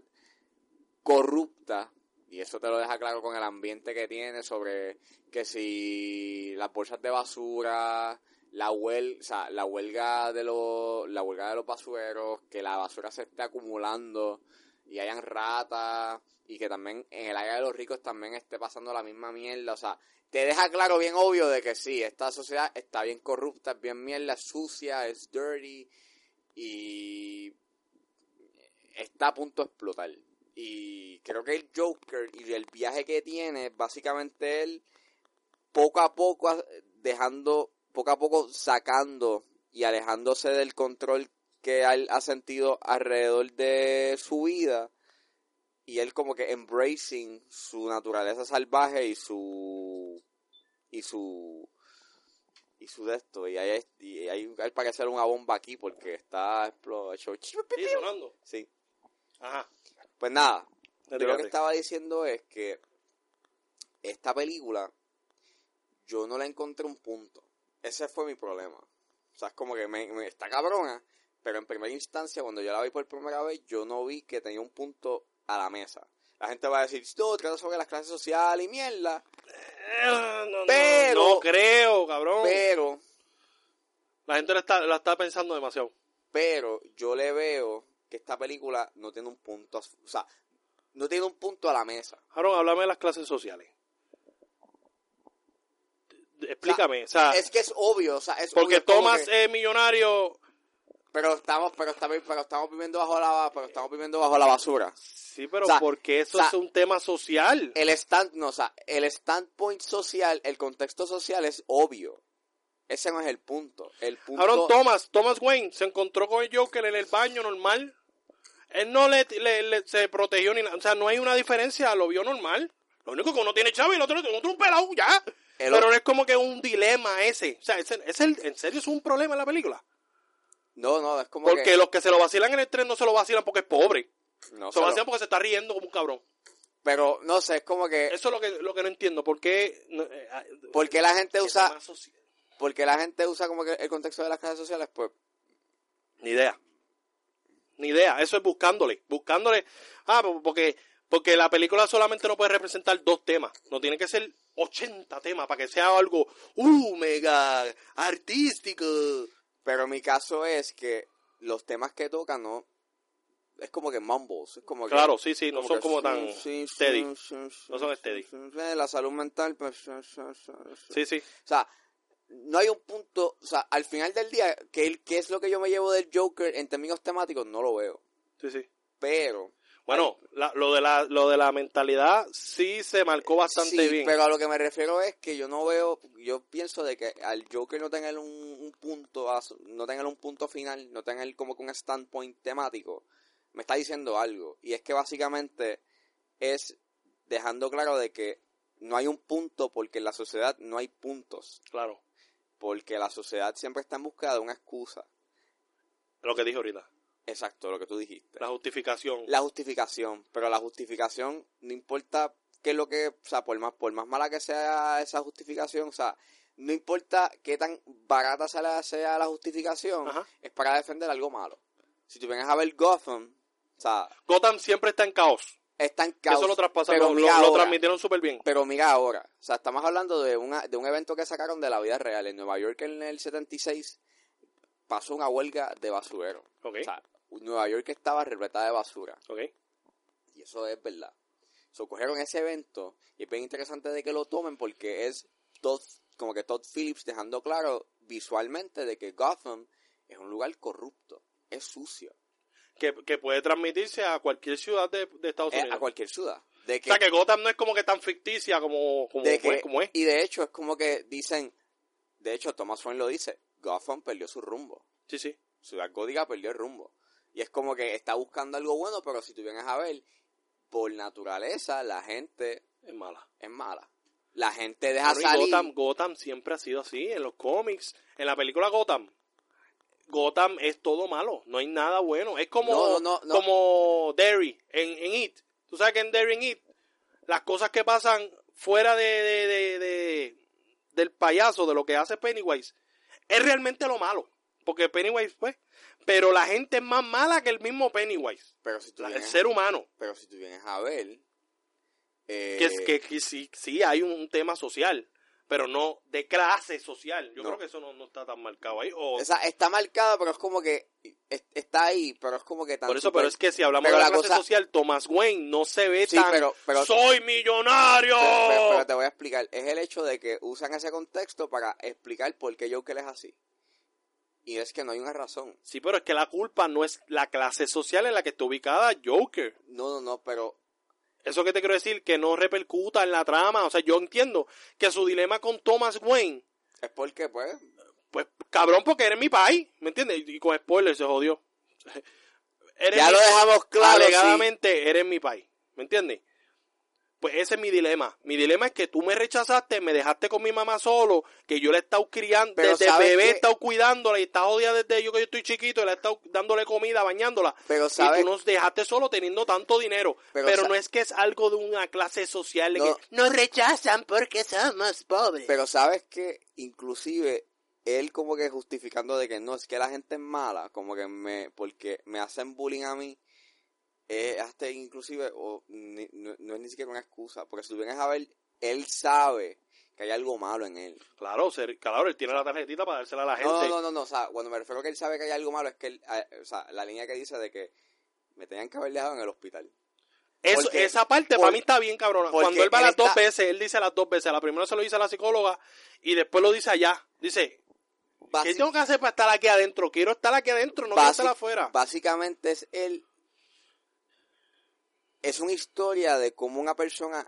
corrupta y eso te lo deja claro con el ambiente que tiene sobre que si las bolsas de basura la huelga, o sea, la huelga de los la huelga de los basureros que la basura se esté acumulando y hayan ratas y que también en el área de los ricos también esté pasando la misma mierda o sea te deja claro bien obvio de que sí, esta sociedad está bien corrupta, es bien mierda, es sucia, es dirty y está a punto de explotar. Y creo que el Joker y el viaje que tiene, básicamente él poco a poco a- dejando, poco a poco sacando y alejándose del control que él ha sentido alrededor de su vida y él como que embracing su naturaleza salvaje y su y su y su de esto y hay y hay al parecer una bomba aquí porque está explo- hecho chiu, pi, Sí, sonando. sí Ajá. pues nada Te yo lo que quedaste. estaba diciendo es que esta película yo no la encontré un punto. Ese fue mi problema. O sea, es como que me, me- está cabrona, pero en primera instancia, cuando yo la vi por primera vez, yo no vi que tenía un punto a la mesa. La gente va a decir, no, trata sobre las clases sociales y mierda, Eh, no, no, Pero- no creo, cabrón. pero, La gente la está, la está pensando demasiado. pero yo le veo que esta película no tiene un punto, a su- o sea, no tiene un punto a la mesa. Cabrón, háblame de las clases sociales. Explícame, o sea, Es que es obvio, o sea, es Ah. porque obvio como Thomas que- es millonario. Pero estamos, pero estamos, pero estamos viviendo bajo la, pero estamos viviendo bajo la basura. Sí, pero O sea, porque eso o sea, es un tema social. El stand, no, o sea, el standpoint social, el contexto social es obvio. Ese no es el punto. El punto. Cabrón, Thomas, Thomas Wayne se encontró con el Joker en el baño normal. Él no le, le- le- se protegió ni nada. O sea, no hay una diferencia, lo vio normal. Lo único que uno tiene chavo y el otro, otro un pelado, ya. El Pero otro- no es como que un dilema ese. O sea, ese- ese- en serio es un problema en la película. no, no, es como Porque que. los que se lo vacilan en el tren no se lo vacilan porque es pobre. No se sé, lo lo- vacilan porque se está riendo como un cabrón. pero no sé, es como que. Eso es lo que, lo que no entiendo. ¿Por qué? no, eh, ah, ¿Por qué la gente ese usa, tema social- por qué la gente usa como que el contexto de las clases sociales? Pues Ni idea. Ni idea. Eso es buscándole. Buscándole. Ah, po- porque, porque la película solamente no puede representar dos temas. No tiene que ser 80 temas para que sea algo, uh, mega artístico. Pero mi caso es que los temas que toca no es como que mumbles. Es como que- Claro, sí, sí, no como son que como tan sí, sí, steady. sí, sí, No son sí, steady. sí, sí, La salud mental, pues, sí, sí, sí, sí. Sí, sí. O sea, no hay un punto, o sea, al final del día, ¿qué, qué es lo que yo me llevo del Joker en términos temáticos? No lo veo. sí, sí. Pero, Bueno, la- lo, de la, lo de la mentalidad sí se marcó bastante sí, bien. pero a lo que me refiero es que yo no veo, yo pienso de que al Joker no tener un, un punto, a- no tener un punto final, no tener como que un standpoint temático, me está diciendo algo. Y es que básicamente es dejando claro de que no hay un punto porque en la sociedad no hay puntos. Claro, Porque la sociedad siempre está en busca de una excusa. lo que dije ahorita. Exacto, lo que tú dijiste. La justificación. La justificación, pero la justificación no importa qué es lo que, o sea, por más, por más mala que sea esa justificación, o sea, no importa qué tan barata sea la, sea la justificación, Ajá. es para defender algo malo. Si tú vienes a ver Gotham, o sea, Gotham siempre está en caos. está en Que caos. Eso lo traspasaron, pero lo, mira lo ahora, transmitieron súper bien. Pero mira ahora, o sea, estamos hablando de, una, de un evento que sacaron de la vida real. En Nueva York en el 76 pasó una huelga de basurero. Ok, O sea, Nueva York estaba repleta de basura. ok. Y eso es verdad. So, cogieron ese evento y es bien interesante de que lo tomen porque es Todd, como que Todd Phillips dejando claro visualmente de que Gotham es un lugar corrupto, es sucio, Que, que puede transmitirse a cualquier ciudad de, de Estados eh, Unidos. a cualquier ciudad. De O que, sea, que Gotham no es como que tan ficticia como, como, de fue- que- como es. Y de hecho es como que dicen, de hecho Thomas Wayne lo dice, Gotham perdió su rumbo, Sí, sí. Ciudad Gótica perdió el rumbo. Y es como que está buscando algo bueno, pero si tú vienes a ver, por naturaleza la gente Es mala. es mala. La gente deja Bueno, y salir. Gotham, Gotham siempre ha sido así en los cómics. En la película Gotham. Gotham es todo malo. No hay nada bueno. Es como, No, no, no. como Derry en, en It. Tú sabes que en Derry en It, las cosas que pasan fuera de, de- de- de- del payaso, de lo que hace Pennywise, es realmente lo malo. Porque Pennywise fue. Pero la gente es más mala que el mismo Pennywise. Pero si tú La- el vienes, ser humano. pero si tú vienes a ver. eh, que, es- que, que sí, sí hay un, un tema social, pero no de clase social. Yo No. creo que eso no, no está tan marcado ahí. o- o sea, está marcada, pero es como que. es- está ahí, pero es como que tan. por eso, super- pero es que si hablamos pero de la, la clase cosa- social, Thomas Wayne no se ve Sí, tan. pero- pero- ¡Soy millonario! Pero, pero- pero te voy a explicar. Es el hecho de que usan ese contexto para explicar por qué Joker es así. Y es que no hay una razón. Sí, pero es que la culpa no es la clase social en la que está ubicada Joker. No, no, no, pero. Eso que te quiero decir, que no repercuta en la trama. O sea, yo entiendo que su dilema con Thomas Wayne, Es porque, pues. pues cabrón, porque eres mi país, ¿me entiendes? Y, y con spoilers se jodió. (laughs) Eres Ya mi- lo dejamos claro. sí. alegadamente eres mi país. ¿Me entiendes? Pues ese es mi dilema. Mi dilema es que tú me rechazaste, me dejaste con mi mamá solo, que yo la he estado criando, Pero desde ¿sabes bebé he qué? estado cuidándola y está jodida desde yo que yo estoy chiquito, y la he estado dándole comida, bañándola. Pero Y ¿sabes? tú nos dejaste solo teniendo tanto dinero. Pero, Pero sa- no es que es algo de una clase social. de No. que- Nos rechazan porque somos pobres. Pero sabes que inclusive él como que justificando de que no, es que la gente es mala, como que me, porque me hacen bullying a mí, eh, hasta inclusive, o ni- no, no es ni siquiera una excusa, porque si tú vienes a ver, él sabe que hay algo malo en él. Claro, ser- claro, él tiene la tarjetita para dársela a la gente. No, no, no, no, no, o sea, cuando me refiero a que él sabe que hay algo malo, es que él, eh, o sea, la línea que dice de que me tenían que haber dejado en el hospital. Eso- Porque- esa parte para por- mí está bien, cabrona. porque Cuando él va él las dos está- veces, él dice las dos veces. La primera se lo dice a la psicóloga y después lo dice allá. Dice, ¿qué Básic- tengo que hacer para estar aquí adentro? Quiero estar aquí adentro, no quiero Básic- estar afuera. Básicamente es él. Es una historia de cómo una persona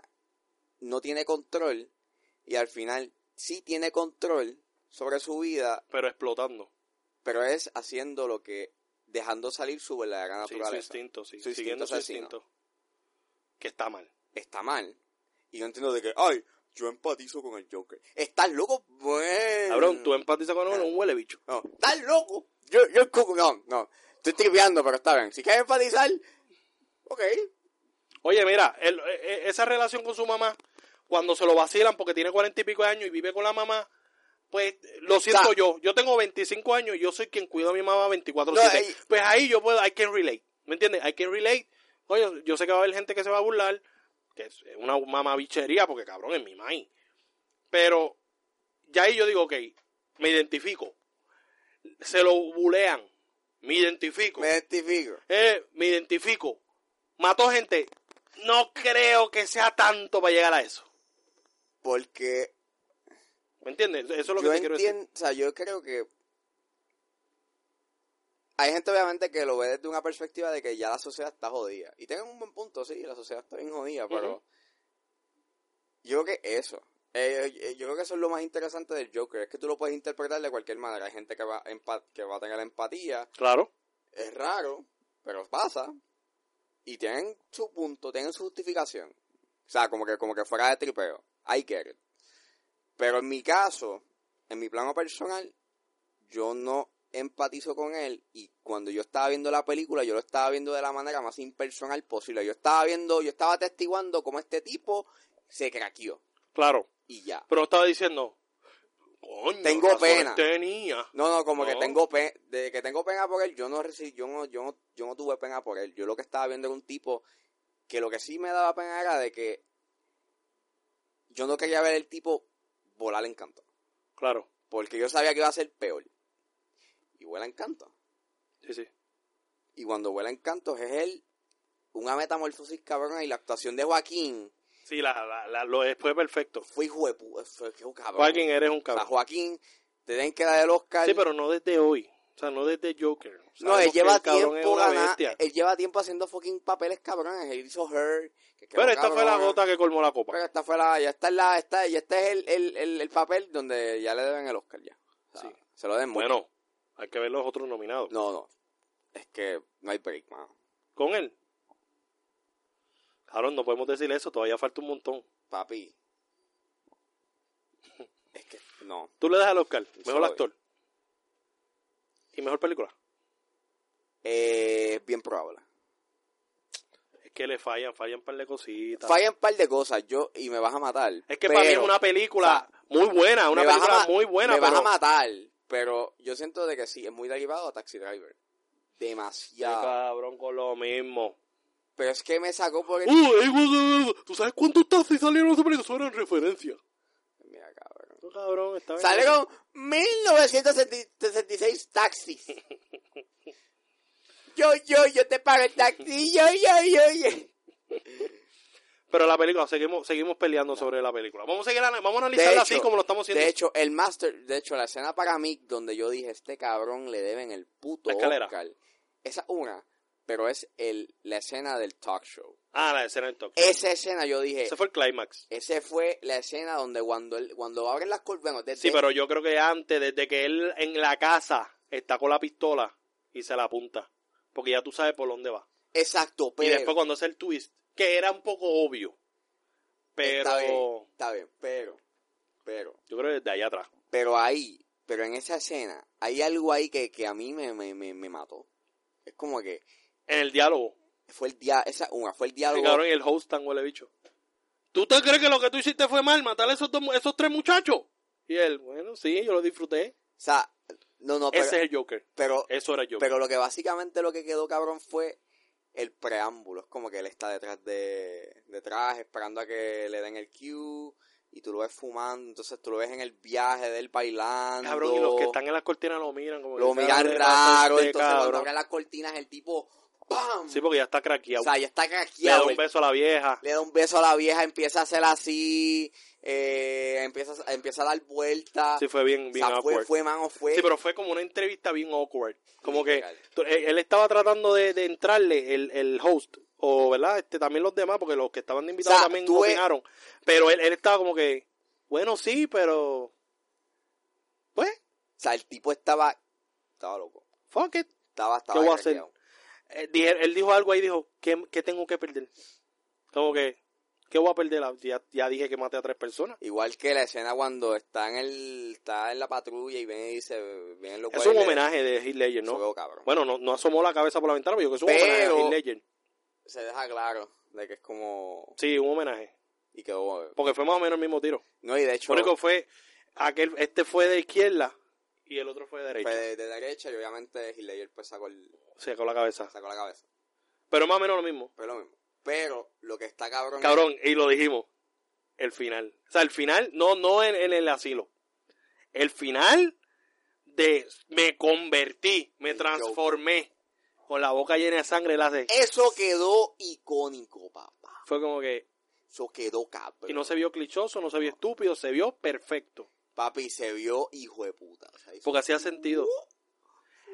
no tiene control y al final sí tiene control sobre su vida, Pero explotando. pero es haciendo lo que. dejando salir su verdadera Sí, su naturaleza. instinto, sí. Su instinto Siguiendo su asesino. instinto. Que está mal. Está mal. Y yo entiendo de que, ay, yo empatizo con el Joker. ¿Estás loco? Bueno. Cabrón, tú em- empatizas con eh. uno, un huele bicho. No, ¿estás loco? Yo, yo, como- no, no. Estoy tripeando, pero está bien. Si quieres empatizar, ok. Oye, mira, el- e- e- esa relación con su mamá, cuando se lo vacilan porque tiene cuarenta y pico de años y vive con la mamá, pues lo siento sea- yo. Yo tengo 25 años y yo soy quien cuido a mi mamá 24-7. No, ahí- Pues ahí yo puedo, I can relate. ¿Me entiendes? I can relate. Oye, yo sé que va a haber gente que se va a burlar, que es una mamabichería, porque cabrón es mi maíz. Pero ya ahí yo digo, ok, me identifico. Se lo bulean. Me identifico. Me identifico. Eh, me identifico. Mató gente. No creo que sea tanto para llegar a eso. Porque ¿Me entiendes? Eso es lo que yo te quiero decir. entiendo, o sea, yo creo que hay gente obviamente que lo ve desde una perspectiva de que ya la sociedad está jodida. Y tengan un buen punto, sí, la sociedad está bien jodida, pero Ujú. yo creo que eso, eh, eh, yo creo que eso es lo más interesante del Joker, es que tú lo puedes interpretar de cualquier manera. Hay gente que va, a empa- que va a tener empatía, Claro. es raro, pero pasa. Y tienen su punto, tienen su justificación. O sea, como que, como que fuera de tripeo. I get it. Pero en mi caso, en mi plano personal, yo no empatizo con él. Y cuando yo estaba viendo la película, yo lo estaba viendo de la manera más impersonal posible. Yo estaba viendo, yo estaba testiguando cómo este tipo se craqueó. Claro. Y ya. Pero estaba diciendo, coño, Tengo razones pena. Tenía. No, no, como que No. tengo pena, de que tengo pena por él, yo no recibí, yo no, yo no, yo no tuve pena por él. Yo lo que estaba viendo era un tipo que lo que sí me daba pena era de que yo no quería ver el tipo volar encanto. Claro. Porque yo sabía que iba a ser peor. Y vuela encanto. Sí, sí. Y cuando vuela encanto es él, una metamorfosis cabrona y la actuación de Joaquín Sí, la, la, la- lo fue perfecto. fue hijo de pu- fue, fue un cabrón. Joaquín, eres un O sea, cabrón. Joaquín, te tienen que dar el Oscar. Sí, pero no desde hoy. O sea, no desde Joker. No, Sabemos él que lleva el cabrón es tiempo eh, una gana- bestia. él lleva tiempo haciendo fucking papeles cabrones, él hizo Her, que quedó Pero esta fue la cabrona. gota que colmó la copa. Pero esta fue la, ya está en la, está, ya este es el, el, el, el papel donde ya le deben el Oscar ya. O sea, Sí. Se lo den mucho. Bueno, hay que ver los otros nominados. No, no. Es que no hay break, man. Con él. Cabrón, no podemos decir eso, todavía falta un montón. (laughs) Papi. Es que no. Tú le das al Oscar, mejor Solo- actor. Y mejor película. Eh, es bien probable. Es que le fallan, fallan un par de cositas. Fallan un par de cosas, yo, y me vas a matar. Es que para mí es pero- una película o muy sea, buena, una me vas a película ma- muy buena, Me pero vas a matar, pero yo siento de que sí, es muy derivado a Taxi Driver. Qué Demasiado. cabrón con lo mismo. Pero es que me sacó por el... Uh, ¿Tú sabes cuántos taxis salieron sobre eso? Eran referencia. Mira, cabrón. cabrón, está bien. Sale con 1966 (laughs) taxis. Yo, yo, yo te pago el taxi. Yo, yo, yo, yo. Pero la película, seguimos, seguimos peleando sobre la película. Vamos a, seguir, ana- vamos a De analizarla hecho, así como lo estamos haciendo. De hecho, el master, de hecho, la escena para mí donde yo dije, este cabrón le deben el puto La escalera. Oscar. Esa una, pero es el, la escena del talk show. ah, la escena del top. Esa escena yo dije, Ese fue el clímax. ese fue la escena donde cuando él, cuando abren las curvas, bueno, desde- Sí, pero yo creo que antes, desde que él en la casa está con la pistola y se la apunta. Porque ya tú sabes por dónde va. exacto, Y pero después cuando hace el twist, que era un poco obvio. está bien, Pero está bien, pero, pero. yo creo que desde allá atrás. Pero ahí, pero en esa escena, hay algo ahí que, que a mí me, me, me, me mató. Es como que En el diálogo. fue el dia esa una, fue el Sí, diálogo. cabrón, y el host tan huele bicho. ¿Tú te crees que lo que tú hiciste fue mal? Matar a esos, dos mu- esos tres muchachos. Y él, bueno, sí, yo lo disfruté. o sea, no, no, pero, Ese es el Joker. pero, Eso era el Joker. pero lo que básicamente lo que quedó cabrón fue el preámbulo. Es como que él está detrás de, detrás, esperando a que le den el cue. Y tú lo ves fumando, entonces tú lo ves en el viaje del bailando. cabrón, y los que están en las cortinas lo miran como Lo que, miran cabrón, raro, este entonces cuando cabrón. abren las cortinas el tipo ¡Pam! Sí, porque ya está o craqueado. sea, ya está Le da craqueado. un el beso a la vieja. le da un beso a la vieja, empieza a hacer así, eh, empieza, a- empieza a dar vueltas. Sí, fue bien, bien Ah, o sea, fue, awkward. fue, mano, fue. Sí, pero fue como una entrevista bien awkward. Como que Literal. tú- él él estaba tratando de, de entrarle, el, el host, o verdad, este también los demás, porque los que estaban de invitados O sea, también tú ves- opinaron. Pero él, él estaba como que, bueno, sí, pero... Pues, O sea, el tipo estaba, estaba loco. fuck it. Estaba, estaba ¿Qué voy a hacer? craqueado. Eh, dije- él dijo algo ahí, dijo, ¿qué, qué tengo que perder? Como que, ¿qué voy a perder? Ah, Ya, ya dije que maté a tres personas. Igual que la escena cuando está en el, está en la patrulla y viene y dice, vienen los Es un guardias. homenaje de Heath Ledger, Pues, eh, Eso ¿no? quedó cabrón. Bueno, no, no asomó la cabeza por la ventana, pero yo creo que es un Pero- homenaje a Heath Ledger. Se deja claro de que es como, Sí, un homenaje. y quedó, Porque fue más o menos el mismo tiro. no, y de hecho, Lo único fue, aquel, este fue de izquierda y el otro fue de derecha. fue de, de derecha y obviamente Hitler pues sacó, el, Se sacó la cabeza. sacó la cabeza. Pero más o menos lo mismo. Pero lo mismo. Pero lo que está cabrón, Cabrón, y lo dijimos. El final. O sea, el final, no, no en, en el asilo. El final este, me convertí, me transformé. Con la boca llena de sangre, la hace. Eso quedó icónico, papá. Fue como que, Eso quedó cabrón. y no se vio clichoso, no se vio estúpido, se vio perfecto. Papi, se vio hijo de puta. o sea, hizo- Porque hacía sentido.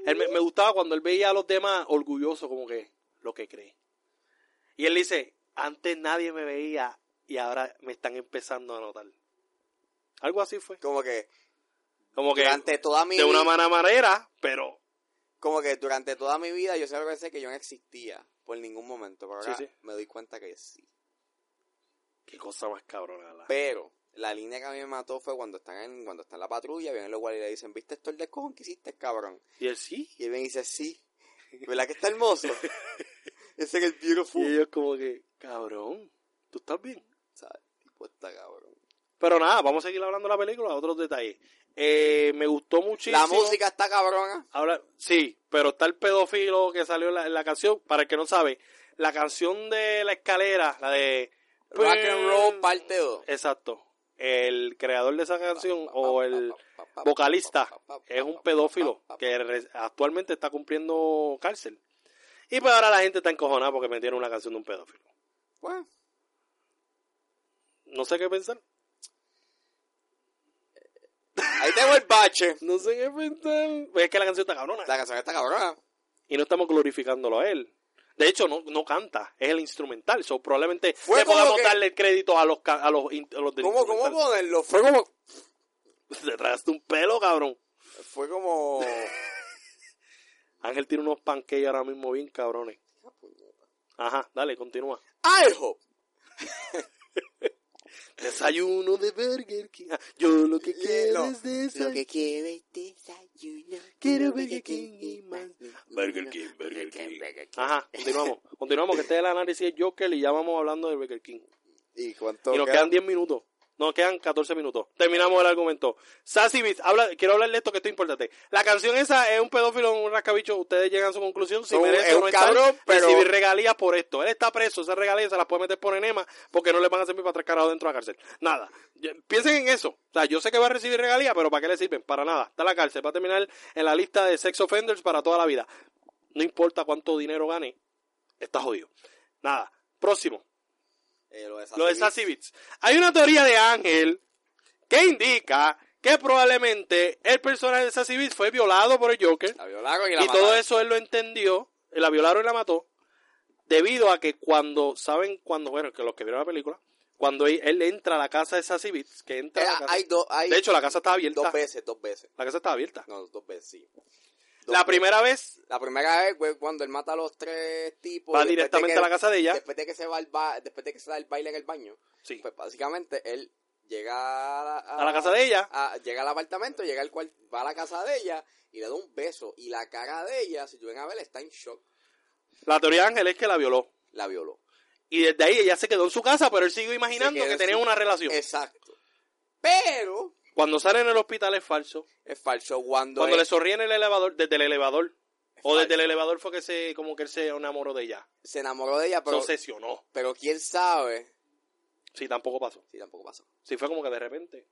Él me, me gustaba cuando él veía a los demás orgulloso, como que lo que cree. Y él dice, antes nadie me veía y ahora me están empezando a notar. Algo así fue. Como que Como que durante toda mi de una mala manera, pero como que durante toda mi vida yo siempre pensé que yo no existía por ningún momento. Pero Sí, ahora sí. me doy cuenta que sí. qué cosa más cabrona. la- Pero la línea que a mí me mató fue cuando están en, cuando están en la patrulla, vienen los guardias y le dicen, ¿viste esto el descojón que hiciste, cabrón? Y él sí. Y él me dice, sí. ¿Verdad que (laughs) está hermoso? Ese que es beautiful. Y ellos como que, cabrón, tú estás bien. ¿Sabes? Tipo está cabrón. Pero nada, vamos a seguir hablando de la película, otros detalles. Eh, me gustó muchísimo. La música está cabrona. Ahora, sí, pero está el pedófilo que salió en la, en la canción. Para el que no sabe, la canción de la escalera, la de. Rock Pues, and roll parte 2. Exacto. El creador de esa canción o el vocalista es un pedófilo que re- actualmente está cumpliendo cárcel. Y pues ahora la gente está encojonada porque metieron una canción de un pedófilo. Bueno, No sé qué pensar. ahí tengo el bache. No sé qué pensar. Pues es que la canción está cabrona. La canción está cabrona. y no estamos glorificándolo a él. De hecho, no, no canta, es el instrumental. So, probablemente Fue le como podamos que- darle el crédito a los, ca- a los, in- a los del ¿Cómo, cómo instrumental. ponerlo? Fue como... (laughs) Te tragaste un pelo, cabrón. Fue como... Ángel tiene unos panqueques ahora mismo bien cabrones. Ajá, dale, continúa. I hope. Desayuno de Burger King. Ah, Yo lo que quiero Lo- es desayuno. (laughs) quiero es desayuno. Quiero Burger King y más. Burger King, Burger King. Ajá, continuamos. Continuamos, que este es el análisis de Joker y ya vamos hablando de Burger King. ¿Y cuánto Y nos queda? quedan 10 minutos. Nos quedan 14 minutos. Terminamos el argumento. Sassy Beats, habla, quiero hablar de esto que esto es importante. La canción esa es un pedófilo, un rascabicho. Ustedes llegan a su conclusión. Si Es un- merece es o un no estar, cabrón, pero- recibir regalías por esto. Él está preso, esas regalías se las puede meter por enema porque no le van a servir para tres carajos dentro de la cárcel. Nada. Yo- Piensen en eso. O sea, yo sé que va a recibir regalías, pero ¿para qué le sirven? Para nada. Está en la cárcel. Va a terminar en la lista de sex offenders para toda la vida. No importa cuánto dinero gane, está jodido. Nada. Próximo. Eh, lo de Sassy Lo de Beats. Sassy Beats. Hay una teoría de Ángel que indica que probablemente el personaje de Sassy Beats fue violado por el Joker La violaron y la y todo mataron. eso él lo entendió, la violaron y la mató, debido a que cuando, ¿saben? Cuando, bueno, que los que vieron la película, cuando él, él entra a la casa de Sassy Beats, que entra a Eh, la casa- hay dos, hay de hecho la casa estaba abierta, dos veces, dos veces. la casa estaba abierta. No, dos veces, sí. Dos la veces. primera vez La primera vez, güey, cuando él mata a los tres tipos. va pues, después de directamente que- a la casa de ella, Después de que se va al ba- después de que se da el baile en el baño. sí, Pues básicamente él llega a la, a la casa de ella, a- llega al apartamento, llega al cual, va a la casa de ella y le da un beso. Y la cara de ella, si tú ven a ver, está en shock. la teoría de Ángel es que la violó. La violó. Y desde ahí ella se quedó en su casa, pero él siguió imaginando quedó que en tenían su- una relación. Exacto. Pero Cuando sale en el hospital es falso. es falso cuando, Cuando él- le sonríe en el elevador, desde el elevador. O desde falso. el elevador fue que se, como que él se enamoró de ella. se enamoró de ella, Se pero, obsesionó. pero quién sabe Sí, tampoco pasó. si tampoco pasó. Sí, fue como que de repente.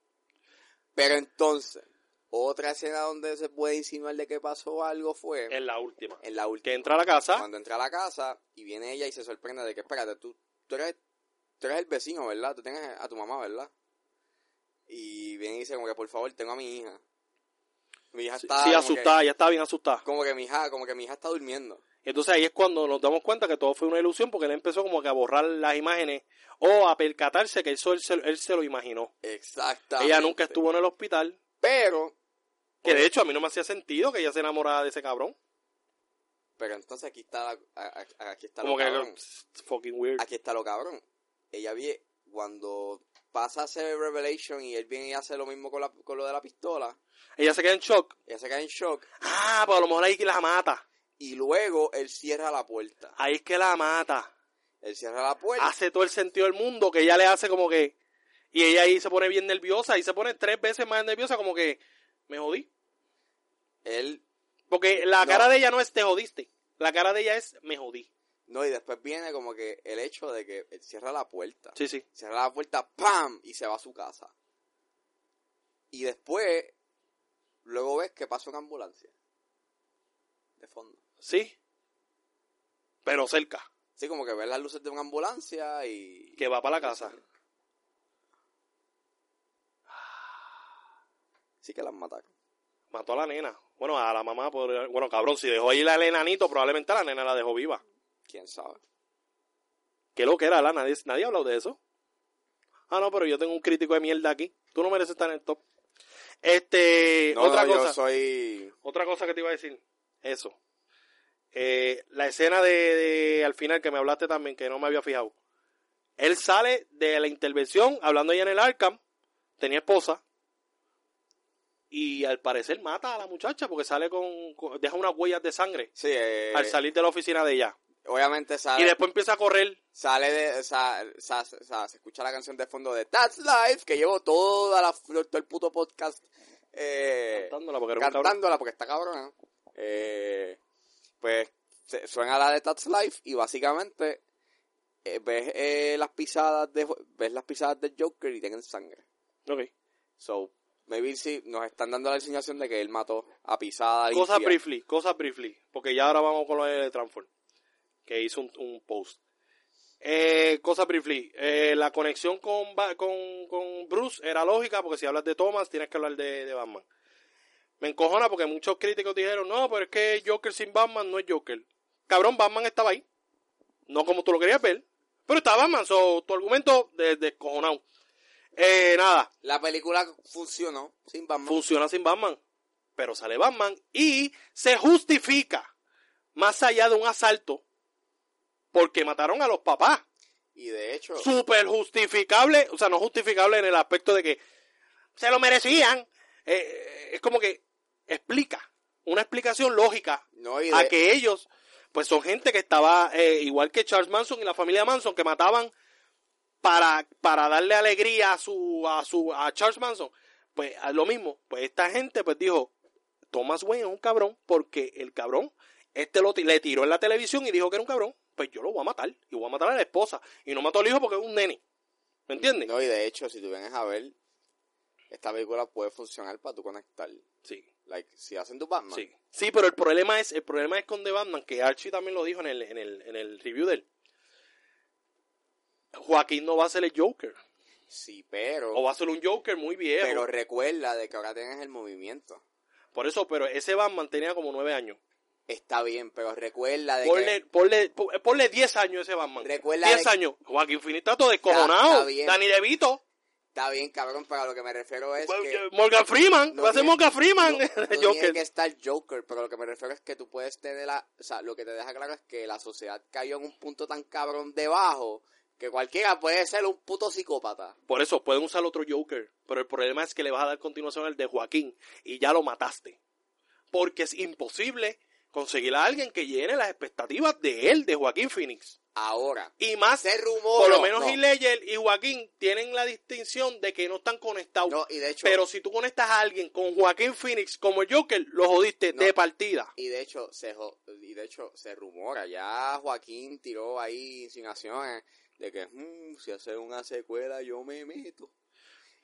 Pero entonces, otra escena donde se puede insinuar de que pasó algo fue En la última. en la última. Que entra a la casa. Cuando entra a la casa y viene ella y se sorprende de que, espérate, tú, tú, eres, tú eres el vecino, ¿verdad? Tú tienes a tu mamá, ¿verdad? Y viene y dice como que, por favor, tengo a mi hija. Mi hija Sí, está... como asustada, ya estaba bien asustada. Que, como que mi hija, como que mi hija está durmiendo. Entonces ahí es cuando nos damos cuenta que todo fue una ilusión porque él empezó como que a borrar las imágenes o a percatarse que eso él se, él se lo imaginó. Exactamente. Ella nunca estuvo en el hospital. Pero, Que de hecho a mí no me hacía sentido que ella se enamorara de ese cabrón. pero entonces aquí está, la- a- a- aquí está Como lo que cabrón. pss, fucking weird. Aquí está lo cabrón. Ella vi cuando pasa a hacer Revelation y él viene y hace lo mismo con, la- con lo de la pistola. Ella se queda en shock. Ella se cae en shock Ah, pues a lo mejor ahí que la mata. y luego él cierra la puerta. Ahí es que la mata. Él cierra la puerta. Hace todo el sentido del mundo que ella le hace como que. Y ella ahí se pone bien nerviosa. Y se pone tres veces más nerviosa, como que. Me jodí. Él, Porque la No. cara de ella no es te jodiste. La cara de ella es me jodí. no, y después viene como que el hecho de que él cierra la puerta. Sí, sí. Cierra la puerta, ¡pam! Y se va a su casa. Y después, Luego ves que pasa una ambulancia. De fondo. Sí. Pero cerca. Sí, como que ves las luces de una ambulancia y... Que va para la casa. Sí que las mataron. Mató a la nena. Bueno, a la mamá. Por... Bueno, cabrón, si dejó ahí la enanito, probablemente la nena la dejó viva. ¿Quién sabe? ¿Qué lo que era, la? Nadie, nadie ha hablado de eso. Ah, no, pero yo tengo un crítico de mierda aquí. Tú no mereces estar en el top. Este, No, otra no, cosa. yo soy... Otra cosa que te iba a decir, eso. Eh, la escena de, de- al final que me hablaste también, que no me había fijado. Él sale de la intervención hablando ya en el Arkham, tenía esposa, y al parecer mata a la muchacha porque sale con, con- deja unas huellas de sangre Sí, eh, al salir de la oficina de ella. obviamente Y sale, después empieza a correr. sale de... sa- sa- sa- se escucha la canción de fondo de That's Life, que llevo toda la, todo el puto podcast eh, Cantándola porque era un cabrón. cantándola porque está cabrona. Eh, pues se- suena la de That's Life y básicamente eh, ves eh, las pisadas de ves las pisadas del Joker y tienen sangre. Ok. So, maybe si nos están dando la insinuación de que él mató a pisada y Cosa briefly, cosa briefly, porque ya ahora vamos con lo de Transform, que hizo un, un post. Eh, cosa briefly, eh, la conexión con, Ba- con, con Bruce era lógica, porque si hablas de Thomas tienes que hablar de, de Batman. Me encojona porque muchos críticos dijeron, no, pero es que Joker sin Batman no es Joker. Cabrón, Batman estaba ahí, no como tú lo querías ver, pero estaba Batman, so, tu argumento de- descojonado. eh, nada, La película funcionó sin Batman. funciona sin Batman. Pero sale Batman y se justifica más allá de un asalto porque mataron a los papás. y de hecho, Súper justificable, o sea, no justificable en el aspecto de que se lo merecían. Eh, es como que explica, una explicación lógica no y de, a que ellos, pues son gente que estaba eh, igual que Charles Manson y la familia Manson, que mataban para, para darle alegría a su, a su, a Charles Manson. Pues a lo mismo, pues esta gente pues dijo, Thomas Wayne es un cabrón, porque el cabrón, este lo, ti- le tiró en la televisión y dijo que era un cabrón, pues yo lo voy a matar, y voy a matar a la esposa, y no mato al hijo porque es un nene. ¿Me entiendes? no y de hecho, si tú vienes a ver esta película puede funcionar para tú conectar. Sí. Like, si hacen tu Batman. Sí. sí, pero el problema es el problema es con The Batman, que Archie también lo dijo en el, en el, en el review de él. Joaquín no va a ser el Joker. Sí, pero O va a ser un Joker muy viejo. Pero recuerda de que ahora tienes el movimiento. Por eso, pero ese Batman tenía como nueve años. Está bien, pero recuerda de Ponle, que... ponle, po- eh, ponle 10 años a ese Batman. Recuerda 10 de- años. Joaquín Finitato Está- descojonado. está bien. Dani DeVito. Está bien, cabrón, pero a lo que me refiero es que... Morgan Freeman. No va a ser tiene- Morgan (laughs) No, Freeman. no el tiene Joker. que estar Joker, pero a lo que me refiero es que tú puedes tener la... O sea, lo que te deja claro es que la sociedad cayó en un punto tan cabrón debajo que cualquiera puede ser un puto psicópata. Por eso, pueden usar otro Joker. Pero el problema es que le vas a dar continuación al de Joaquín. Y ya lo mataste. Porque es imposible conseguir a alguien que llene las expectativas de él, de Joaquín Phoenix. Ahora, Y más, se rumora... por lo menos no, Heath Ledger y Joaquín tienen la distinción de que no están conectados. no, y de hecho... pero si tú conectas a alguien con Joaquín Phoenix como el Joker, lo jodiste No. de partida. Y de hecho, se jo- y de hecho se rumora, ya Joaquín tiró ahí insinuaciones de que "Mm, si hace una secuela yo me meto.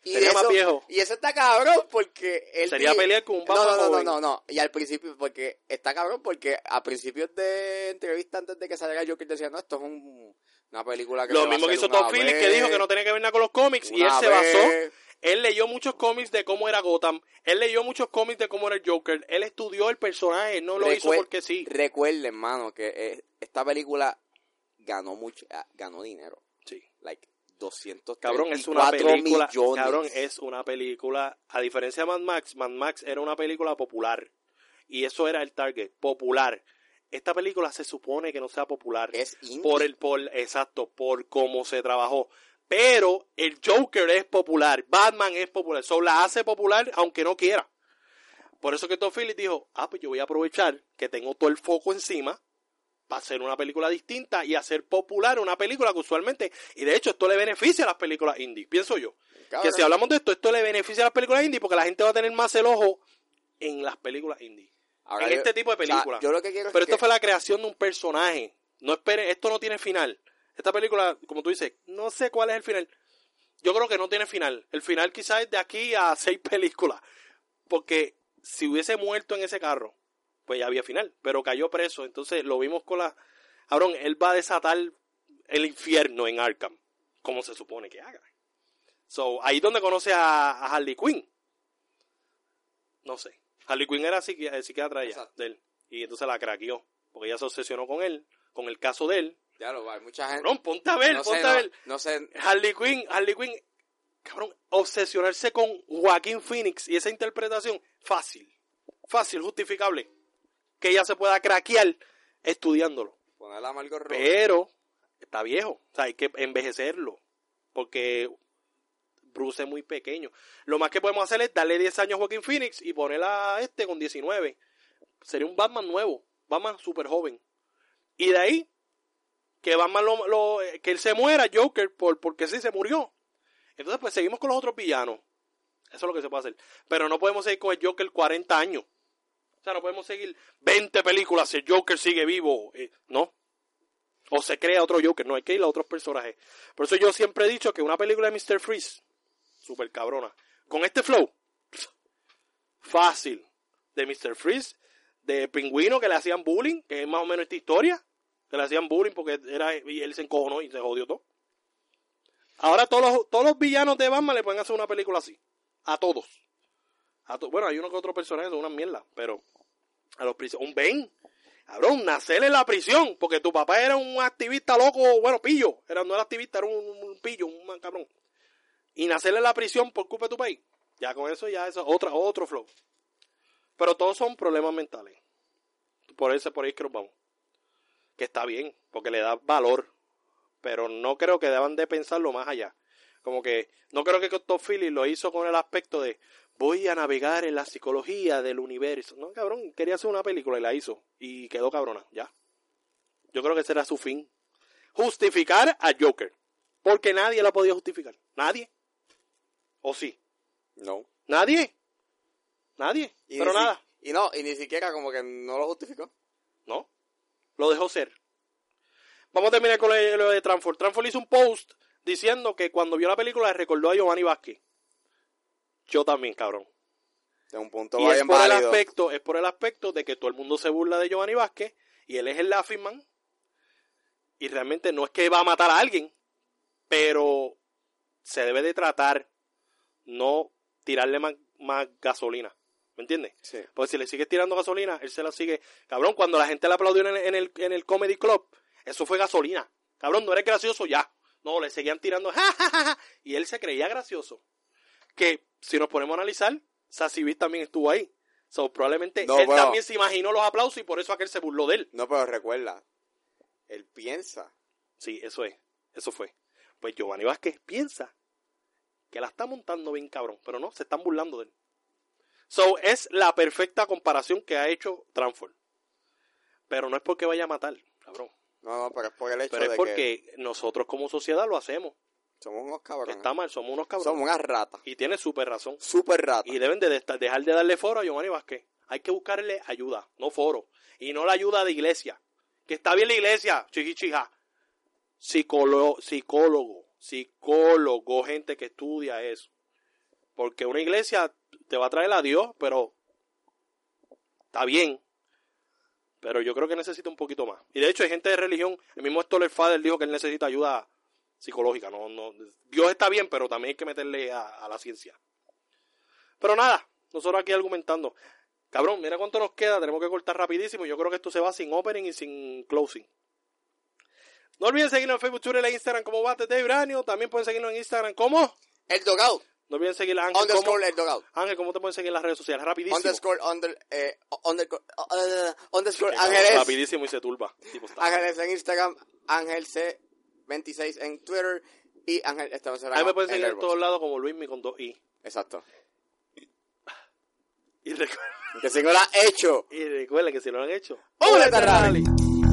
Y Sería más eso- viejo. Y eso está cabrón porque él Sería di- pelear con un no, papá no, no, no, joven. no, no. Y al principio, porque está cabrón porque a principios de entrevista antes de que saliera Joker decía, no, esto es un- una película que Lo se va a mismo que hacer hizo una Tom Phillips, que vez, dijo que no tenía que ver nada con los cómics, y él una se basó vez". Él leyó muchos cómics de cómo era Gotham. Él leyó muchos cómics de cómo era el Joker. Él estudió el personaje. No lo hizo Recuer- porque sí. Recuerden, hermano, que eh, esta película ganó mucho, ah, ganó dinero. Sí. like 200 Cabrón, es una película. Cabrón, es una película. A diferencia de Mad Max, Mad Max era una película popular. Y eso era el target, popular. Esta película se supone que no sea popular. es indie. por el por exacto por cómo se trabajó pero el Joker es popular Batman es popular so la hace popular aunque no quiera por eso que Tom Phillips dijo ah pues yo voy a aprovechar que tengo todo el foco encima para hacer una película distinta y hacer popular una película que usualmente y de hecho esto le beneficia a las películas indie pienso yo Cabrón, que si hablamos de esto esto le beneficia a las películas indie porque la gente va a tener más el ojo en las películas indie ahora en yo- este tipo de o sea, película. yo lo que quiero pero es que, esto fue la creación de un personaje. No espere, esto no tiene final. Esta película, como tú dices, no sé cuál es el final. (laughs) Yo creo que no tiene final. El final quizás es de aquí a seis películas. Porque si hubiese muerto en ese carro, pues ya había final, pero cayó preso. Entonces lo vimos con la... Cabrón, él va a desatar el infierno en Arkham, como se supone que haga. So, ahí es donde conoce a, a Harley Quinn. No sé. Harley Quinn era psiqui- eh, psiquiatra ya, Exacto. de él. Y entonces la craqueó, porque ella se obsesionó con él, con el caso de él. Ya lo va, hay mucha gente. Cabrón, ponte a ver, no, ponte sé, a no- ver. no sé, Harley Quinn, Harley Quinn, cabrón, obsesionarse con Joaquín Phoenix y esa interpretación, fácil, fácil, justificable. Que ella se pueda craquear estudiándolo. poner a Margot Robbie. Pero está viejo, o sea, hay que envejecerlo. Porque Bruce es muy pequeño. Lo más que podemos hacer es darle 10 años a Joaquín Phoenix y poner a este con 19. Sería un Batman nuevo, Batman súper joven. Y de ahí, que Batman lo, lo- eh, que él se muera, Joker, por, porque sí se murió. Entonces, pues seguimos con los otros villanos. Eso es lo que se puede hacer. Pero no podemos seguir con el Joker 40 años. O sea, no podemos seguir 20 películas si el Joker sigue vivo. Eh, no, o se crea otro Joker, no hay que ir a otros personajes. Por eso yo siempre he dicho que una película de Mr. Freeze, super cabrona, con este flow, fácil, de Mr. Freeze, de Pingüino que le hacían bullying, que es más o menos esta historia, que le hacían bullying porque era, y él se encojonó y se jodió todo. Ahora todos los, todos los villanos de Batman le pueden hacer una película así, a todos. A to- bueno, hay uno que otro personaje, son una mierda, pero a los prisioneros, un Ben, Cabrón, nacer en la prisión, porque tu papá era un activista loco, bueno, pillo, era, no era activista, era un, un pillo, un man cabrón. Y nacer en la prisión por culpa de tu país. Ya con eso, ya eso, es otra, otro flow. Pero todos son problemas mentales. Por eso, por ahí es que nos vamos. Que está bien, porque le da valor. Pero no creo que deban de pensarlo más allá. Como que, no creo que Todd Phillips lo hizo con el aspecto de voy a navegar en la psicología del universo. No, cabrón, quería hacer una película y la hizo. Y quedó cabrona, ya. Yo creo que será su fin. Justificar a Joker. Porque nadie la podía justificar. Nadie. ¿O sí? No. Nadie. Nadie. Y Pero ni si- nada. Y no, y ni siquiera como que no lo justificó. No. Lo dejó ser. Vamos a terminar con lo lo de Transfor. Transfor hizo un post diciendo que cuando vio la película le recordó a Giovanni Vázquez. Yo también, cabrón. De un punto y es bien por el válido. aspecto es por el aspecto de que todo el mundo se burla de Giovanni Vázquez y él es el laughing man y realmente no es que va a matar a alguien pero se debe de tratar no tirarle más, más gasolina ¿me entiendes? Sí. porque si le sigues tirando gasolina él se la sigue cabrón cuando la gente le aplaudió en el, en el, en el comedy club eso fue gasolina cabrón no eres gracioso ya no le seguían tirando (laughs) "Ja, ja, ja, ja", y él se creía gracioso que si nos ponemos a analizar, Sassy también estuvo ahí. So, probablemente No, él bueno. también se imaginó los aplausos y por eso aquel se burló de él. No, pero recuerda, él piensa. Sí, eso es. Eso fue. Pues Giovanni Vázquez piensa que la está montando bien cabrón, pero no, se están burlando de él. So, es la perfecta comparación que ha hecho Transform. Pero no es porque vaya a matar, cabrón. No, no, pero es por el hecho Pero de es que porque nosotros como sociedad lo hacemos. somos unos Que cabrones. está mal, somos unos cabrones. Somos unas ratas. Y tiene súper razón. Super ratas. Y deben de desta- dejar de darle foro a Giovanni Vázquez. Hay que buscarle ayuda, no foro. Y no la ayuda de iglesia. Que está bien la iglesia, chiquichija. Psicolo- psicólogo, psicólogo, gente que estudia eso. Porque una iglesia te va a traer a Dios, pero está bien. Pero yo creo que necesita un poquito más. Y de hecho hay gente de religión. El mismo Stoller Fader dijo que él necesita ayuda psicológica. No, no, Dios está bien, pero también hay que meterle a- a la ciencia. Pero nada, nosotros aquí argumentando. Cabrón, mira cuánto nos queda, tenemos que cortar rapidísimo. Yo creo que esto se va sin opening y sin closing. No olviden seguirnos en Facebook, Twitter e Instagram como Bate de Uranio. También pueden seguirnos en Instagram como. El dogout. No olviden seguir a Ángel. Como... Underscore el dogout. Ángel, ¿cómo te pueden seguir en las redes sociales? Rapidísimo. Underscore under, eh, underscore, eh, underscore Eh, cabrón, Ángeles. Rapidísimo y se turba. Tipo, está- Ángeles en Instagram. Ángel C26 en Twitter. Y Ángel Esteban Ahí me pueden en seguir en Letterboxd. todos lados como Luismi con 2i. Exacto. Y, recuer- (laughs) Que si no lo has hecho. y recuerden que si no lo han hecho. ¡Hola, Tarrali!